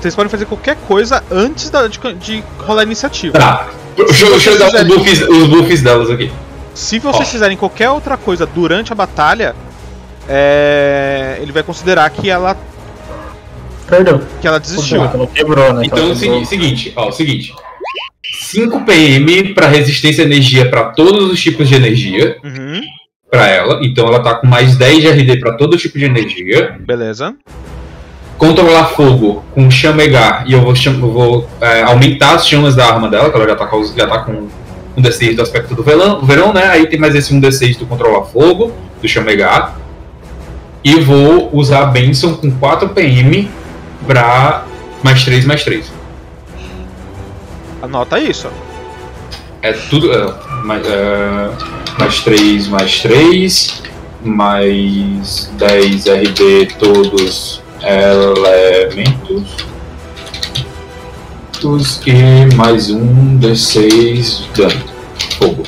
Vocês podem fazer qualquer coisa antes da- de, de rolar a iniciativa. Tá. Deixa eu- deixa eu dar os buffs, os buffs delas aqui. Se vocês Ó. fizerem qualquer outra coisa durante a batalha, é, ele vai considerar que ela, Perdeu. que ela desistiu. Ela quebrou, né? Então, Ela o quebrou. segui- seguinte, ó, o seguinte. 5 PM pra resistência à energia pra todos os tipos de energia Uhum, pra ela. Então ela tá com mais 10 de RD pra todo tipo de energia. beleza. Controlar fogo com chamegar e eu vou, cham- eu vou, é, aumentar as chamas da arma dela, que ela já tá, caus- já tá com um D6 do aspecto do velão- verão, né? Aí tem mais esse um D6 do controlar fogo, do chamegar. E vou usar a Benson com 4 PM pra mais 3, mais 3. Anota isso. É tudo. é, mais, é, mais 3, mais 3, mais 10 RD todos elementos. Tus, E mais um D6 dano. Fogo.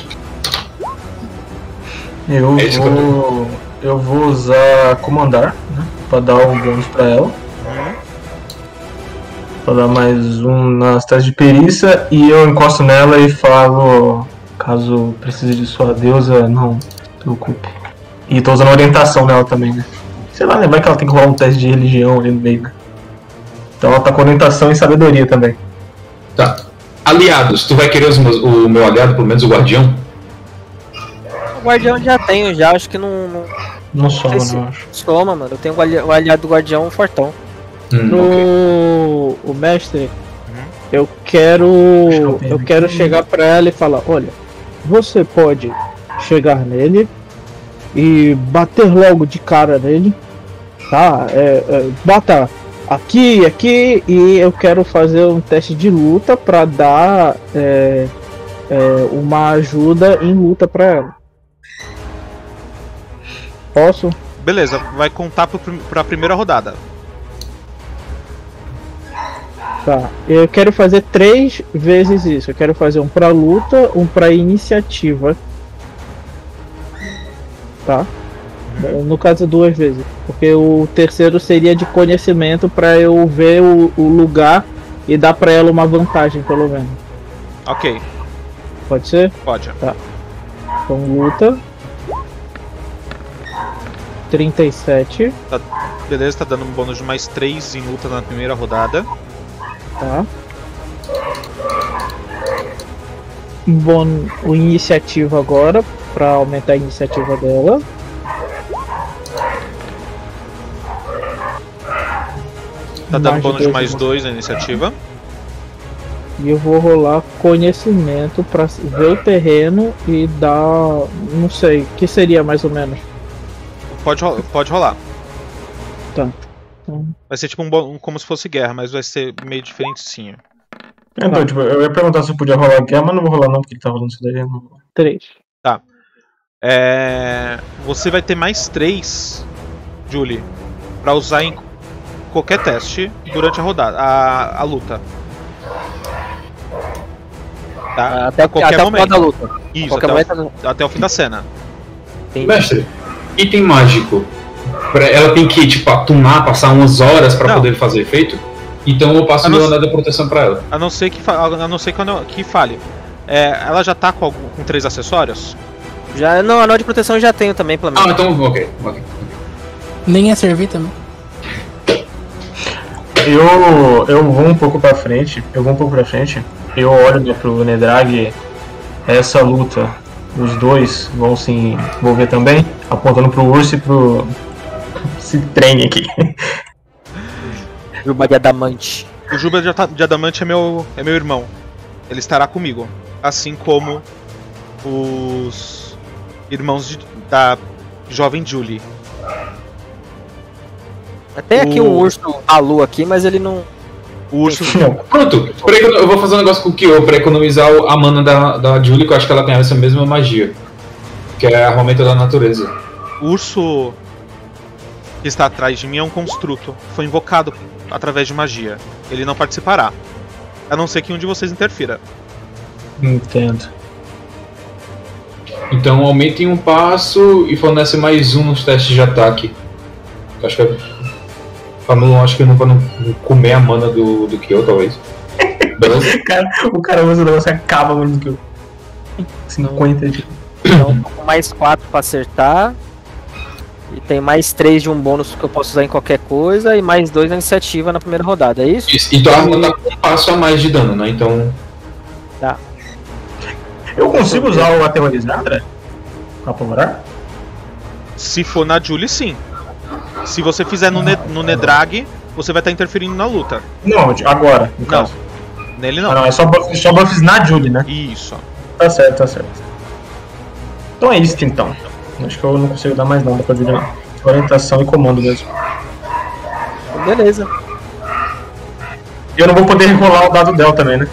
Eu É isso que eu vou. Eu vou usar comandar, né? Pra dar um bônus pra ela. Pra dar mais um nas testes de perícia. E eu encosto nela e falo. Caso precise de sua deusa, não se preocupe. E tô usando orientação nela também, né? Sei lá, lembrar que ela tem que rolar um teste de religião ali no meio. né? Então ela tá com orientação e sabedoria também. Tá. Aliados, tu vai querer os meus- o meu aliado, pelo menos o guardião? O guardião já tenho, já, acho que não, não Não soma, Esse- não, eu acho. soma, mano. Eu tenho o ali- o aliado do guardião um fortão. Hum, ok. Uhum. No o mestre, eu quero Acho que eu tenho eu quero chegar pra ela e falar, olha, você pode chegar nele e bater logo de cara nele, tá? É, é, bata aqui, aqui e eu quero fazer um teste de luta pra dar é, é, uma ajuda em luta pra ela. Posso? Beleza, vai contar pro, prim- pra primeira rodada. Tá. Eu quero fazer três vezes isso. Eu quero fazer um pra luta, um pra iniciativa. Tá? No caso, duas vezes. Porque o terceiro seria de conhecimento pra eu ver o, o lugar e dar pra ela uma vantagem, pelo menos. Ok, Pode ser? pode. Então, luta. 37, Beleza, tá dando um bônus de mais 3 em luta na primeira rodada. tá? Bom, o iniciativa agora, pra aumentar a iniciativa dela. Tá dando um Mais bônus de dois, mais né? 2 na iniciativa. E eu vou rolar conhecimento pra ver o terreno e dar. Não sei, que seria mais ou menos. Pode, ro- pode rolar. Tá. Então- Vai ser tipo um, bô- um- como se fosse guerra, mas vai ser meio diferente sim. Então, tipo, eu ia perguntar se eu podia rolar guerra, mas não vou rolar não, porque ele tá rolando isso daí. eu Não... 3. É, você vai ter mais 3, Julie, pra usar em qualquer teste durante a rodada, a, a luta. Tá? Até, qualquer até o final momento. da luta. Isso, tá. qualquer até, momento. não. o, até o fim da cena. Mestre, item mágico. Pra- Ela tem que, tipo, atumar, passar umas horas pra Não. poder fazer efeito. Então eu passo Ah, meu não- anel da proteção pra ela. A não ser que, fa- a não ser que, eu não- que fale. É, ela já tá com, algum, com três acessórios? Já, não, anel de proteção eu já tenho também, pelo Ah, menos. então, ok, ok. Nem é ia servir também. Eu, eu vou um pouco pra frente, eu vou um pouco pra frente, eu olho né, pro Nedrag, é essa luta Os dois vão se envolver também, apontando pro urso e pro. esse trem aqui. Juba de Adamante. O Juba de Ata- de Adamante é meu, é meu irmão. Ele estará comigo. Assim como os irmãos de- da jovem Julie. Tem aqui um O- urso Alu aqui, mas ele não. O urso Não, Pronto, pra econo- eu vou fazer um negócio com o Kyo pra economizar o- a mana da, da Julie, que eu acho que ela tem essa mesma magia. Que é armamento da natureza. O urso que está atrás de mim é um construto. Foi invocado através de magia. Ele não participará. A não ser que um de vocês interfira. entendo. Então aumentem um passo e fornece mais um nos testes de ataque. Eu Acho que é. Pra não, acho que não pra não não comer a mana do, do Kyo, talvez. Beleza? Cara, o cara usa o negócio e acaba mais do que eu. 50 de. Então, tô com mais 4 pra acertar. E tem mais 3 de um bônus que eu posso usar em qualquer coisa. E mais 2 na iniciativa na primeira rodada, é isso? Isso, Então a arma tá com um passo a mais de dano, né? Então. Eu consigo usar o aterrorizar, André? Pra apavorar? Se for na Julie, sim. Se você fizer no, ne no Nedrag, você vai estar interferindo na luta. Não, de- agora. Não. No caso. Nele Não. não. não, é só, buff, só buffs na Julie, né? Isso. Tá certo, tá certo. Então é isso então. Acho que eu não consigo dar mais nada pra Julie, não. Orientação e comando mesmo. Então, beleza. E eu não vou poder rolar o dado dela também, né?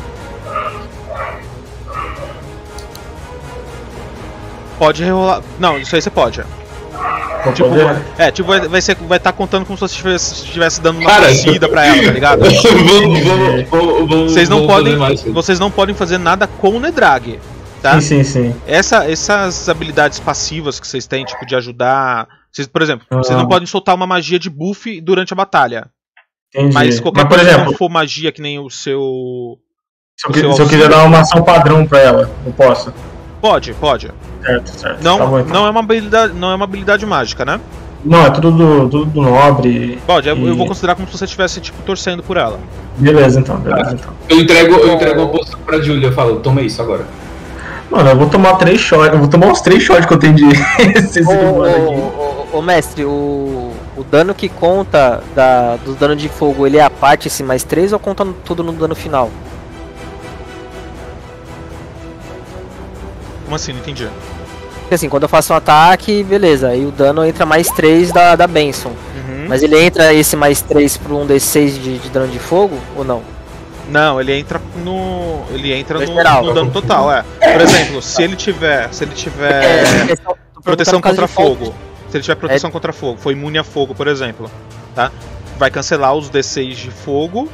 Pode rerolar. Não, isso aí você pode. Vou Tipo, poder. é, tipo, vai, vai, ser, vai tá contando como se você estivesse- estivesse dando uma Cara, torcida pra ela, tá ligado? vamos, vamos, vamos, vamos- Vocês não vamos fazer podem- mais. Vocês não podem fazer nada com o Nedrag, tá? Sim, sim, sim. Essa- essas habilidades passivas que vocês têm, tipo, de ajudar. Vocês, por exemplo, Ah. vocês não podem soltar uma magia de buff durante a batalha. Entendi. Mas qualquer por coisa que exemplo, não for magia que nem o seu. se eu, qui- seu se eu quiser dar uma ação padrão pra ela, eu posso. Pode, pode. Certo, certo. Não, Tá bom, então. não, é uma habilidade, não é uma habilidade mágica, né? Não, é tudo do, tudo do nobre. Pode, eu, eu vou E- considerar como se você estivesse, tipo, torcendo por ela. Beleza, então, beleza, então. Eu entrego, eu entrego uma poção pra Julia, eu falo, toma isso agora. Mano, eu vou tomar três shots. Eu vou tomar os três shots que eu tenho de esse Ô, aqui. ô, ô, ô, mestre, o, o dano que conta da, do dano de fogo, ele é a parte esse mais 3 ou conta no- tudo no dano final? Como assim? Não entendi. Porque assim, quando eu faço um ataque, beleza, aí o dano entra mais 3 da, da Benson. Uhum. Mas ele entra esse mais 3 pro 1d6 de, de dano de fogo ou não? Não, ele entra no. Ele entra No no, geral. no dano total, é. Por exemplo, se ele tiver. Se ele É, tiver. proteção, tô perguntando É. proteção por causa contra de falta. fogo. Se ele tiver proteção contra fogo, foi imune a fogo, por exemplo, tá? Vai cancelar os D6 de fogo,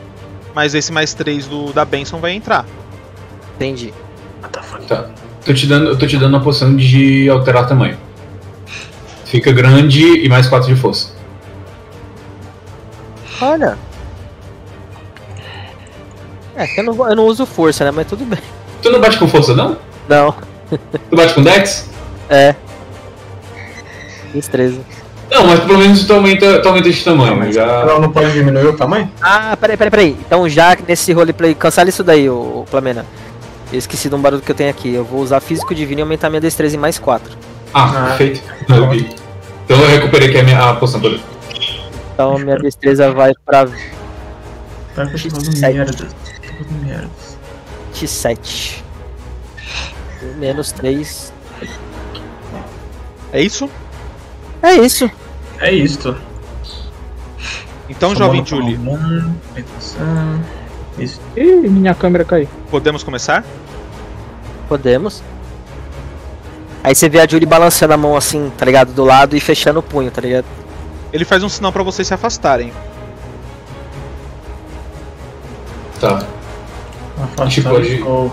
mas esse mais 3 do da Benson vai entrar. Entendi. Tô te dando, eu tô te dando uma poção de alterar tamanho. Fica grande e mais 4 de força. Olha. É, que eu não, vou- eu não uso força, né? Mas tudo bem. Tu não bate com força, não? Não, Tu bate com Dex? é. Destreza. Não, mas pelo menos tu aumenta, tu aumenta de tamanho. já... Ela não pode diminuir o tamanho? Ah, peraí, peraí, peraí. Então já que nesse roleplay, cancela isso daí, ô, ô Plamena. Eu esqueci de um barulho que eu tenho aqui. Eu vou usar físico divino e aumentar minha destreza em mais 4. Ah, Ah. perfeito. Eu vi. Então eu recuperei aqui a, minha, a poção dele. Então minha destreza vai pra Tá com todo merda. merda. merda. 27. Menos 3. É isso? É isso. É isso. Tá Então, jovem Julie, um, Isso. Ih, minha câmera caiu. podemos começar? Podemos. Aí você vê a Julie balançando a mão assim, tá ligado? Do lado e fechando o punho, tá ligado? Ele faz um sinal pra vocês se afastarem. Tá. Afastado Tipo, pode- ou...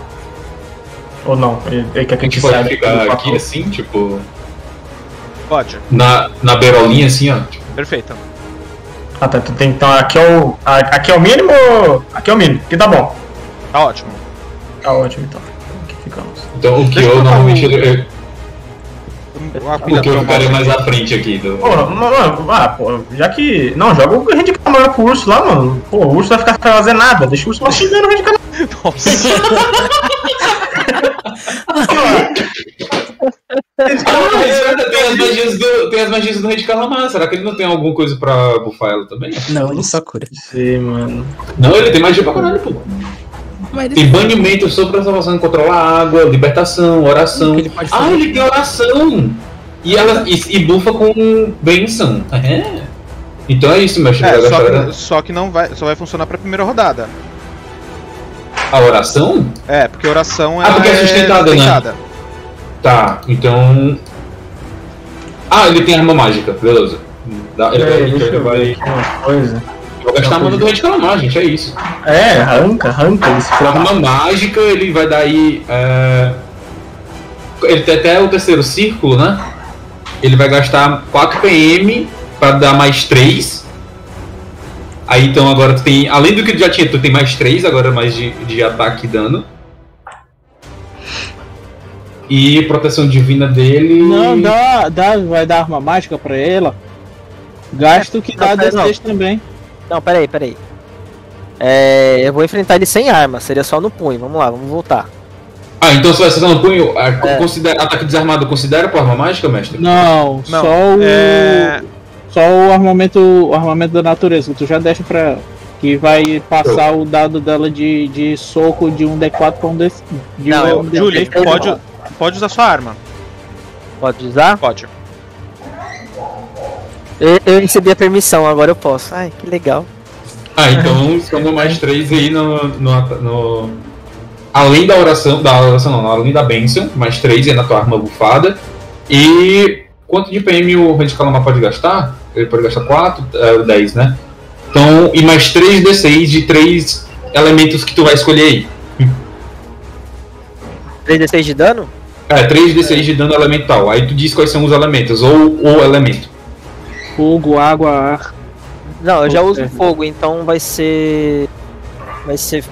ou não, ele, ele quer A que a gente gente pode saia ficar do aqui papo. assim, tipo. Pode. Na, na beirolinha assim, ó. Perfeito. assim. Ah tá, tu tem então aqui é o. a- Aqui é o mínimo ou- Aqui é o mínimo, que tá bom. Tá ótimo. Tá ótimo então. Aqui ficamos. Então o que Deixa eu eu botar normalmente. um- eu- A O pilha que eu trombada. ficaria mais à frente aqui do. Pô, não, não, não, ah, pô, já que. Não, joga o rende camarão pro urso lá, mano. Pô, o urso vai ficar fazendo nada. Deixa o urso lá xingando o rende Nossa. camarão. Ah, mas ainda tem as magias do, tem as magias do Rei de Calamar. Será que ele não tem alguma coisa pra bufar ela também? Não, ele só cura. Sei, mano. Não, ele tem magia pra caralho, pô. Mas ele, Tem banimento, sobre transformação, controlar água, libertação, oração. ele pode Ah, fazer. ele tem oração! E, ela, e, e bufa com benção. É. Então é isso, meu chefe. É, só Agora que, só que não vai, só vai funcionar pra primeira rodada. A oração? É, porque oração Ah, ela porque é sustentada, né? Tá, então. Ah, ele tem arma mágica, beleza. Dá- É, ele, vai- Peraí, deixa ele eu vai, ver aqui uma coisa. vai gastar a mana do Rei de Calamar, gente, é isso. É, arranca, arranca esse filho da Arma mágica, ele vai dar aí. é, Ele tem até o terceiro círculo, né? Ele vai gastar 4 PM pra dar mais 3. Aí então agora tu tem. Além do que tu já tinha, tu tem mais 3, agora mais de, de ataque e dano. E proteção divina dele. Não, dá, dá, vai dar arma mágica pra ela. Gasta o que dá Não, pera, D6 também. Não, peraí, peraí. É, eu vou enfrentar ele sem arma, seria só no punho. Vamos lá, vamos voltar. Ah, então se vai acertar no punho, a- É. considera- ataque desarmado considera por arma mágica, mestre? Não, Não, só o. É, Só o armamento, o armamento da natureza, que tu já deixa pra ela. Que vai passar o dado dela de, de soco de um D4 pra um D5. De é Não, é um eu- D6 Julie, eu- pode, pode usar sua arma. Pode usar? Pode. Eu, eu recebi a permissão, agora eu posso. Ai, que legal. Ah, então somos mais três aí no, no, ata- no- Além da oração. Da oração não, além da benção, mais três aí na tua arma bufada. E quanto de PM o Rei de Calamar pode gastar? Ele pode gastar 4, 10, né? Então, e mais 3 D6 de três elementos que tu vai escolher aí. 3d6 de dano? É, 3 D6 de dano elemental. Aí tu diz quais são os elementos, ou o elemento. Fogo, água, ar. Não, eu já Puta. uso fogo, então vai ser. Vai ser.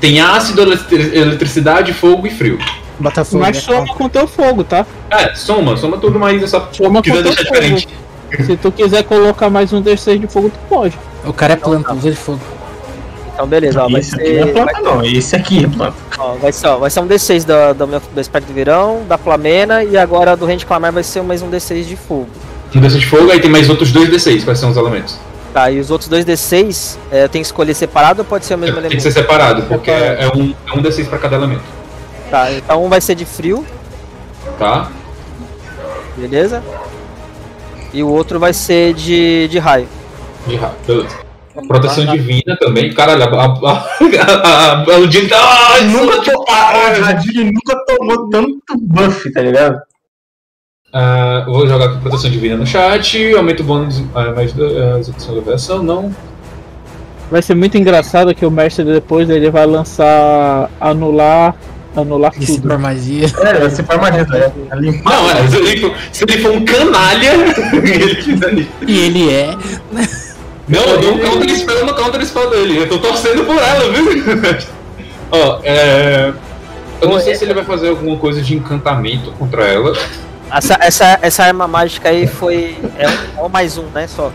Tem ácido, eletri- eletricidade, fogo e frio. Botafogo. né? Mas soma com teu fogo, tá? É, soma, soma tudo, mas é só Soma com quiser teu deixar diferente. fogo. Se tu quiser colocar mais um D6 de fogo, tu pode. O cara é planta, usa de fogo. Então beleza, ó, vai Esse aqui não é ser. planta, não. Esse aqui é planta. Ó, vai, ser, ó, vai ser um D6 da, da minha, do Espectro do Virão, da Flamena, e agora do Rende Clamar vai ser mais um D6 de fogo. Um D6 de fogo, aí tem mais outros dois D6, quais são os elementos? Tá, e os outros dois D6 é, eu tenho que escolher separado ou pode ser o mesmo Tem que elemento? ser separado, porque é é um, é um D6 pra cada elemento, Tá, então um vai ser de frio, tá? beleza? E o outro vai ser de, de raio. De raio, beleza. Proteção divina também, caralho, a, a, a, a, a Ludin tá. Ah, nunca tô Caralho, Radinho nunca tomou tanto buff, tá ligado? Ah, eu vou jogar aqui proteção divina no chat, aumenta o bônus ah, mais do- ah, execução da versão, não. Vai ser muito engraçado que o mestre depois ele vai lançar anular, anular De tudo. super magia. É, vai ser pra armadilha, tá ligado? É limpar. Não, é, se ele for, se ele for um canalha, ele fizer isso. E ele é. Não, eu dou um counter spell no counter spell dele. Eu tô torcendo por ela, viu? Ó, é. Eu não sei se ele vai fazer alguma coisa de encantamento contra ela. Essa, essa, essa arma mágica aí foi. É, um- é um mais um, né? Só.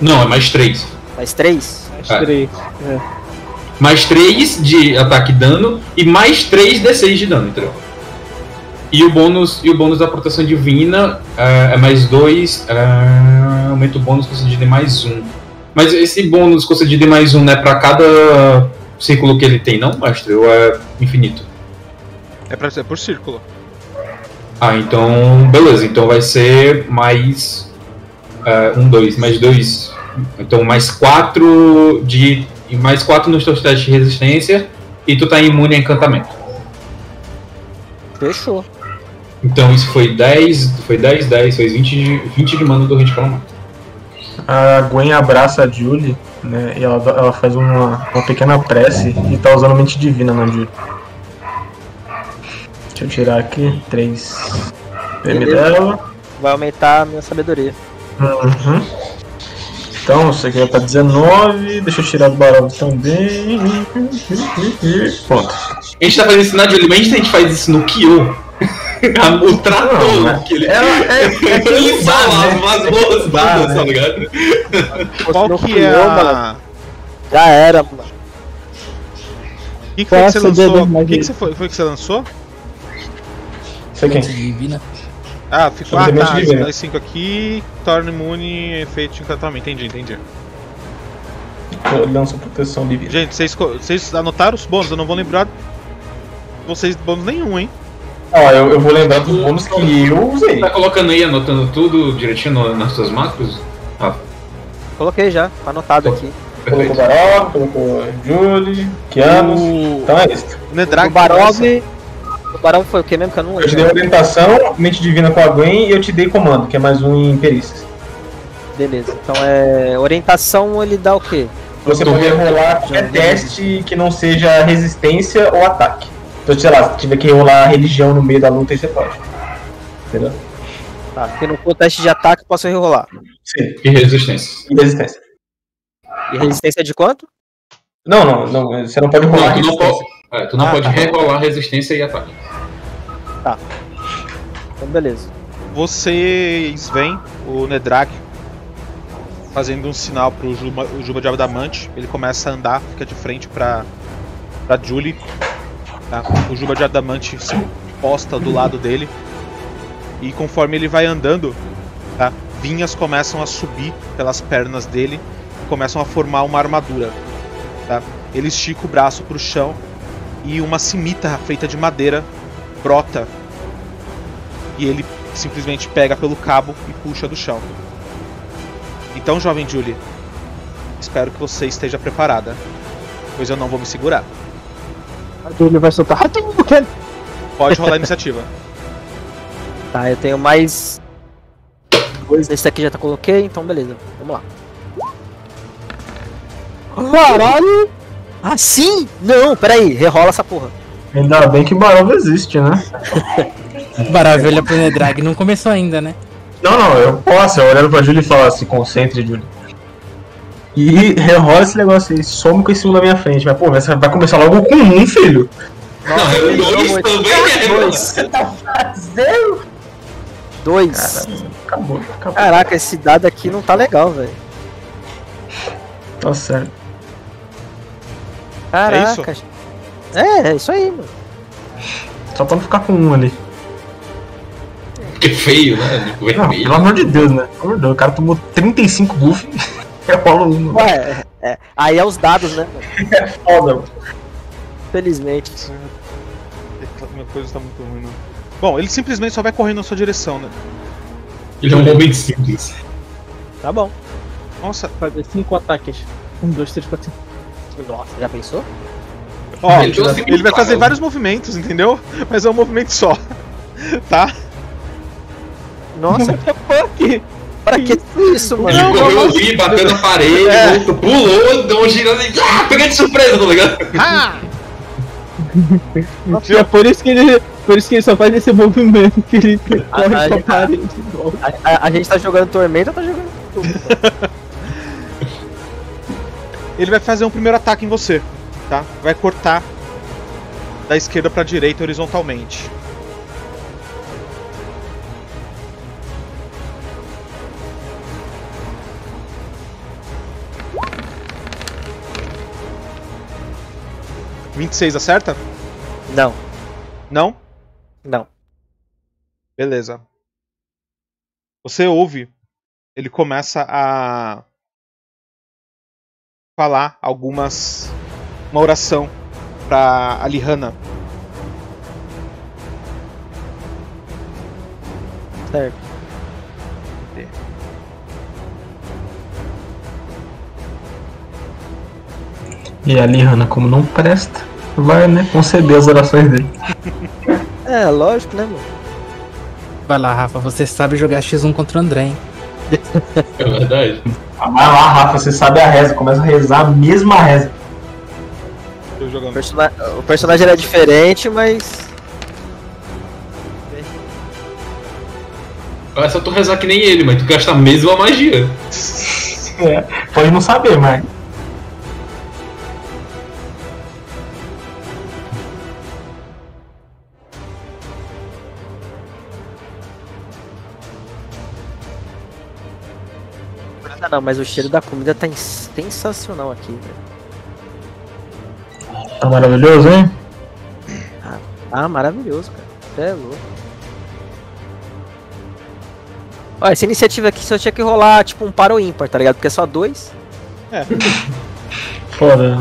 Não, é mais 3. Mais três? Mais É. três. Mais 3 de ataque e dano e mais 3 D6 de dano, entendeu? E o bônus, e o bônus da proteção divina é, é mais 2. aumenta o bônus concedido em mais 1. Mas esse bônus concedido em mais 1 é pra cada círculo que ele tem, não, mestre? Ou é infinito? É, pra, é por círculo. Ah, então. Beleza, então vai ser mais. é, um, dois, mais dois. Então mais quatro de. e Mais quatro nos teus testes de resistência. E tu tá imune a encantamento. Fechou. Então isso foi 10. Foi 10, 10, foi 20 de, 20 de mana do Rede Calamar. A Gwen abraça a Julie, né? E ela, dá- ela faz uma, uma pequena prece e tá usando mente divina na Julie. Deixa eu tirar aqui. 3 PM Beleza. dela. Vai aumentar a minha sabedoria. Uhum. Então, isso aqui já tá 19. Deixa eu tirar do baralho também. Pronto. A gente tá fazendo isso na Julie, mas a gente faz isso no Kyo. o trator Não, né? que ele. Ela é, é Ele aquele bar, fala né? as boas Bar, dadas, né? tá ligado? Qual Não que fui é eu, mano. a. Já era, mano. O que, que foi que você Passa o dedo, lançou? O imagina. que, que você foi, foi que você lançou? Sei quem. Divina. Ah, ficou. Ah, Sobre tá. Demente Viver. Esses 5 aqui torna imune efeito de encantamento. Entendi, entendi. Pô, Lança proteção de vida. Gente, vocês co- vocês anotaram os bônus? Eu não vou lembrar vocês de bônus nenhum, hein? Ó, Ah, eu, eu vou lembrar dos bônus que eu usei. Tá colocando aí, anotando tudo direitinho no- nas suas macros? Coloquei já, tá anotado aqui. Colocou Perfeito. Baró, colocou Julie, Kianos. O Então é isso. Nedrag. Tá. o Barov. O Barov foi o que mesmo que eu não Eu te lembro? dei orientação, mente divina com a Gwen e eu te dei comando, que é mais um em perícias. Beleza, então é. Orientação ele dá o quê? Você Tô pode vendo. Então, rolar qualquer teste que não seja resistência ou ataque. Então, sei lá, se tiver que rolar religião no meio da luta, aí você pode. Entendeu? Tá, porque não for teste de ataque, posso rerolar. Sim. E resistência. E resistência. E resistência de quanto? Não, não, não. Você não pode rolar Não, tu não resistência. pode, é, tu não Ah, pode tá. rerolar resistência e ataque. Então beleza. Vocês veem o Nedrak fazendo um sinal pro Juba, o Juba de Adamante. Ele começa a andar, fica de frente pra, pra Julie. tá? O Juba de Adamante se posta do lado dele. E conforme ele vai andando, tá? vinhas começam a subir pelas pernas dele e começam a formar uma armadura. tá? Ele estica o braço pro chão e uma cimitarra feita de madeira brota. E ele simplesmente pega pelo cabo e puxa do chão. Então, jovem Julie, espero que você esteja preparada, pois eu não vou me segurar. Então Ele vai soltar. é Hadouken! Pode rolar a iniciativa. Tá, eu tenho mais. Dois. Esse aqui já tá coloquei, então beleza. Vamos lá. Caralho! Ah, sim? Não, peraí, rerola essa porra. Ainda bem que Barão existe, né? Maravilha pro Nedrag, não começou ainda, né? Não, não, eu posso. Eu olhando pra Júlia e falo, se concentre, Júlia. E rerola esse negócio aí, some com esse um na minha frente. Mas, pô, mas vai começar logo com um, filho. Não, eu dois dois. também é. Dois. Dois. Acabou, acabou. Caraca, esse dado aqui não tá legal, velho. Tá certo. Caraca. É isso? É, é isso aí, mano. Só pra não ficar com um ali. Que feio, né? Tipo, Não, pelo vermelho. amor de Deus, né? Pelo amor de Deus, o cara tomou 35 buff. Rerola um. mano. Ué, é, é. aí é os dados, né? mano? Foda, mano. Felizmente. Minha coisa está muito ruim, né? não. Bom, ele simplesmente só vai correndo na sua direção, né? Ele é um homem simples. Tá bom. Nossa, Fazer 5 ataques. 1, 2, 3, 4, 5. Nossa, já pensou? ó, Ele deu assim, ele vai fazer cara. vários movimentos, entendeu? Mas é um movimento só. Tá? Nossa, pra que tudo isso, mano? Ele Não, correu mas- ali, bateu na parede, É. voltou, pulou, deu um girando e. Ah, peguei de surpresa, tá ligado? E é por isso que ele. Por isso que ele só faz esse movimento que ele Ah, corre com a ele- parede de volta. A, a- a gente tá jogando tormenta, tá jogando tudo. mano. Ele vai fazer um primeiro ataque em você, tá? Vai cortar da esquerda pra direita horizontalmente. Vinte acerta? Não, Não? não. Beleza. Você ouve, ele começa a falar algumas uma oração pra Alihanna. Certo. E ali, Hanna, como não presta, vai, né, conceder as orações dele. É, lógico, né, mano? Vai lá, Rafa, você sabe jogar X1 contra o André, hein? É verdade. Ah, Vai lá, Rafa, você sabe a reza, começa a rezar a mesma reza. Eu O jogando. persona- o personagem era diferente, mas. É só tu rezar que nem ele, mas tu gasta a mesma magia. Pode não saber, mas. Ah, não, mas o cheiro da comida tá ins- sensacional aqui, velho. Tá maravilhoso, hein? Ah, maravilhoso, cara. Você é louco. Ó, essa iniciativa aqui só tinha que rolar, tipo, um par ou ímpar, tá ligado? Porque é só dois. Foda.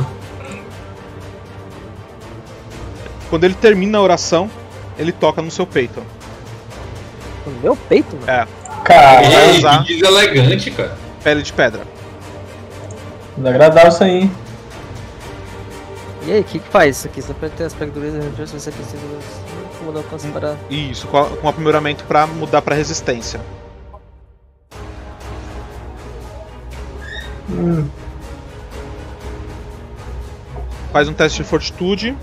Quando ele termina a oração, ele toca no seu peito. No meu peito, mano. Cara, É, vai Ei, usar. que deselegante, cara. Pele de pedra. desagradável isso aí, hein? E aí, o que que faz isso aqui? Você pode ter aspecto dureza, se você precisa mudar o alcance para... Isso, com, a- com aprimoramento pra mudar pra resistência. Hum. Faz um teste de fortitude.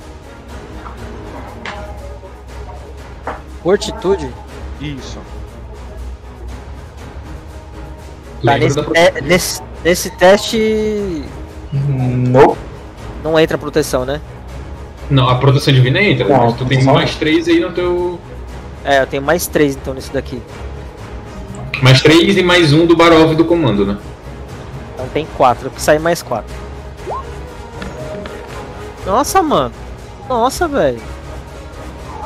Fortitude? Isso. Tá, Lembra nesse, da é, nesse, nesse teste Não. não entra proteção, né? Não, a proteção divina entra, né? Não, mas tu tem proteção- mais três aí no teu. É, eu tenho mais três então nesse daqui. Mais três e mais um do Barov do comando, né? Então tem quatro, eu preciso sair mais quatro. Nossa, mano. Nossa, velho.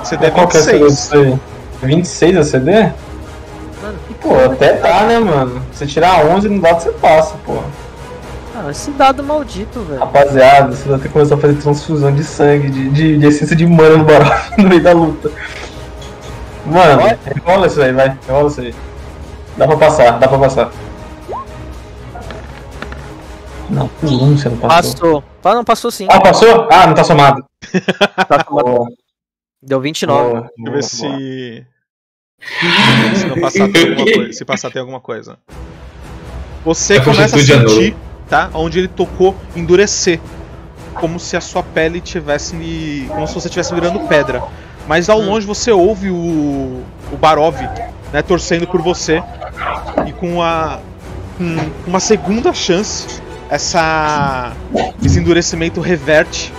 Você deve Qual que é a CD 26. disso aí? 26 a CD? Mano, que Pô, até tá, né, mano? Você tirar 11 no dado, você passa, pô. Ah, esse dado maldito, velho. Rapaziada, você vai ter que começar a fazer transfusão de sangue, de, de, de essência de mana no Barof no meio da luta. Mano, Olha. rola isso aí, vai. Rola isso aí. Dá pra passar, dá pra passar. Não, pulando você não passou. Passou. Ah, não, passou sim. Ah, passou? Ah, não tá somado. Tá tomado. Boa, Deu 29. boa, Deixa eu boa, ver se. Se não passar tem alguma coisa. Se passar tem alguma coisa. Você A começa a fortitude anula. sentir, tá? Onde ele tocou endurecer. Como se a sua pele tivesse. Como se você estivesse virando pedra. Mas ao longe você ouve o. o Barov, né, torcendo por você. E com a. com uma segunda chance, essa. Esse endurecimento reverte.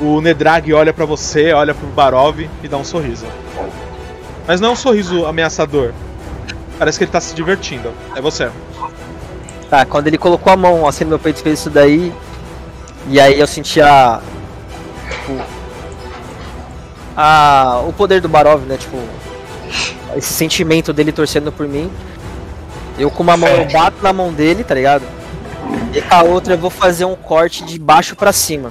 O Nedrag olha pra você, olha pro Barov e dá um sorriso. Mas não é um sorriso ameaçador. Parece que ele tá se divertindo. É você. Tá, quando ele colocou a mão assim no meu peito e fez isso daí. E aí eu senti a. Tipo. A. O poder do Barov, né? Tipo. Esse sentimento dele torcendo por mim. Eu com uma mão eu bato na mão dele, tá ligado? E com a outra eu vou fazer um corte de baixo pra cima.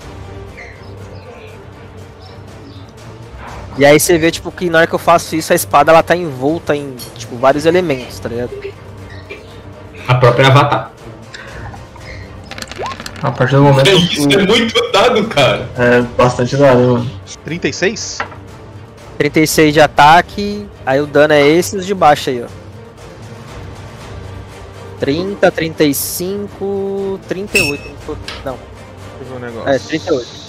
E aí você vê, tipo, que na hora que eu faço isso, a espada ela tá envolta em, tipo, vários elementos, tá ligado? A própria Avatar. boa. A partir do momento. Isso é muito dado, cara. É bastante dado, mano. 36? 36 de ataque, aí o dano é esse e os de baixo aí, ó. 30, 35, 38. Deixa Não, eu ver um negócio. é, 38.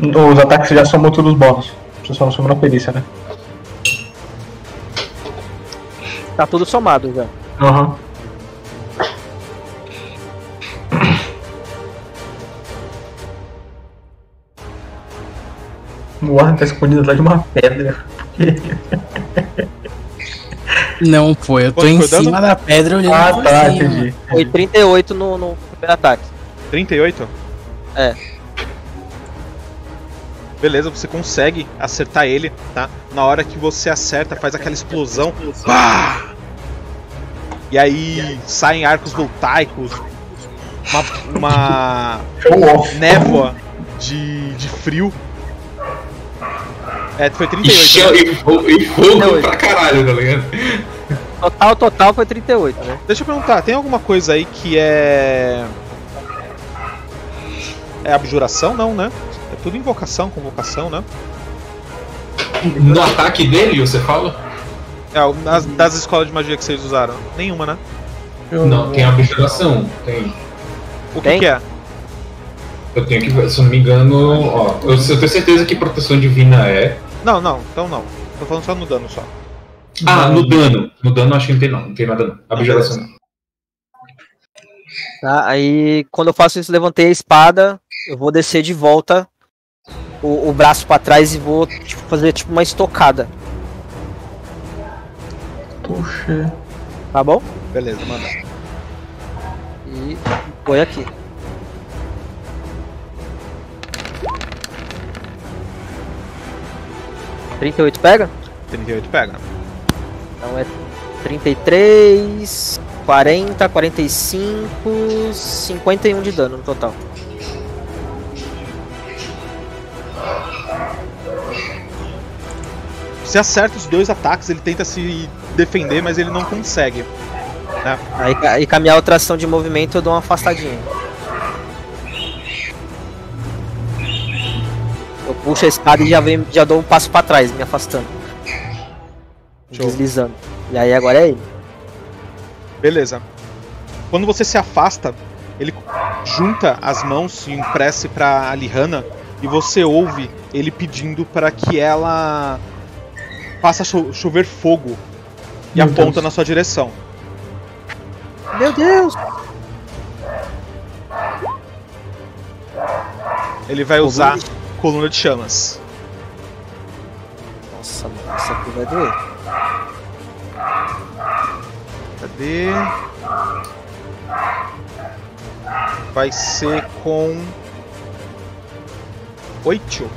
Os ataques já somam todos os bônus. Você só não soma na perícia, né? Tá tudo somado já. Aham. O Warren tá escondido atrás de uma pedra. Não, pô, eu tô Quanto em foi o dano? cima da pedra olhando Ah, pra tá, cima. entendi. Foi 38 no, no primeiro ataque. 38? É. Beleza, você consegue acertar ele, tá? Na hora que você acerta, faz aquela explosão. Pá! E aí saem arcos voltaicos, uma, uma Show off. névoa de, de frio. É, foi E, 38. né? chão, e fogo, e fogo 38. pra caralho, tá ligado? Total, total foi 38, né? Deixa eu perguntar, tem alguma coisa aí que é. É abjuração? Não, né? É tudo invocação, convocação, né? No ataque dele, você fala? É, o- nas- das escolas de magia que vocês usaram? Nenhuma, né? Não, tem a abjuração. Tem. O que, Tem? que é? Eu tenho que ver, se eu não me engano, ó. Eu, eu tenho certeza que proteção divina é. Não, não, então não. Tô falando só no dano só. Ah, no dano. No dano eu acho que não tem não. Não tem nada não. Abjuração. não. Tá, aí quando eu faço isso, levantei a espada, eu vou descer de volta o, o braço pra trás e vou tipo, fazer tipo uma estocada, Puxa. tá bom? Beleza, manda. E põe aqui. Trinta pega? 38 pega. Então é 33, 40, 45, 51 de dano no total. Você acerta os dois ataques, ele tenta se defender, mas ele não consegue. Aí ca- e caminhar outra ação de movimento eu dou uma afastadinha. Eu puxo a espada e já, vem, já dou um passo pra trás, me afastando. Show. Deslizando. E aí agora é ele. Beleza. Quando você se afasta, ele junta as mãos em um prece pra Lihana e você ouve ele pedindo para que ela faça cho- chover fogo e Meu aponta Deus. na sua direção. Meu Deus! Ele vai usar coluna de chamas. Nossa, mano, isso aqui vai doer. Cadê? Vai ser com 8.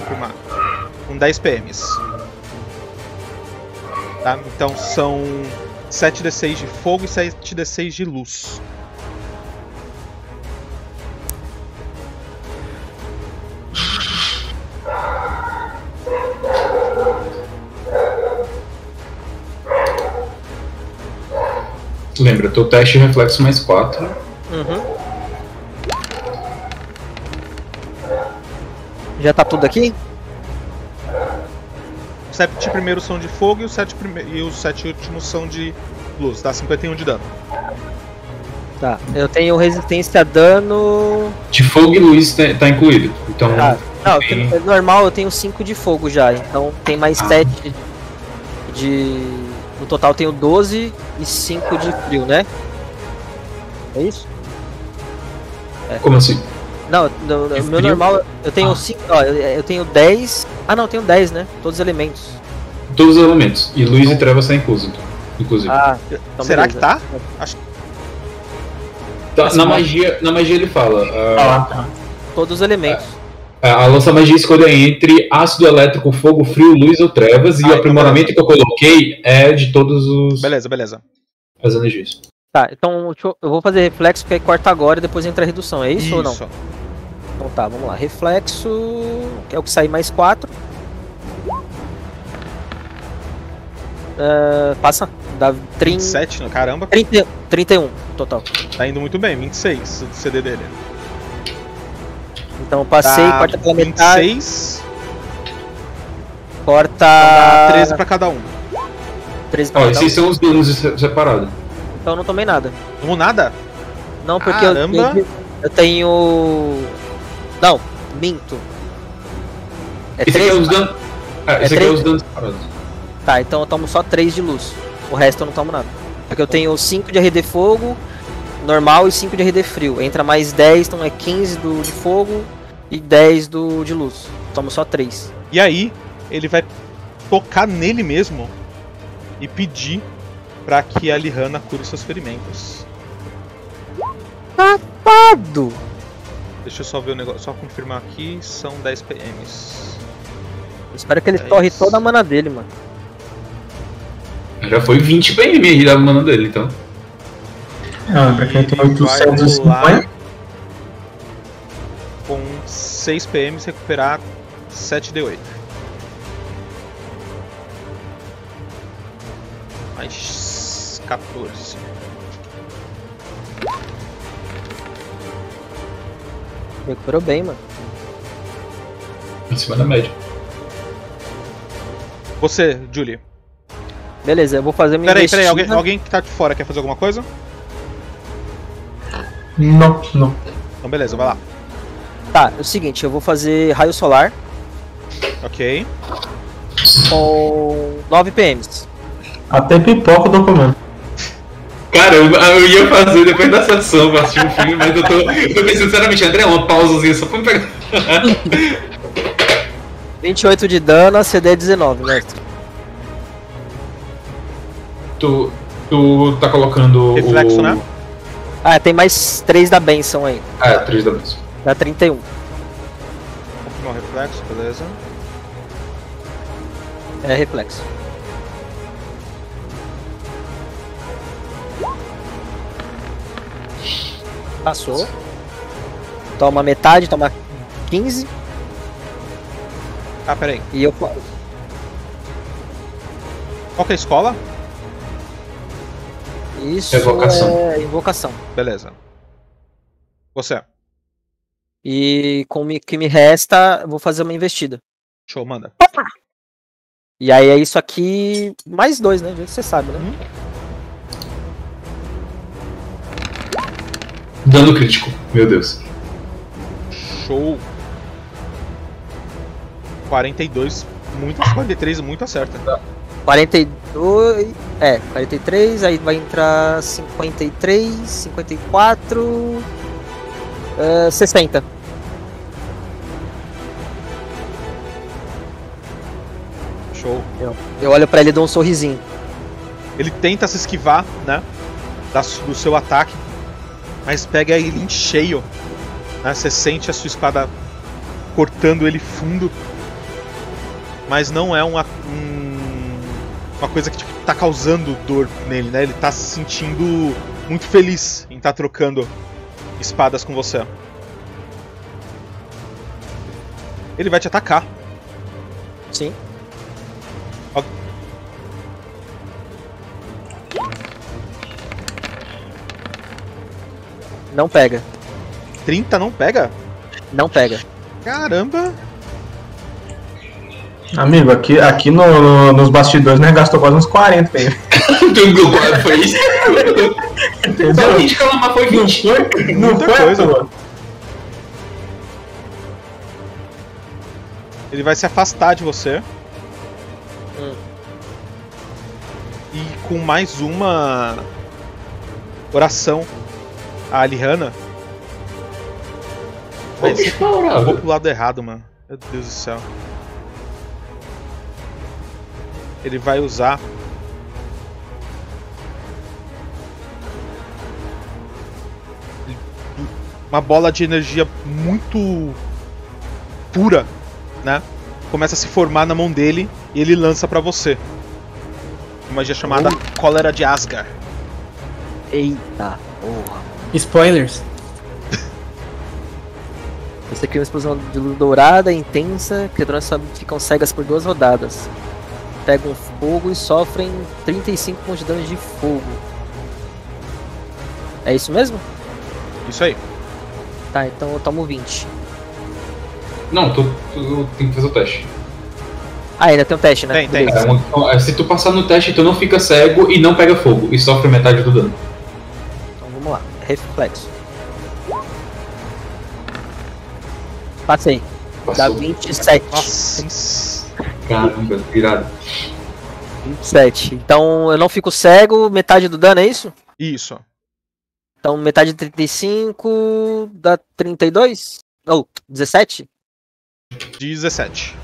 Confirmar. Com 10 PMs. Tá? Então são 7d6 de fogo e 7d6 de luz. Lembra, teu teste de reflexo mais 4. Uhum. Já tá tudo aqui? Os 7 primeiros são de fogo e os 7, prime... e os sete últimos são de luz. Dá 51 de dano. Tá. Eu tenho resistência a dano. De fogo e luz tá, tá incluído. Então, Ah, não, eu Sim. tenho- é normal eu tenho 5 de fogo já, então tem mais 7 de. No total eu tenho 12 e 5 de frio, né? É isso? como assim? Não, no, no- De meu frio? normal eu tenho 5. Ó, eu, eu tenho 10. Ah não, eu tenho 10, né? Todos os elementos. Todos os elementos. E luz e trevas tá incluso. então. Inclusive. Ah, Será beleza. que tá? Tá, na, magia, na magia ele fala. ah, Ah, tá. todos os elementos. É, A a nossa magia escolhe entre ácido elétrico, fogo frio, luz ou trevas, e Ah, o então aprimoramento que eu coloquei é de todos os Beleza, beleza. as energias. Tá, então deixa eu, eu vou fazer reflexo, porque aí corta agora e depois entra a redução, é isso, ou não? Então tá, vamos lá. Reflexo, que é o que sai mais 4. Ah, passa, dá 30, 27, no- né? caramba. 30, 31 total. Tá indo muito bem, 26 o CD dele. Então eu passei, Tá, Dá corta pela metade, 26, dá corta 13 pra cada um. 13 pra Então Ó, cada um. esses são os danos se- separados. Então eu não tomei nada. Não nada? Não, porque eu Caramba. tenho, eu tenho. Não, minto. É Esse aqui é 13? os danos. Ah, esse É aqui é três? os danos separados. Tá, então eu tomo só 3 de luz. O resto eu não tomo nada. Porque eu tenho 5 de RD fogo, normal, e 5 de RD frio. Entra mais 10, então é 15 do, de fogo e 10 do, de luz. Tomo só 3. E aí, ele vai tocar nele mesmo e pedir pra que a Lihana cure seus ferimentos. Pado! Deixa eu só ver o negócio, só confirmar aqui, são 10 PMs. Espero que ele É torre isso. toda a mana dele, mano. Já foi 20 PM aí da mana dele, então. Ah, lembra que eu tenho Ele vai 850. rolar Com 6 PMs recuperar 7D8. Mais 14. Recuperou bem, mano. Em cima da média. Você, Julie. Beleza, eu vou fazer minha Peraí, peraí, alguém, investida. alguém que tá de fora quer fazer alguma coisa? Não, não. Então beleza, vai lá. Tá, é o seguinte, eu vou fazer raio solar Ok. com 9 PMs. Até pipoca o documento. Caramba, eu ia fazer depois da sessão pra assistir um filme, mas eu tô. Eu pensei, sinceramente, André, uma pausazinha só pra me pegar. 28 de dano, CD 19, mestre. Tu, tu tá colocando. Reflexo, o... né? Ah, tem mais 3 da benção aí. Ah, 3 da mesa. Dá 31. Confirmar o reflexo, beleza. É reflexo. Passou. Toma metade, toma 15. Ah, peraí. E eu. Qual que é a escola? Isso Evocação. é invocação. Beleza. Você. E com o que me resta, eu vou fazer uma investida. Show, manda. E aí é isso aqui, mais dois, né? Você sabe, né? Dano crítico, meu Deus. Show. 42, muito 43, muito acerta. 42. É, 43, aí vai entrar 53, 54. eh, 60. Show. Eu olho pra ele e dou um sorrisinho. Ele tenta se esquivar, né? da su- do seu ataque, mas pega ele em cheio. Né, você sente a sua espada cortando ele fundo. Mas não é uma, um- uma coisa que tipo, tá causando dor nele, né? Ele tá se sentindo muito feliz em estar trocando espadas com você. Ele vai te atacar. Sim. Não pega. 30 não pega? Não pega. Caramba! Amigo, aqui, aqui no, no- nos bastidores, né? Gastou quase uns 40 aí. Jungle God foi isso? Só Entendeu? 20 calamar foi 20. Não Muita foi à coisa. toa. Ele vai se afastar de você. Hum. E com mais uma oração a Alihanna. Ô, Vai ser- bicho Eu vou favorável. pro lado errado, mano. Meu Deus do céu. Ele vai usar. Uma bola de energia muito pura, né? Começa a se formar na mão dele e ele lança pra você. Uma magia chamada Cólera de Asgar. Eita porra. Spoilers. Você cria uma explosão de luz dourada intensa, criaturas só ficam cegas por duas rodadas. Pegam fogo e sofrem 35 pontos de dano de fogo. É isso mesmo? Isso aí. Tá, então eu tomo 20. Não, tu, tu tem que fazer o teste. Ah, ainda tem um teste, né? Tem, tem. É, uma- se tu passar no teste, tu não fica cego e não pega fogo e sofre metade do dano. Então vamos lá. Reflexo. Passei. Dá Passou. 27. Nossa. Caramba, virado. 27. Então eu não fico cego, metade do dano é isso? Isso. Então metade de 35 dá 32? Ou 17? 17.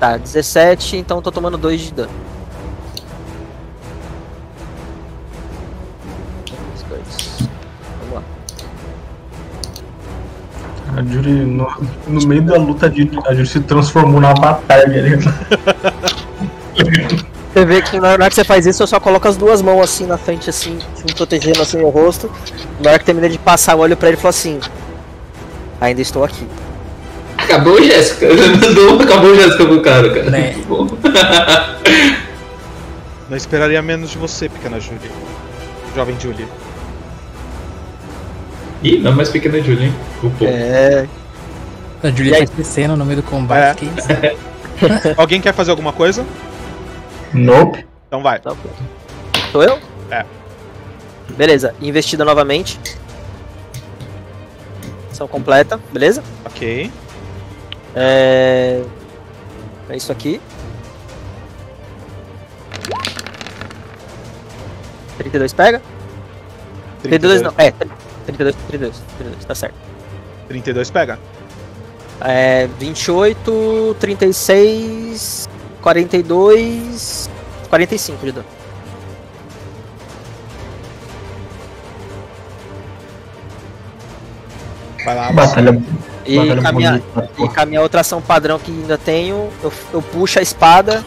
Tá, 17, então eu tô tomando 2 de dano. Um, dois, dois. Vamos lá. A Juri, no, no meio da luta, a Juri, a Juri se transformou numa batalha né? ali. Você vê que na hora que você faz isso, eu só coloco as duas mãos assim na frente, assim, me protegendo assim o rosto. Na hora que termina de passar, eu olho pra ele e falo assim: Ainda estou aqui. Acabou, Jéssica. Não, Acabou, Jéssica, pro cara, cara. Né. Muito bom. Não esperaria menos de você, pequena Julie. Jovem Julie. Ih, não, é mais pequena Julia, hein? O povo. É. A E Julia aí? tá crescendo no meio do combate. que isso? Alguém quer fazer alguma coisa? Nope. Então vai. Tá bom. Sou eu? É. Beleza, investida novamente. Ação completa, beleza? Ok. É. É isso aqui. 32 pega? 32 não, é. 32, 32, 32, tá certo. 32 pega. É 28, 36, 42, 45 de dano. Vai lá. você. Batalha, E batalha com, a minha, bonita. e com a minha outra ação padrão que ainda tenho, eu, eu puxo a espada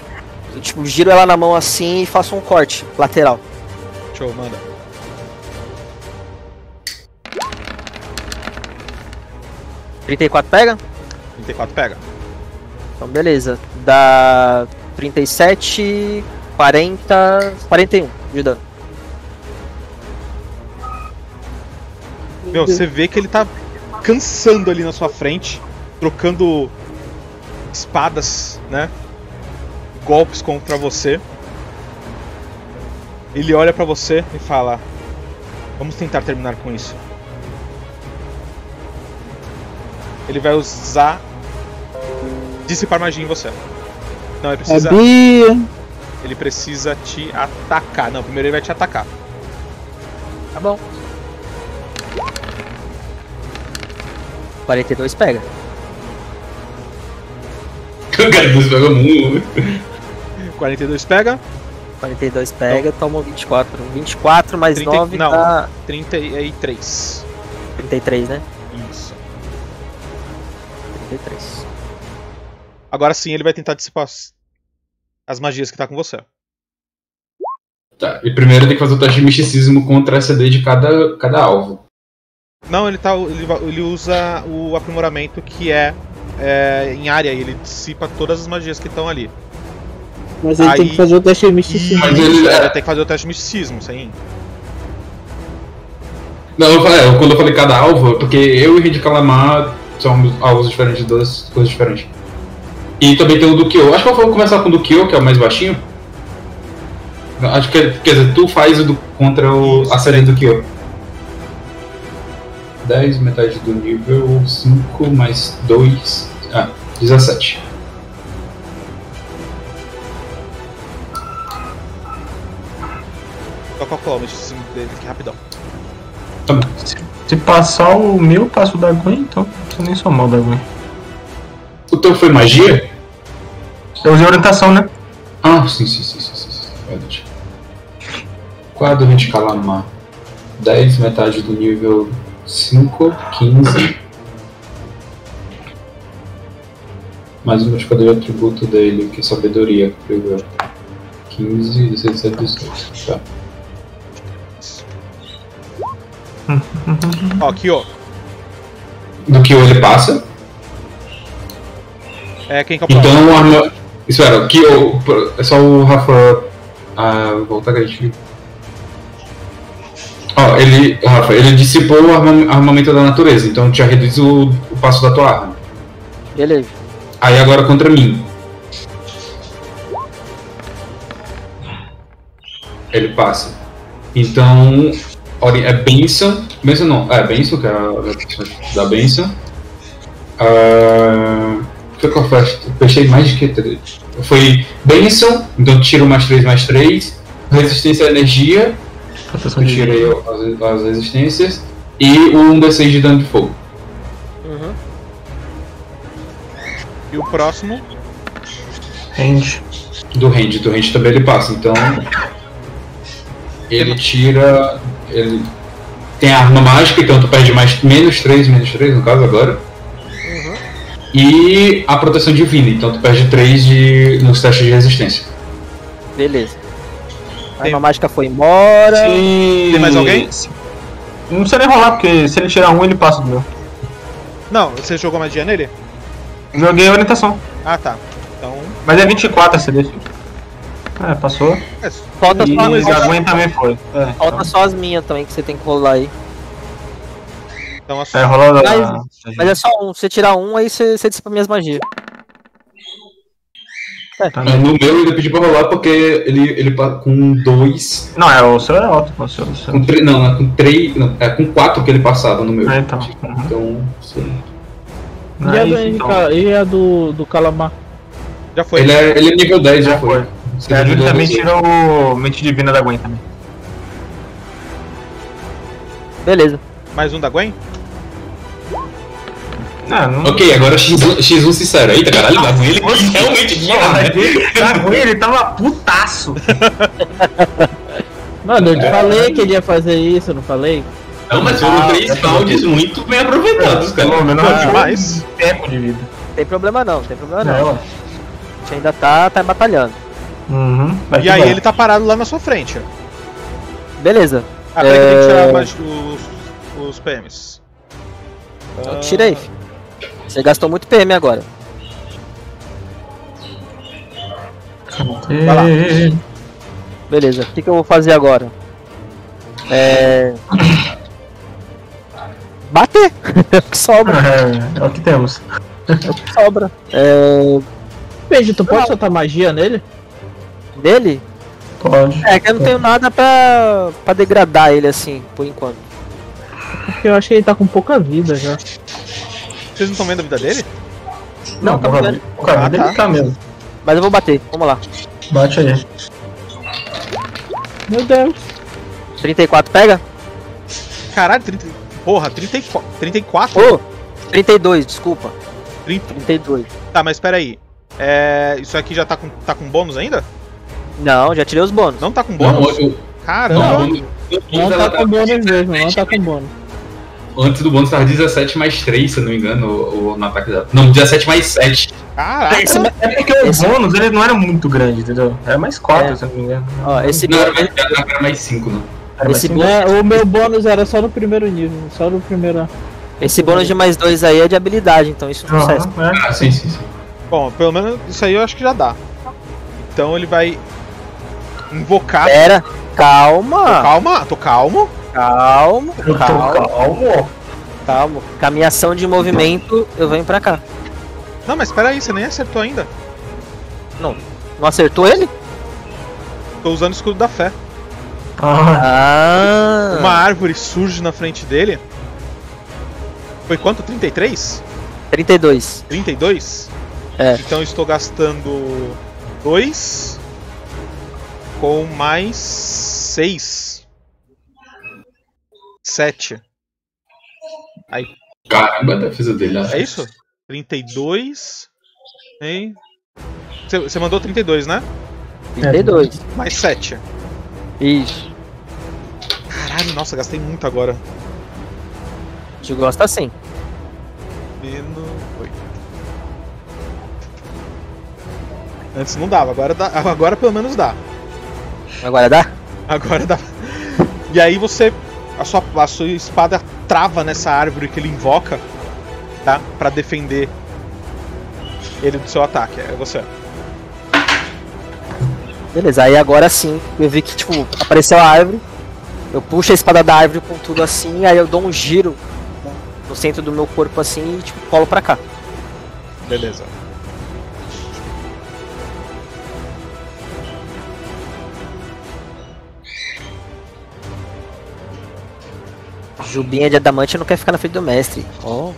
Eu, tipo, giro ela na mão assim e faço um corte lateral. Show, manda. trinta e quatro pega? 34 pega. Então beleza. Dá 37, 40, 41 de dano. Meu, você vê que ele tá cansando ali na sua frente, trocando espadas, né? Golpes contra você. Ele olha pra você e fala: Vamos tentar terminar com isso. Ele vai usar dissipar magia em você. Não, ele precisa, Sabia? ele precisa te atacar. Não, primeiro ele vai te atacar. Tá bom. 42 pega. O cara dos pega muito. 42 pega, 42 pega, toma 24. 24 mais tá 30 Então, e- 9 não. dá 33. 33, né? Isso. 33. Agora sim ele vai tentar dissipar as- as magias que tá com você. Tá, e primeiro tem que fazer o teste de misticismo contra a CD de cada, cada alvo. Não, ele, tá, ele, va- ele usa o aprimoramento que é, é, em área e ele dissipa todas as magias que estão ali. Mas ele Aí- tem que fazer o teste de E misticismo. Mas ele- ele vai ter que fazer o teste de misticismo, sim. Não, eu falei, quando eu falei cada alvo, é porque eu e o Rede Calamar somos alvos diferentes, duas coisas diferentes. E também tem o do Kyo. Acho que eu vou começar com o do Kyo, que é o mais baixinho. Não, Acho que, quer dizer, tu faz o do, contra o, a série do Kyo. 10, metade do nível, 5 mais 2, ah, 17. Só calcular o misticismo dele aqui rapidão. Tá bom. Se passar o meu, passa o da Gwen, então não precisa nem somar o da Gwen. O teu foi magia? Eu usei orientação, né? Ah, sim, sim, sim, sim, sim, sim. Verdade. Quadro de calamar. 10, metade do nível 5, 15. Mais um modificador de atributo dele, que é sabedoria, creio eu. 15, 16, 17, 18. Tá. Ó, aqui, ó. Do que ele passa. É quem calcula. Então o arma. Espera, que eu. É só o Rafa. Ah, voltar que a gente. Ó, ele. Rafa, ele dissipou o arma- armamento da natureza, então já reduz o, o passo da tua arma. Beleza. Aí agora contra mim. Ele passa. Então. ori- É benção. Benção não. É benção, que é a- da benção. Ah, o que, que eu faço? Eu fechei mais de que três. Foi benção, então tiro mais 3 mais 3. Resistência à energia. Proteção Eu de tirei as, as resistências. E um D6 de dano de fogo. Uhum. E o próximo, range. Do range, do range também ele passa, então. Ele tira. Ele tem a arma mágica, então tu perde mais menos 3, menos 3 no caso agora. E a proteção divina, então tu perde 3 de, nos testes de resistência. Beleza. A Tem- arma mágica foi embora. tem mais alguém? Não precisa nem rolar, porque se ele tirar um, ele passa do meu. Não, você jogou magia nele? Joguei orientação. Ah, tá. Então, Mas é 24 a CD. filho. É, passou. é, Falta E Tá só, um. a Gwen também foi. É, falta só as minhas também que você tem que rolar aí. então a sua- é rolar o da... Mas é só um. Se você tirar um, aí você, você dissipa minhas magias. Tá, Mas né? No meu ele pediu pra rolar porque ele, ele pa- com 2. Não, é o seu é alto. O seu, o seu. Com três não, é com 3. É com 4 que ele passava no meu. É, então. Uhum. Então, sim. E a, Aí, do, então. Henrique- e a do, do Calamar? já foi. Ele é, ele é nível 10, já Já foi. foi. É, E a Júlia também tirou o Mente Divina da Gwen também. Beleza. Mais um da Gwen? É, não... Ok, agora X1, X1 sincero. Eita, caralho, dá ele quis realmente de Não, né? daquele- da Gwen ele tava putaço. Mano, É. eu te falei que ele ia fazer isso, eu não falei? Não, mas foram Ah, três tá rounds muito bem aproveitados, cara. Pelo menos Não, ela tirou demais. um tempo de vida. Tem problema não, tem problema não. Ah, Não, A gente ainda tá, tá batalhando. Uhum. Vai E que aí vai. ele tá parado lá na sua frente. Beleza, Ah, peraí que tem que tirar É. mais os, os PMs. Ah. então tira aí. filho. Você gastou muito PM agora. Vai lá. Beleza, o que, que eu vou fazer agora? É. Bater! É o que sobra, É, é o que temos. é o que sobra. É. Pedro, tu pode soltar magia nele? Dele? Pode. É que eu não tenho nada pra, pra degradar ele assim, por enquanto. Porque eu acho que ele tá com pouca vida já. Vocês não estão vendo a vida dele? Não, tá porra, vendo? O cara Ah, tá. deve ficar mesmo. Mas eu vou bater, vamos lá. Bate aí. Meu Deus. 34 pega? Caralho, 30. Porra, 34. 34? Ô! 32, desculpa. 30. 32. Tá, mas peraí. É. Isso aqui já tá com, tá com bônus ainda? Não, já tirei os bônus. Não tá com Não, bônus? eu, Caramba! não, eu- Não antes, tá ela com tava- bônus mesmo, não tá com bônus. antes do bônus tava 17 mais 3, se eu não me engano, o, o, no ataque dela. Não, 17 mais 7. Caraca! Esse, ma- É porque o bônus ele não era muito grande, entendeu? Era mais 4, É. se eu não me engano. ó, esse, Não, era mais, era mais 5, não. Era mais Esse cinco. bônus- É, o meu bônus era só no primeiro nível, só no primeiro. esse bônus de mais 2 aí é de habilidade, então isso não serve. Aham, é. Ah, sim, sim, sim. Bom, pelo menos isso aí eu acho que já dá. Então ele vai invocar. Pera, Tô calma, calma, tô calmo. calma, Eu tô calma, calmo. calma. Caminhação de movimento, eu venho pra cá. Não, mas peraí, você nem acertou ainda. Não acertou ele? Tô usando o escudo da fé. Ah, Ah, Uma árvore surge na frente dele. Foi quanto? 33? 32. 32? É. Então eu estou gastando 2 com mais 6. 7. Caramba, a defesa dele. né? É isso? 32. Hein? Você você mandou 32, né? 32. Mais 7. Isso. Caralho, nossa, gastei muito agora. A gente gosta assim. Menos 8. Antes não dava, agora, dá, agora pelo menos dá. Agora dá? Agora dá. E aí você. A sua, a sua espada trava nessa árvore que ele invoca, tá? Pra defender ele do seu ataque. É você. Beleza, aí agora sim, eu vi que, tipo, apareceu a árvore. Eu puxo a espada da árvore com tudo assim, aí eu dou um giro no centro do meu corpo assim e, tipo, colo pra cá. Beleza. Jubinha de adamante não quer ficar na frente do mestre. Ó.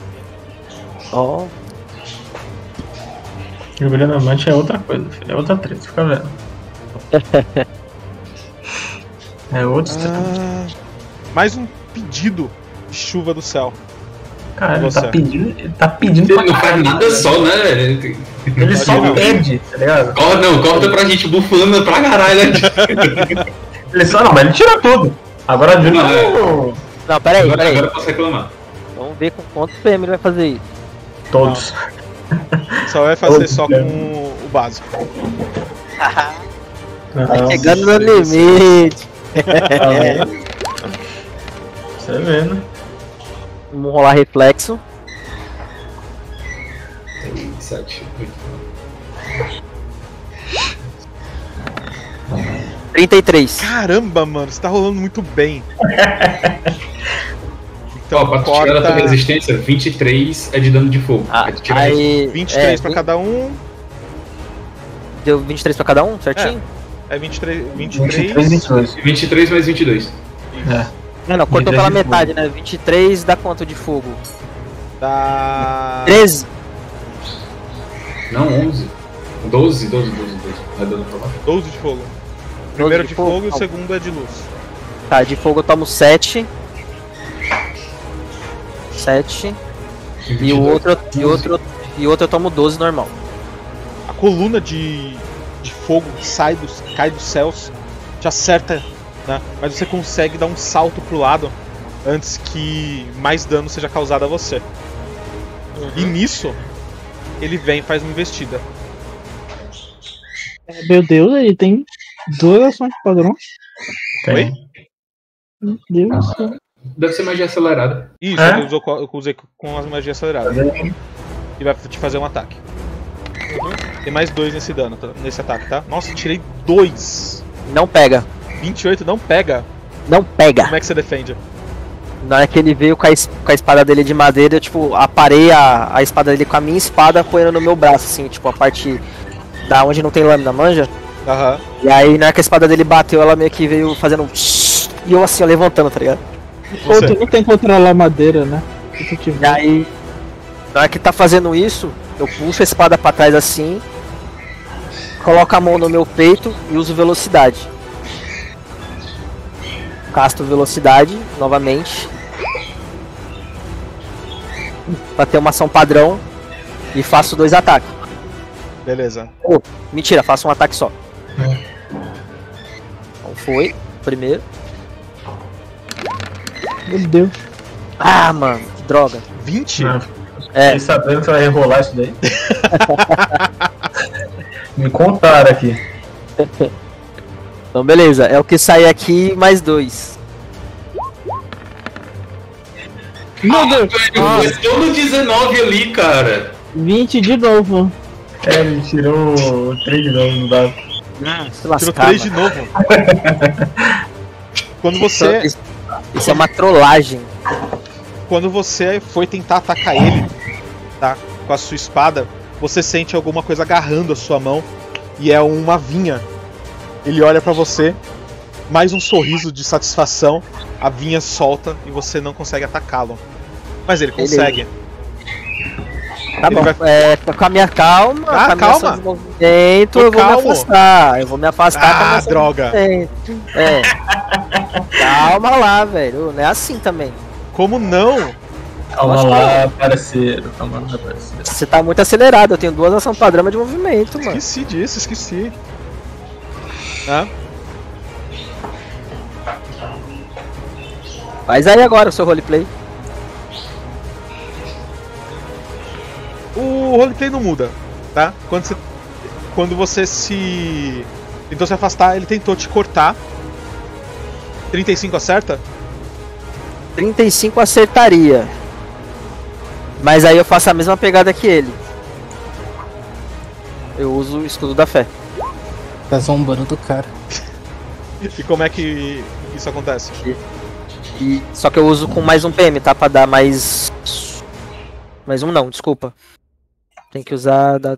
Ó. Jogulha na amante é outra coisa, filho. É outra treta, fica vendo. É outro treta. Ah, mais um pedido de chuva do céu. Cara, ele você. tá pedindo. Ele tá pedindo Ele pra não faz caralho. nada só, né, velho? Ele só Não. pede, tá ligado? Corta, não, corta pra gente bufando pra caralho aqui. Ele só não, mas ele tira tudo. Agora de Não, novo. Não, pera aí, Agora, pera aí. agora eu posso reclamar. Vamos ver com quanto PM ele vai fazer isso. Todos. Só vai fazer só com o básico. Tá Ah, chegando no limite. Você vê, né? Vamos rolar reflexo. 7, 8. 33. Caramba, mano, você tá rolando muito bem. Ó, Então, pra tu tirar da tua corta resistência, 23 é de dano de fogo. Ah, Aí tu tira aí. 23 pra é, cada um. Deu 23 pra cada um, certinho? É 23. 23, 23 22. 23 mais 22. Não, não, cortou 23 pela de fogo. metade, né? 23 dá quanto de fogo? dá. 13. Não, 11. 12, 12, 12, 12. É dano pra lá. 12 de fogo. Primeiro de de fogo? fogo e o Tá. segundo é de luz. Tá, de fogo eu tomo 7. 7. E 22. o outro, e outro, e outro eu tomo 12 normal. A coluna de, de fogo que sai dos, cai dos céus te acerta, né? Mas você consegue dar um salto pro lado antes que mais dano seja causado a você. Uhum. E nisso, ele vem e faz uma investida. Meu Deus, ele tem duas ações padrão. Oi? Meu Deus. do céu. Deve ser magia acelerada. Isso, Hã? ele usou co- eu usei com as magias aceleradas. E vai te fazer um ataque. Uhum. Tem mais dois nesse dano, tá? nesse ataque, tá? Nossa, tirei dois. Não pega. 28 não pega. Não pega. Como é que você defende? Na hora que ele veio com a, es- com a espada dele de madeira, eu, tipo, aparei a, a espada dele com a minha espada apoiando no meu braço, assim, tipo, a parte da onde não tem lâmina, manja. Aham. E aí, na hora que a espada dele bateu, ela meio que veio fazendo um... tsh, E eu, assim, ó, levantando, tá ligado? Ou Você. tu não tem que controlar madeira, né? Se tu E tiver. aí, na hora que tá fazendo isso, eu puxo a espada pra trás assim, coloco a mão no meu peito e uso velocidade. Casto velocidade novamente. Pra ter uma ação padrão. E faço dois ataques. Beleza. Mentira, faço um ataque só. Então foi. Primeiro. Meu Deus. Ah, mano, que droga. 20? Não. É. Fiquei sabendo que você vai rolar isso daí. Me contaram aqui. Então beleza, é o que sai aqui mais dois. Meu Deus. Ah, Velho, Ah. foi todo 19 ali, cara. 20 de novo. É, me tirou 3 de novo, não dá. Se Tirou lascar, 3 mano. de novo. quando você Isso- Isso é uma trollagem. quando você foi tentar atacar ele, tá? Com a sua espada, você sente alguma coisa agarrando a sua mão e é uma vinha. Ele olha pra você, mais um sorriso de satisfação, a vinha solta e você não consegue atacá-lo. Mas ele Beleza. consegue. Tá Ele bom, vai- é, tô com a minha calma, Ah, com a minha calma. ação de movimento, eu Tô vou calmo. me afastar. Eu vou me afastar com a minha Ah, ação de droga! movimento. É. calma lá, velho. Não é assim também. Como não? Calma lá, parceiro. Calma lá, parceiro. Você tá muito acelerado, eu tenho duas ações padrão de movimento, mano. Esqueci disso, esqueci. Tá? Faz aí agora o seu roleplay. O roleplay não muda, tá? Quando você, quando você se. Tentou se afastar, ele tentou te cortar. 35 acerta? 35 acertaria. Mas aí eu faço a mesma pegada que ele. Eu uso o escudo da fé. Tá zombando do cara. E como é que isso acontece? E, só que eu uso com mais um PM, tá? Pra dar mais. Mais um não, desculpa. Tem que usar da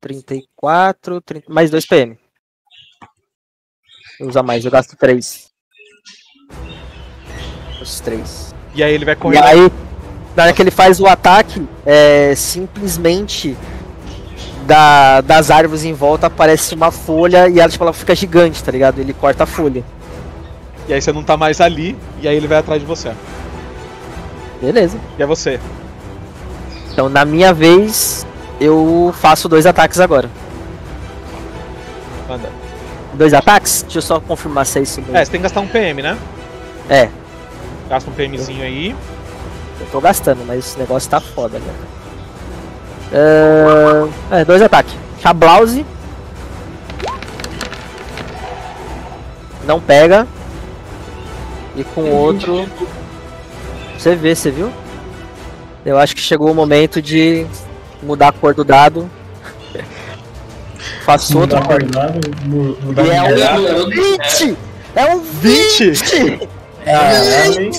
34, 30, mais 2 PM. Eu usar mais, eu gasto 3. Os 3. E aí ele vai correr. E aí, na hora que ele faz o ataque, é simplesmente da, das árvores em volta aparece uma folha e ela, tipo, ela fica gigante, tá ligado? Ele corta a folha. E aí você não tá mais ali, e aí ele vai atrás de você. Beleza. E é você. Então, na minha vez, eu faço dois ataques agora. Manda. Dois ataques? Deixa eu só confirmar se é isso mesmo. É, você tem que gastar um PM, né? É. Gasta um PMzinho aí. Eu tô gastando, mas esse negócio tá foda, né? É, é, dois ataques. Chablause. Não pega. E com o outro. Você vê, você viu? Eu acho que chegou o momento de mudar a cor do dado. Faço outro. Não dá acordado, não- não dá E é um- liberado. Vinte! É um 20! Caralho, hein?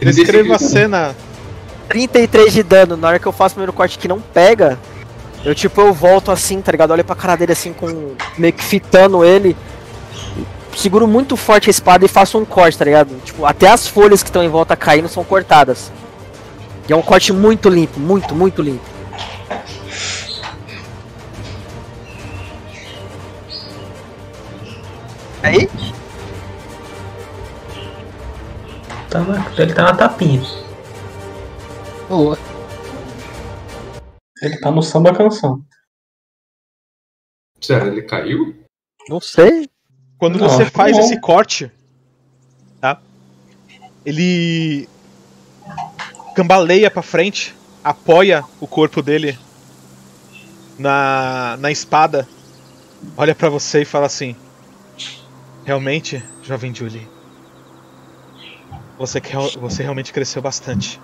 Descreva a cena. 33 de dano. Na hora que eu faço o primeiro corte que não pega, eu tipo, eu volto assim, tá ligado? Olho pra cara dele assim, com. meio que fitando ele. Seguro muito forte a espada e faço um corte, tá ligado? Tipo, até as folhas que estão em volta caindo são cortadas. E é um corte muito limpo, muito, muito limpo. Aí? Tá na- Ele tá na tapinha. Boa. Ele tá no samba canção. Será ele caiu? Não sei. Quando Não, você tá faz bom. esse corte, tá? Ele cambaleia pra frente, apoia o corpo dele na, na espada, olha pra você e fala assim: Realmente, jovem Julie, você, que- você realmente cresceu bastante.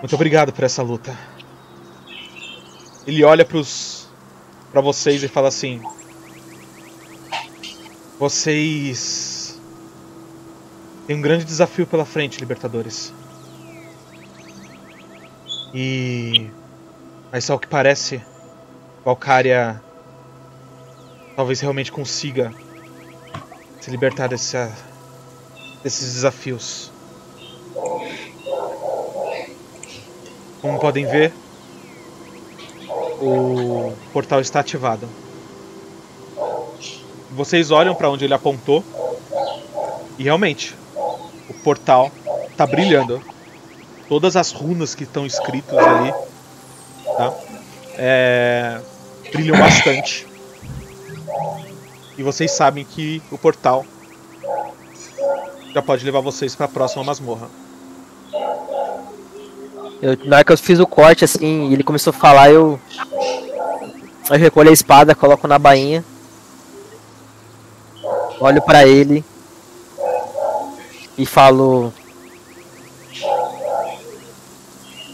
Muito obrigado por essa luta. Ele olha pros, pra vocês e fala assim: Vocês. têm um grande desafio pela frente, Libertadores. E. Mas ao que parece, Valkyria talvez realmente consiga se libertar dessa- desses desafios. Como podem ver, o portal está ativado. Vocês olham para onde ele apontou e realmente o portal está brilhando. Todas as runas que estão escritas ali tá? É, brilham bastante. E vocês sabem que o portal já pode levar vocês para a próxima masmorra. Eu, na hora que eu fiz o corte, assim, e ele começou a falar, eu. Eu recolho a espada, coloco na bainha. Olho pra ele. E falo.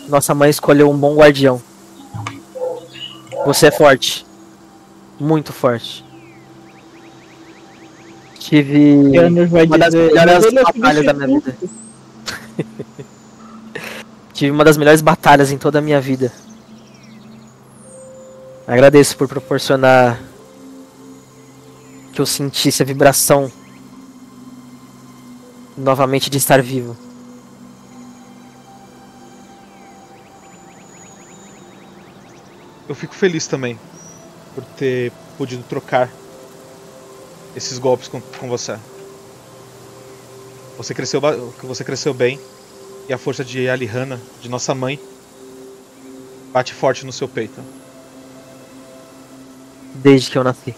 Nossa mãe escolheu um bom guardião. Você é forte. Muito forte. Tive. Janus vai Uma das dizer. melhores "Ele é batalhas da minha vida. substituto." Tive uma das melhores batalhas em toda a minha vida. Agradeço por proporcionar que eu sentisse a vibração novamente de estar vivo. Eu fico feliz também por ter podido trocar esses golpes com, com você. Você cresceu, ba- você cresceu bem e a força de Alihanna, de nossa mãe, bate forte no seu peito. Desde que eu nasci.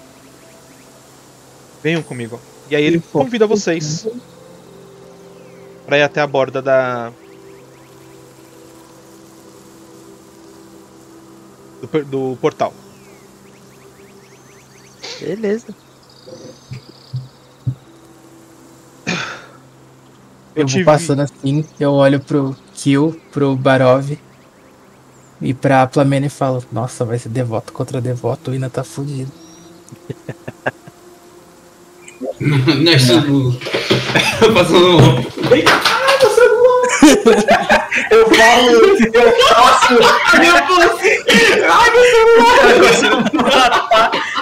Venham comigo. E aí ele Ele fala, convida vocês pra ir até a borda da do, per- do portal. Beleza. Eu Eu vou tive- passando assim, eu olho pro Kill, pro Barov e pra Plamena e falo, nossa, vai ser devoto contra devoto, o Ina tá fudido. Nós tudo. Passando um. é Eu falo, eu faço, eu falo assim, ai meu celular, eu consigo matar.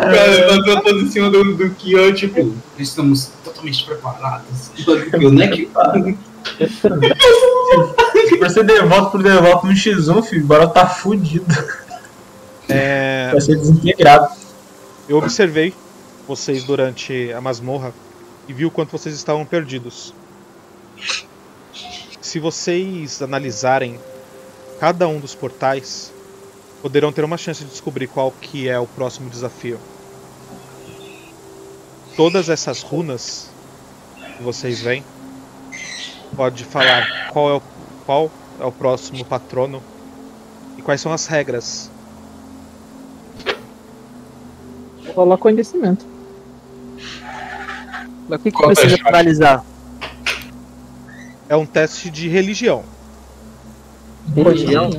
Cara, tá tentando em cima do, do Kion, tipo, estamos totalmente preparados. Eu, né, que... Se você devolve pro devolve no X1, filho, o Barão tá fudido. É, Vai ser desintegrado. eu observei vocês durante a masmorra e vi o quanto vocês estavam perdidos. Se vocês analisarem cada um dos portais, poderão ter uma chance de descobrir qual que é o próximo desafio. Todas essas runas que vocês veem pode falar qual é o, qual é o próximo patrono e quais são as regras Rolar conhecimento. Mas o que, que Qual é, precisa Jorge? finalizar? É um teste de religião. Religião?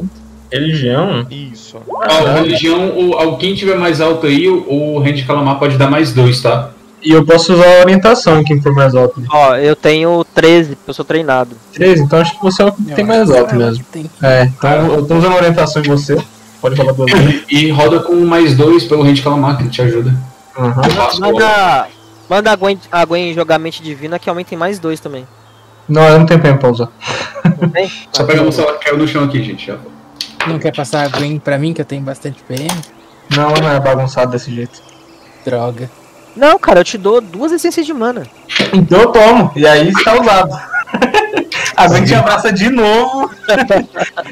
Religião? Isso. Ó, religião, o, ao- quem tiver mais alto aí, o, o Hand Calamar pode dar mais dois, tá? E eu posso usar a orientação, quem for mais alto. Ó, eu tenho 13, porque eu sou treinado. 13, então acho que você é o que tem mais alto mesmo. Tem. É, então eu tô usando a orientação em você. Pode falar duas vezes. E roda com mais dois pelo Hand Calamar, que ele te ajuda. Aham. Eu faço o- Manda, manda a, Gwen, a Gwen jogar mente divina que aumenta em mais dois também. Não, eu não tenho tempo pra usar. Não tem? Só pega um a moça, ela caiu no chão aqui, gente. já. Não quer passar a Green pra mim, que eu tenho bastante PM? Não, ela não é bagunçado desse jeito. Droga. Não, cara, eu te dou duas essências de mana. Então eu tomo, e aí está usado. A gente te abraça de novo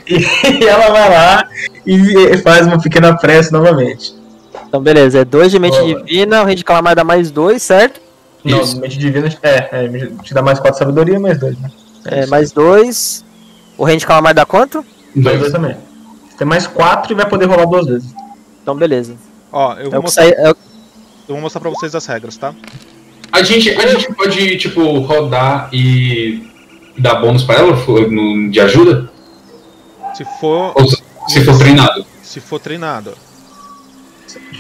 e ela vai lá e faz uma pequena prece novamente. Então, beleza, é 2 de mente Boa. divina, o rei de calamar dá mais 2, certo? Não, Isso. mente divina é, é, te dá mais 4 sabedoria, mais 2. Né? É, mais 2. O rei de calamar dá quanto? Mais 2 Dois. também. Tem mais quatro e vai poder rolar duas vezes. Então, beleza. Ó, eu É vou, o que mostrar, sai. é o- eu vou mostrar pra vocês as regras, tá? A gente, a gente pode, tipo, rodar e dar bônus pra ela fo- no- de ajuda? Se for, Ou se- se for treinado? se for treinado.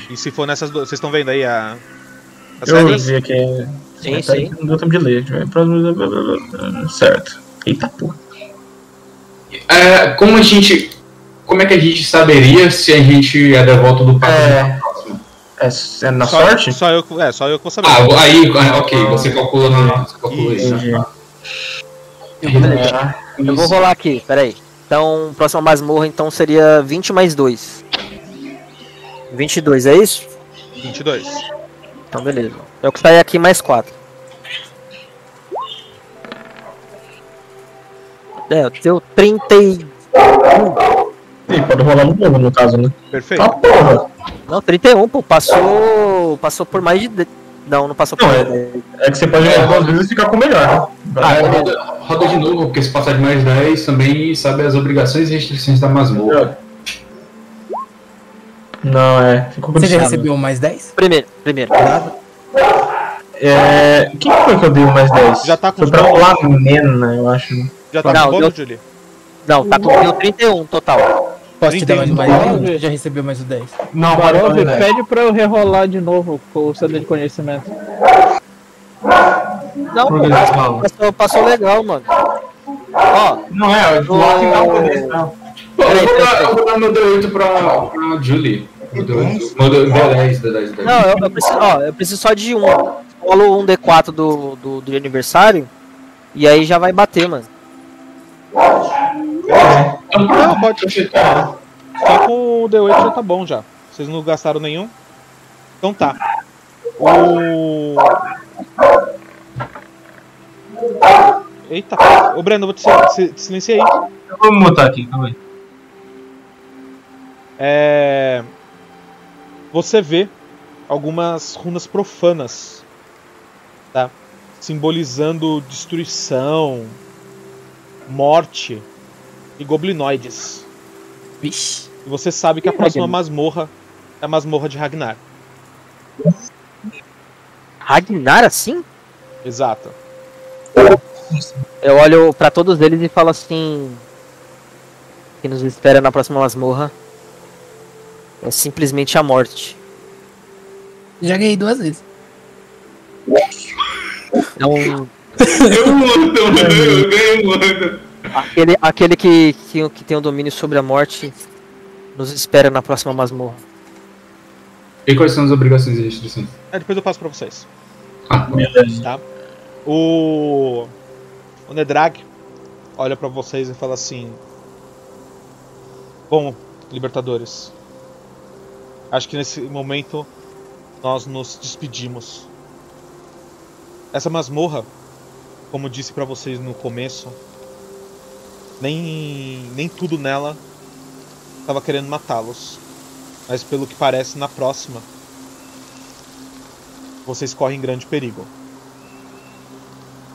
E se for nessas duas. Vocês estão vendo aí a. As Eu regras? dizia que é. Sim, Peraí, sim. Não deu tempo de ler. Deixa eu ver. Próximo- Certo. Eita porra. É, como a gente. Como é que a gente saberia se a gente é devoto do Papa? É. É, é na só, sorte? Só eu, que- é, só eu que vou saber. Ah, aí, ah, ok, você calcula no. Você calcula isso. Entendi. É, Eu vou rolar aqui, peraí. Então, próxima masmorra então seria 20 mais 2. 22, é isso? 22. Então, beleza. É o que sai aqui mais 4. É, deu 30 e... Sim, pode rolar no bolo, no caso, né? Perfeito. Ah, porra! Não, 31, pô. Passou... Passou por mais de... de- Não, não passou por Não, mais é- de... dez. É que você pode rolar duas vezes e ficar com o melhor. né? Ah, roda, roda de novo, porque se passar de mais 10 também sabe as obrigações e restrições da masmorra. Não, é. Ficou Você já complicado. recebeu mais 10? Primeiro, primeiro. É. Quem foi que eu dei o mais 10? Já tá com Foi os pra bônus. rolar Nena, eu acho. Já tá Não, com bônus, eu- Julie? Não, tá com deu 31 total. Posso te dar mais 31. mais 10? Ou Já recebeu mais o 10. Não, Barov, pede pra eu rerolar de novo com o CD de conhecimento. Não, pô, passou, passou legal, mano. Ó, Não é, o Loki dá um poder, não. Pô, eu vou dar- eu vou dar meu D8 pra, pra Julie. Meu D8, meu D- D10, D10, D10. Não, eu, eu preciso, ó, eu preciso só de um. Rolo um D4 do, do, do aniversário. E aí já vai bater, mano. Não, pode. Só com o D8 já tá bom já. Vocês não gastaram nenhum? Então tá. O. Eita, ô Breno, eu vou te sil- te, te silenciar aí. Eu vou mutar aqui, calma aí. É... Você vê algumas runas profanas, tá? Simbolizando destruição, morte e goblinoides. Vixe. E você sabe que a próxima masmorra é a masmorra de Ragnar. Ragnar assim? Exato. Eu olho pra todos eles e falo assim. O que nos espera na próxima masmorra é simplesmente a morte. Já ganhei duas vezes. Então, Eu mando, eu ganho, mano. aquele, aquele que, que, que tem o domínio sobre a morte nos espera na próxima masmorra. E quais são as obrigações e restrições? É, depois eu passo pra vocês. Ah, O. O Nedrag olha pra vocês e fala assim: Bom, Libertadores, acho que nesse momento nós nos despedimos. Essa masmorra, como disse pra vocês no começo, nem, nem tudo nela estava querendo matá-los. Mas pelo que parece, na próxima, vocês correm grande perigo.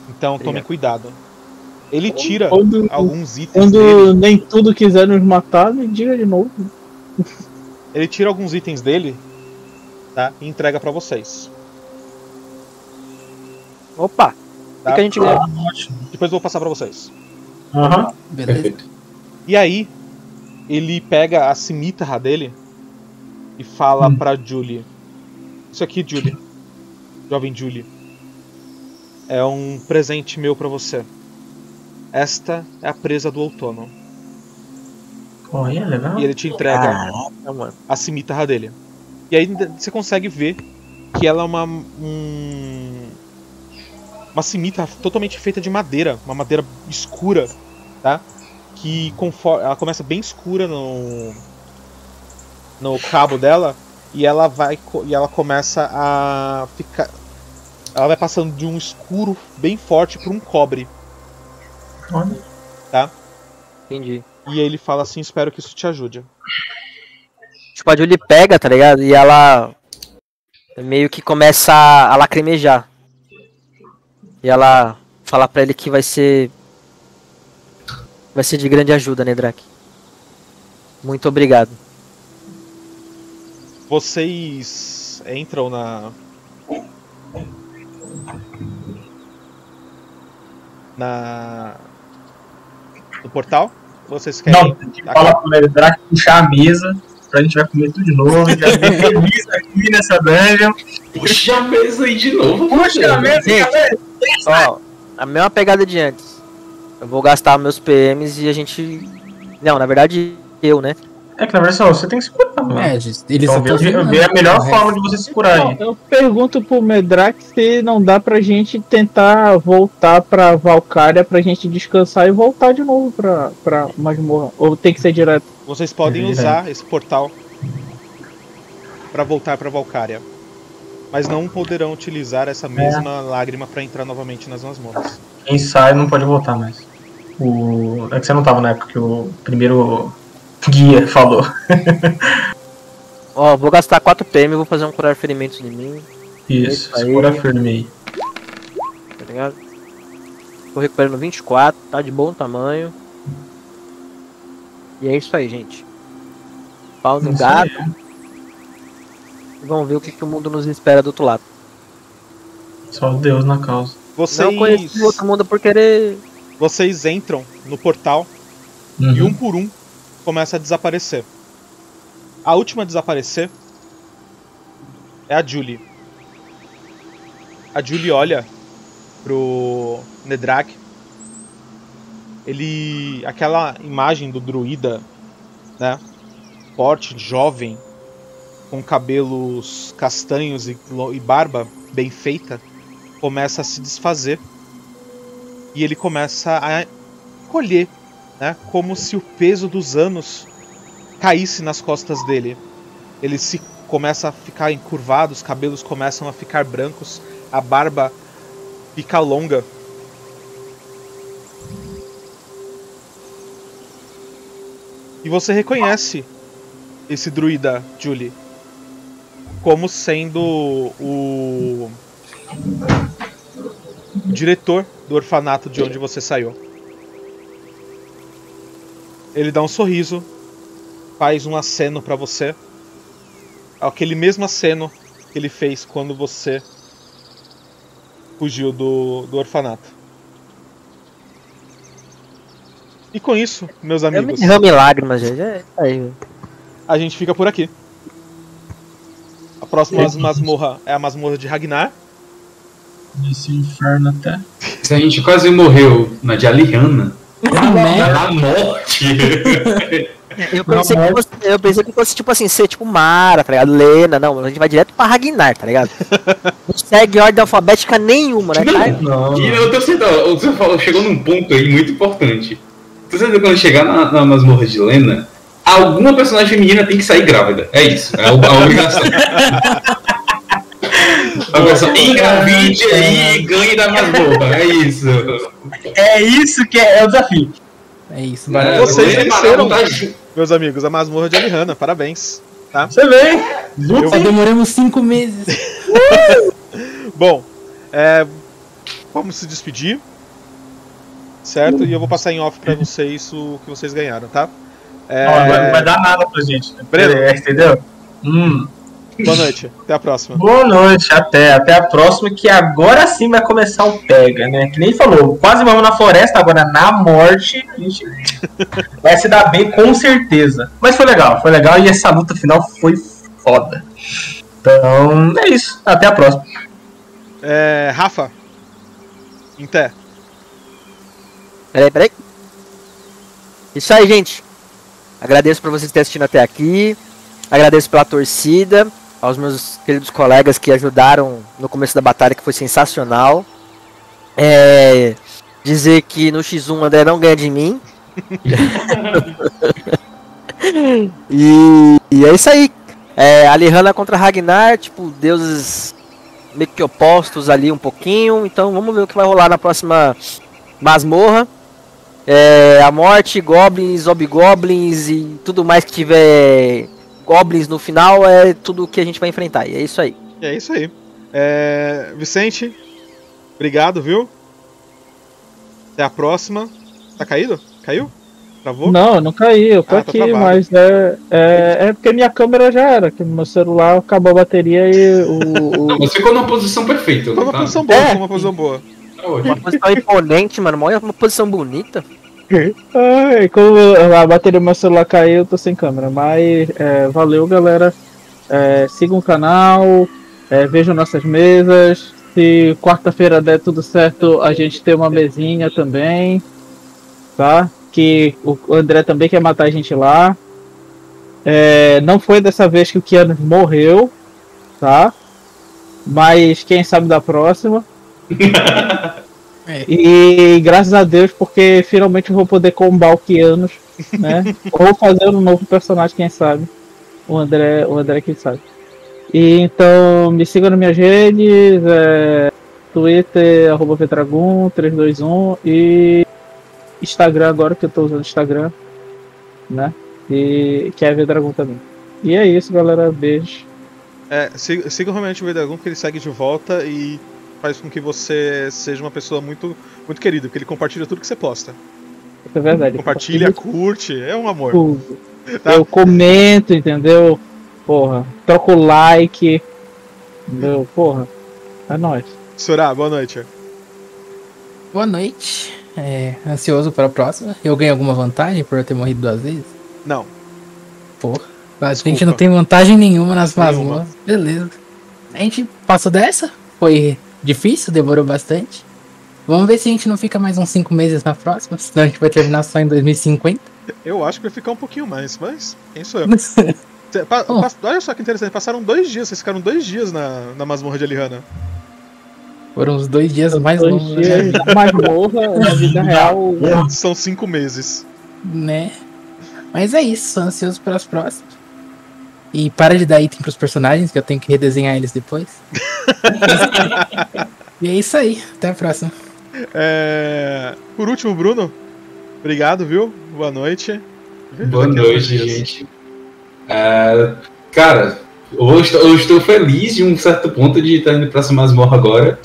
Então tomem cuidado. Ele tira Quando, alguns itens dele. quando nem tudo quiser nos matar, me diga de novo. Ele tira alguns itens dele, tá? E entrega pra vocês. Opa! O Tá? que que a gente ganha? Depois eu vou passar pra vocês. Aham. Beleza. perfeito. E aí, ele pega a cimitarra dele e fala Hum. pra Julie. Isso aqui, Julie. Jovem Julie. É um presente meu pra você. Esta é a presa do outono. Olha, legal. E ele te entrega Caraca, mano. a cimitarra dele. E aí ainda você consegue ver que ela é uma. Um, uma cimitarra totalmente feita de madeira, uma madeira escura, tá? Que conforme, ela começa bem escura no, no cabo dela e ela vai co- e ela começa a ficar ela vai passando de um escuro bem forte para um cobre. Olha. Entendi. E ele fala assim: "Espero que isso te ajude". Tipo, a Julie pega, tá ligado? E ela meio que começa a, a lacrimejar. E ela fala pra ele que vai ser. Vai ser de grande ajuda, né, Drake? Muito obrigado. Vocês entram na. Na. No portal? Vocês querem. Não, Fala Tá. pro Léo Drac puxar a mesa, pra gente vai comer tudo de novo, já fica feliz aqui nessa dungeon. Puxa a mesa aí de novo. Puxa a mesa, Gente. galera! Ó, a mesma pegada de antes. Eu vou gastar meus PMs e a gente. Não, na verdade, eu, né? É que na verdade só você tem que se curar, mano. É, gente, eles Então, só tão vê, zoando, vê a melhor né? forma de você se curar Não, aí. eu pergunto pro Medrak se não dá pra gente tentar voltar pra Valkyria pra gente descansar e voltar de novo pra, pra masmorra. Ou tem que ser direto. Vocês podem É. usar esse portal para voltar para Valkyria. Mas não poderão utilizar essa mesma lágrima para entrar novamente nas masmorras. Quem sai não pode voltar mais. O... É que você não tava na época que o primeiro guia falou. Ó, vou gastar 4 PM, vou fazer um curar ferimentos em mim, Isso, Isso aí. se cura firme aí. tá ligado? Tô recuperando 24, tá de bom tamanho. E é isso aí, gente. Pau no Isso gato. Vamos ver o que, que o mundo nos espera do outro lado. Só Deus na causa. Vocês, Não conheci o outro mundo por querer. vocês entram no portal e um por um começa a desaparecer. A última a desaparecer é a Julie. A Julie olha pro Nedrak. Ele. aquela imagem do druida, né? Forte, jovem, com cabelos castanhos e, lo- e barba bem feita, começa a se desfazer. E ele começa a colher né, como se o peso dos anos caísse nas costas dele. Ele se começa a ficar encurvado, os cabelos começam a ficar brancos, a barba fica longa. E você reconhece esse druida, Julie, como sendo o o diretor do orfanato de onde você saiu. Ele dá um sorriso, faz um aceno pra você. Aquele mesmo aceno que ele fez quando você fugiu do, do orfanato. E com isso, meus Eu me amigos, derrame lágrimas, gente. É isso aí, velho. a gente fica por aqui. A próxima masmorra é a masmorra de Ragnar. Nesse inferno até. Se a gente quase morreu na de Aliana, Amém. na morte. Eu pensei, que fosse, eu pensei que fosse, tipo assim, ser tipo Mara, tá ligado? Lena, não, a gente vai direto pra Ragnar, tá ligado? Não segue ordem alfabética nenhuma, né? cara? Não, E eu tenho certeza, você falou, chegou num ponto aí muito importante. Você sabe quando chegar na, na masmorra de Lena, alguma personagem feminina tem que sair grávida. É isso, é a, a obrigação. A pessoa engravide aí e ganhe da masmorra, é isso. É isso que é, é o desafio. É isso, É, mano. Vocês você venceram. tá ju- Meus amigos, a masmorra de Alihanna, parabéns. Você vem. Eu- Só demoramos cinco meses. Bom, é, vamos se despedir, certo? E eu vou passar em off pra vocês o que vocês ganharam, tá? É, Não, agora não vai dar nada pra gente. Breno. É, entendeu? Hum. boa noite, até a próxima. Boa noite, até. Até a próxima, que agora sim vai começar o pega, né? Que nem falou, quase vamos na floresta, agora na morte. A gente vai se dar bem com certeza. Mas foi legal, foi legal e essa luta final foi foda. Então, é isso. Até a próxima. É, Rafa, em té. Peraí, peraí. Isso aí, gente. Agradeço por vocês terem assistido até aqui. Agradeço pela torcida, aos meus queridos colegas que ajudaram no começo da batalha, que foi sensacional. É, dizer que no X1 o André não ganha de mim. e, e é isso aí. É, Alihanna contra Ragnar, tipo, deuses meio que opostos ali um pouquinho. Então vamos ver o que vai rolar na próxima masmorra. É, a morte, goblins, obgoblins e tudo mais que tiver goblins no final é tudo que a gente vai enfrentar. E é isso aí. E é isso aí. É, Vicente, obrigado, viu? Até a próxima. Tá caído? Caiu? Travou? Não, eu não caí, eu tô Ah, tá aqui, travado. mas é, é, é porque minha câmera já era, que meu celular acabou a bateria e o. Não, o- mas ficou numa posição perfeita. Foi uma tá? posição boa, É. foi uma posição boa. Tá ótimo. Uma posição imponente, mano. Olha uma posição bonita. Ai, como a bateria do meu celular caiu, eu tô sem câmera. Mas é, valeu, galera. É, sigam o canal, é, vejam nossas mesas. Se quarta-feira der tudo certo, a gente tem uma mesinha também. Tá? Que o o André também quer matar a gente lá. É, não foi dessa vez que o Keanu morreu, tá? Mas quem sabe da próxima. E graças a Deus, porque finalmente eu vou poder combar o Kianos, né? Ou fazer um novo personagem, quem sabe. O André, o André quem sabe. E então, me sigam nas minhas redes, é, Twitter, arroba Vetragun, 321 e Instagram agora, que eu tô usando Instagram, né? E que é Vedragon também. E é isso, galera. Beijo. É, siga, siga realmente o Vedragon, porque ele segue de volta e faz com que você seja uma pessoa muito, muito querida, porque ele compartilha tudo que você posta. Isso é verdade. Compartilha, curte, é um amor. tudo. Tá. Eu comento, entendeu? Porra, troco like. Entendeu? Porra, é nóis. Sorá, boa noite. Boa noite. É, ansioso para a próxima. Eu ganho alguma vantagem por eu ter morrido duas vezes? Não. Porra. A gente Desculpa. não tem vantagem nenhuma nas Nenhuma. masmorras. Beleza. A gente passou dessa. Foi difícil, demorou bastante. Vamos ver se a gente não fica mais uns 5 meses na próxima. Senão a gente vai terminar só em 2050. Eu acho que vai ficar um pouquinho mais, mas quem sou eu? Cê- pa- Oh. pas- olha só que interessante, passaram dois dias, vocês ficaram dois dias na, na masmorra de Alihanna. Foram os dois dias mais Dois longos, né? dias na masmorra, na vida real. São cinco meses. né? Mas é isso, sou ansioso pelas próximas. E para de dar item pros personagens, que eu tenho que redesenhar eles depois. e é isso aí, até a próxima. É, Por último, Bruno, obrigado, viu? Boa noite. Boa Daqui a dois noite, dias. gente. Ah, cara, eu estou, eu estou feliz de um certo ponto de estar indo pra essa masmorra agora,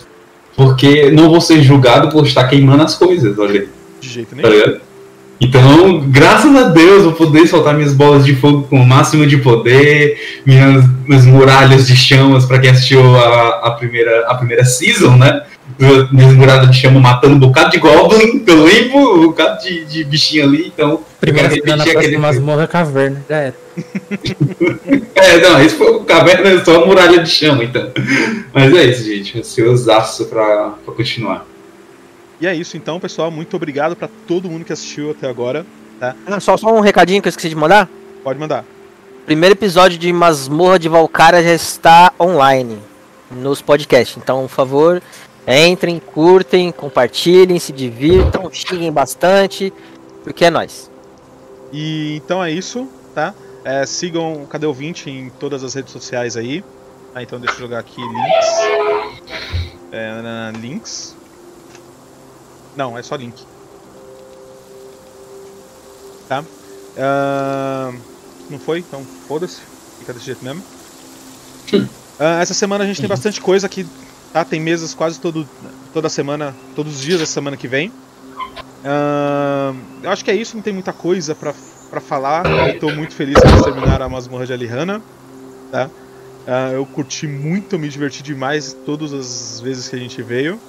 porque não vou ser julgado por estar queimando as coisas, olha. De jeito tá nenhum. ligado? Então, graças a Deus, eu poder soltar minhas bolas de fogo com o máximo de poder, minhas, minhas muralhas de chamas, pra quem assistiu a, a, primeira, a primeira season, né? Minhas muralhas de chama matando um bocado de goblin, que eu lembro, um bocado de, de bichinho ali, então. Primeira eu quero semana na repetir próxima aquele- masmorra caverna, já era. É, não, esse foi o caverna, é só a muralha de chama, então. Mas é isso, gente, ansiosaço pra, pra continuar. E é isso então, pessoal. Muito obrigado pra todo mundo que assistiu até agora. Ah, Só, só um recadinho que eu esqueci de mandar. Pode mandar. Primeiro episódio de Masmorra de Valkyria já está online nos podcasts. Então, por favor, entrem, curtem, compartilhem, se divirtam, xinguem bastante, porque é nóis. E então é isso, tá? É, sigam o Cadê Ouvinte em todas as redes sociais aí. Ah, então deixa eu jogar aqui links. É, na- links. Não, é só link. Tá? Ah, não foi? Então foda-se. Fica desse jeito mesmo. Ah, essa semana a gente tem bastante coisa aqui, tá? Tem mesas quase todo, toda semana, todos os dias da semana que vem. Ahn, eu acho que é isso, não tem muita coisa pra, pra falar. Eu tô muito feliz que eles terminaram a masmorra de Alihanna. Tá? Ah, eu curti muito, me diverti demais todas as vezes que a gente veio.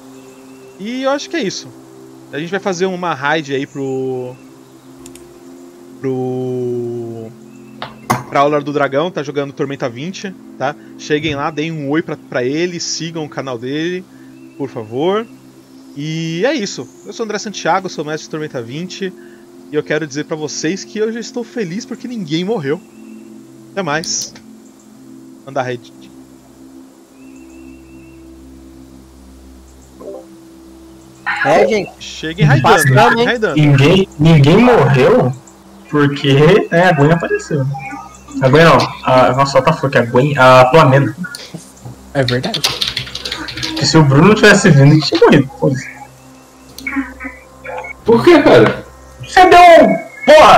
E eu acho que é isso. A gente vai fazer uma raid aí pro. pro. pra Aula do Dragão, tá jogando Tormenta 20, tá? Cheguem lá, deem um oi pra, pra ele, sigam o canal dele, por favor. E é isso. Eu sou André Santiago, sou mestre de Tormenta 20 e eu quero dizer pra vocês que eu já estou feliz porque ninguém morreu. Até mais. Mandar rede. É, gente. Cheguem raidando, Basicamente. cheguem raidando. Ninguém, ninguém morreu porque é, a Gwen apareceu. A Gwen não, a, nossa, tá falando que a Gwen, a Flamengo. É verdade. Que se o Bruno não tivesse vindo, ele tinha morrido. Pô, Por que, cara? Você deu. um Porra!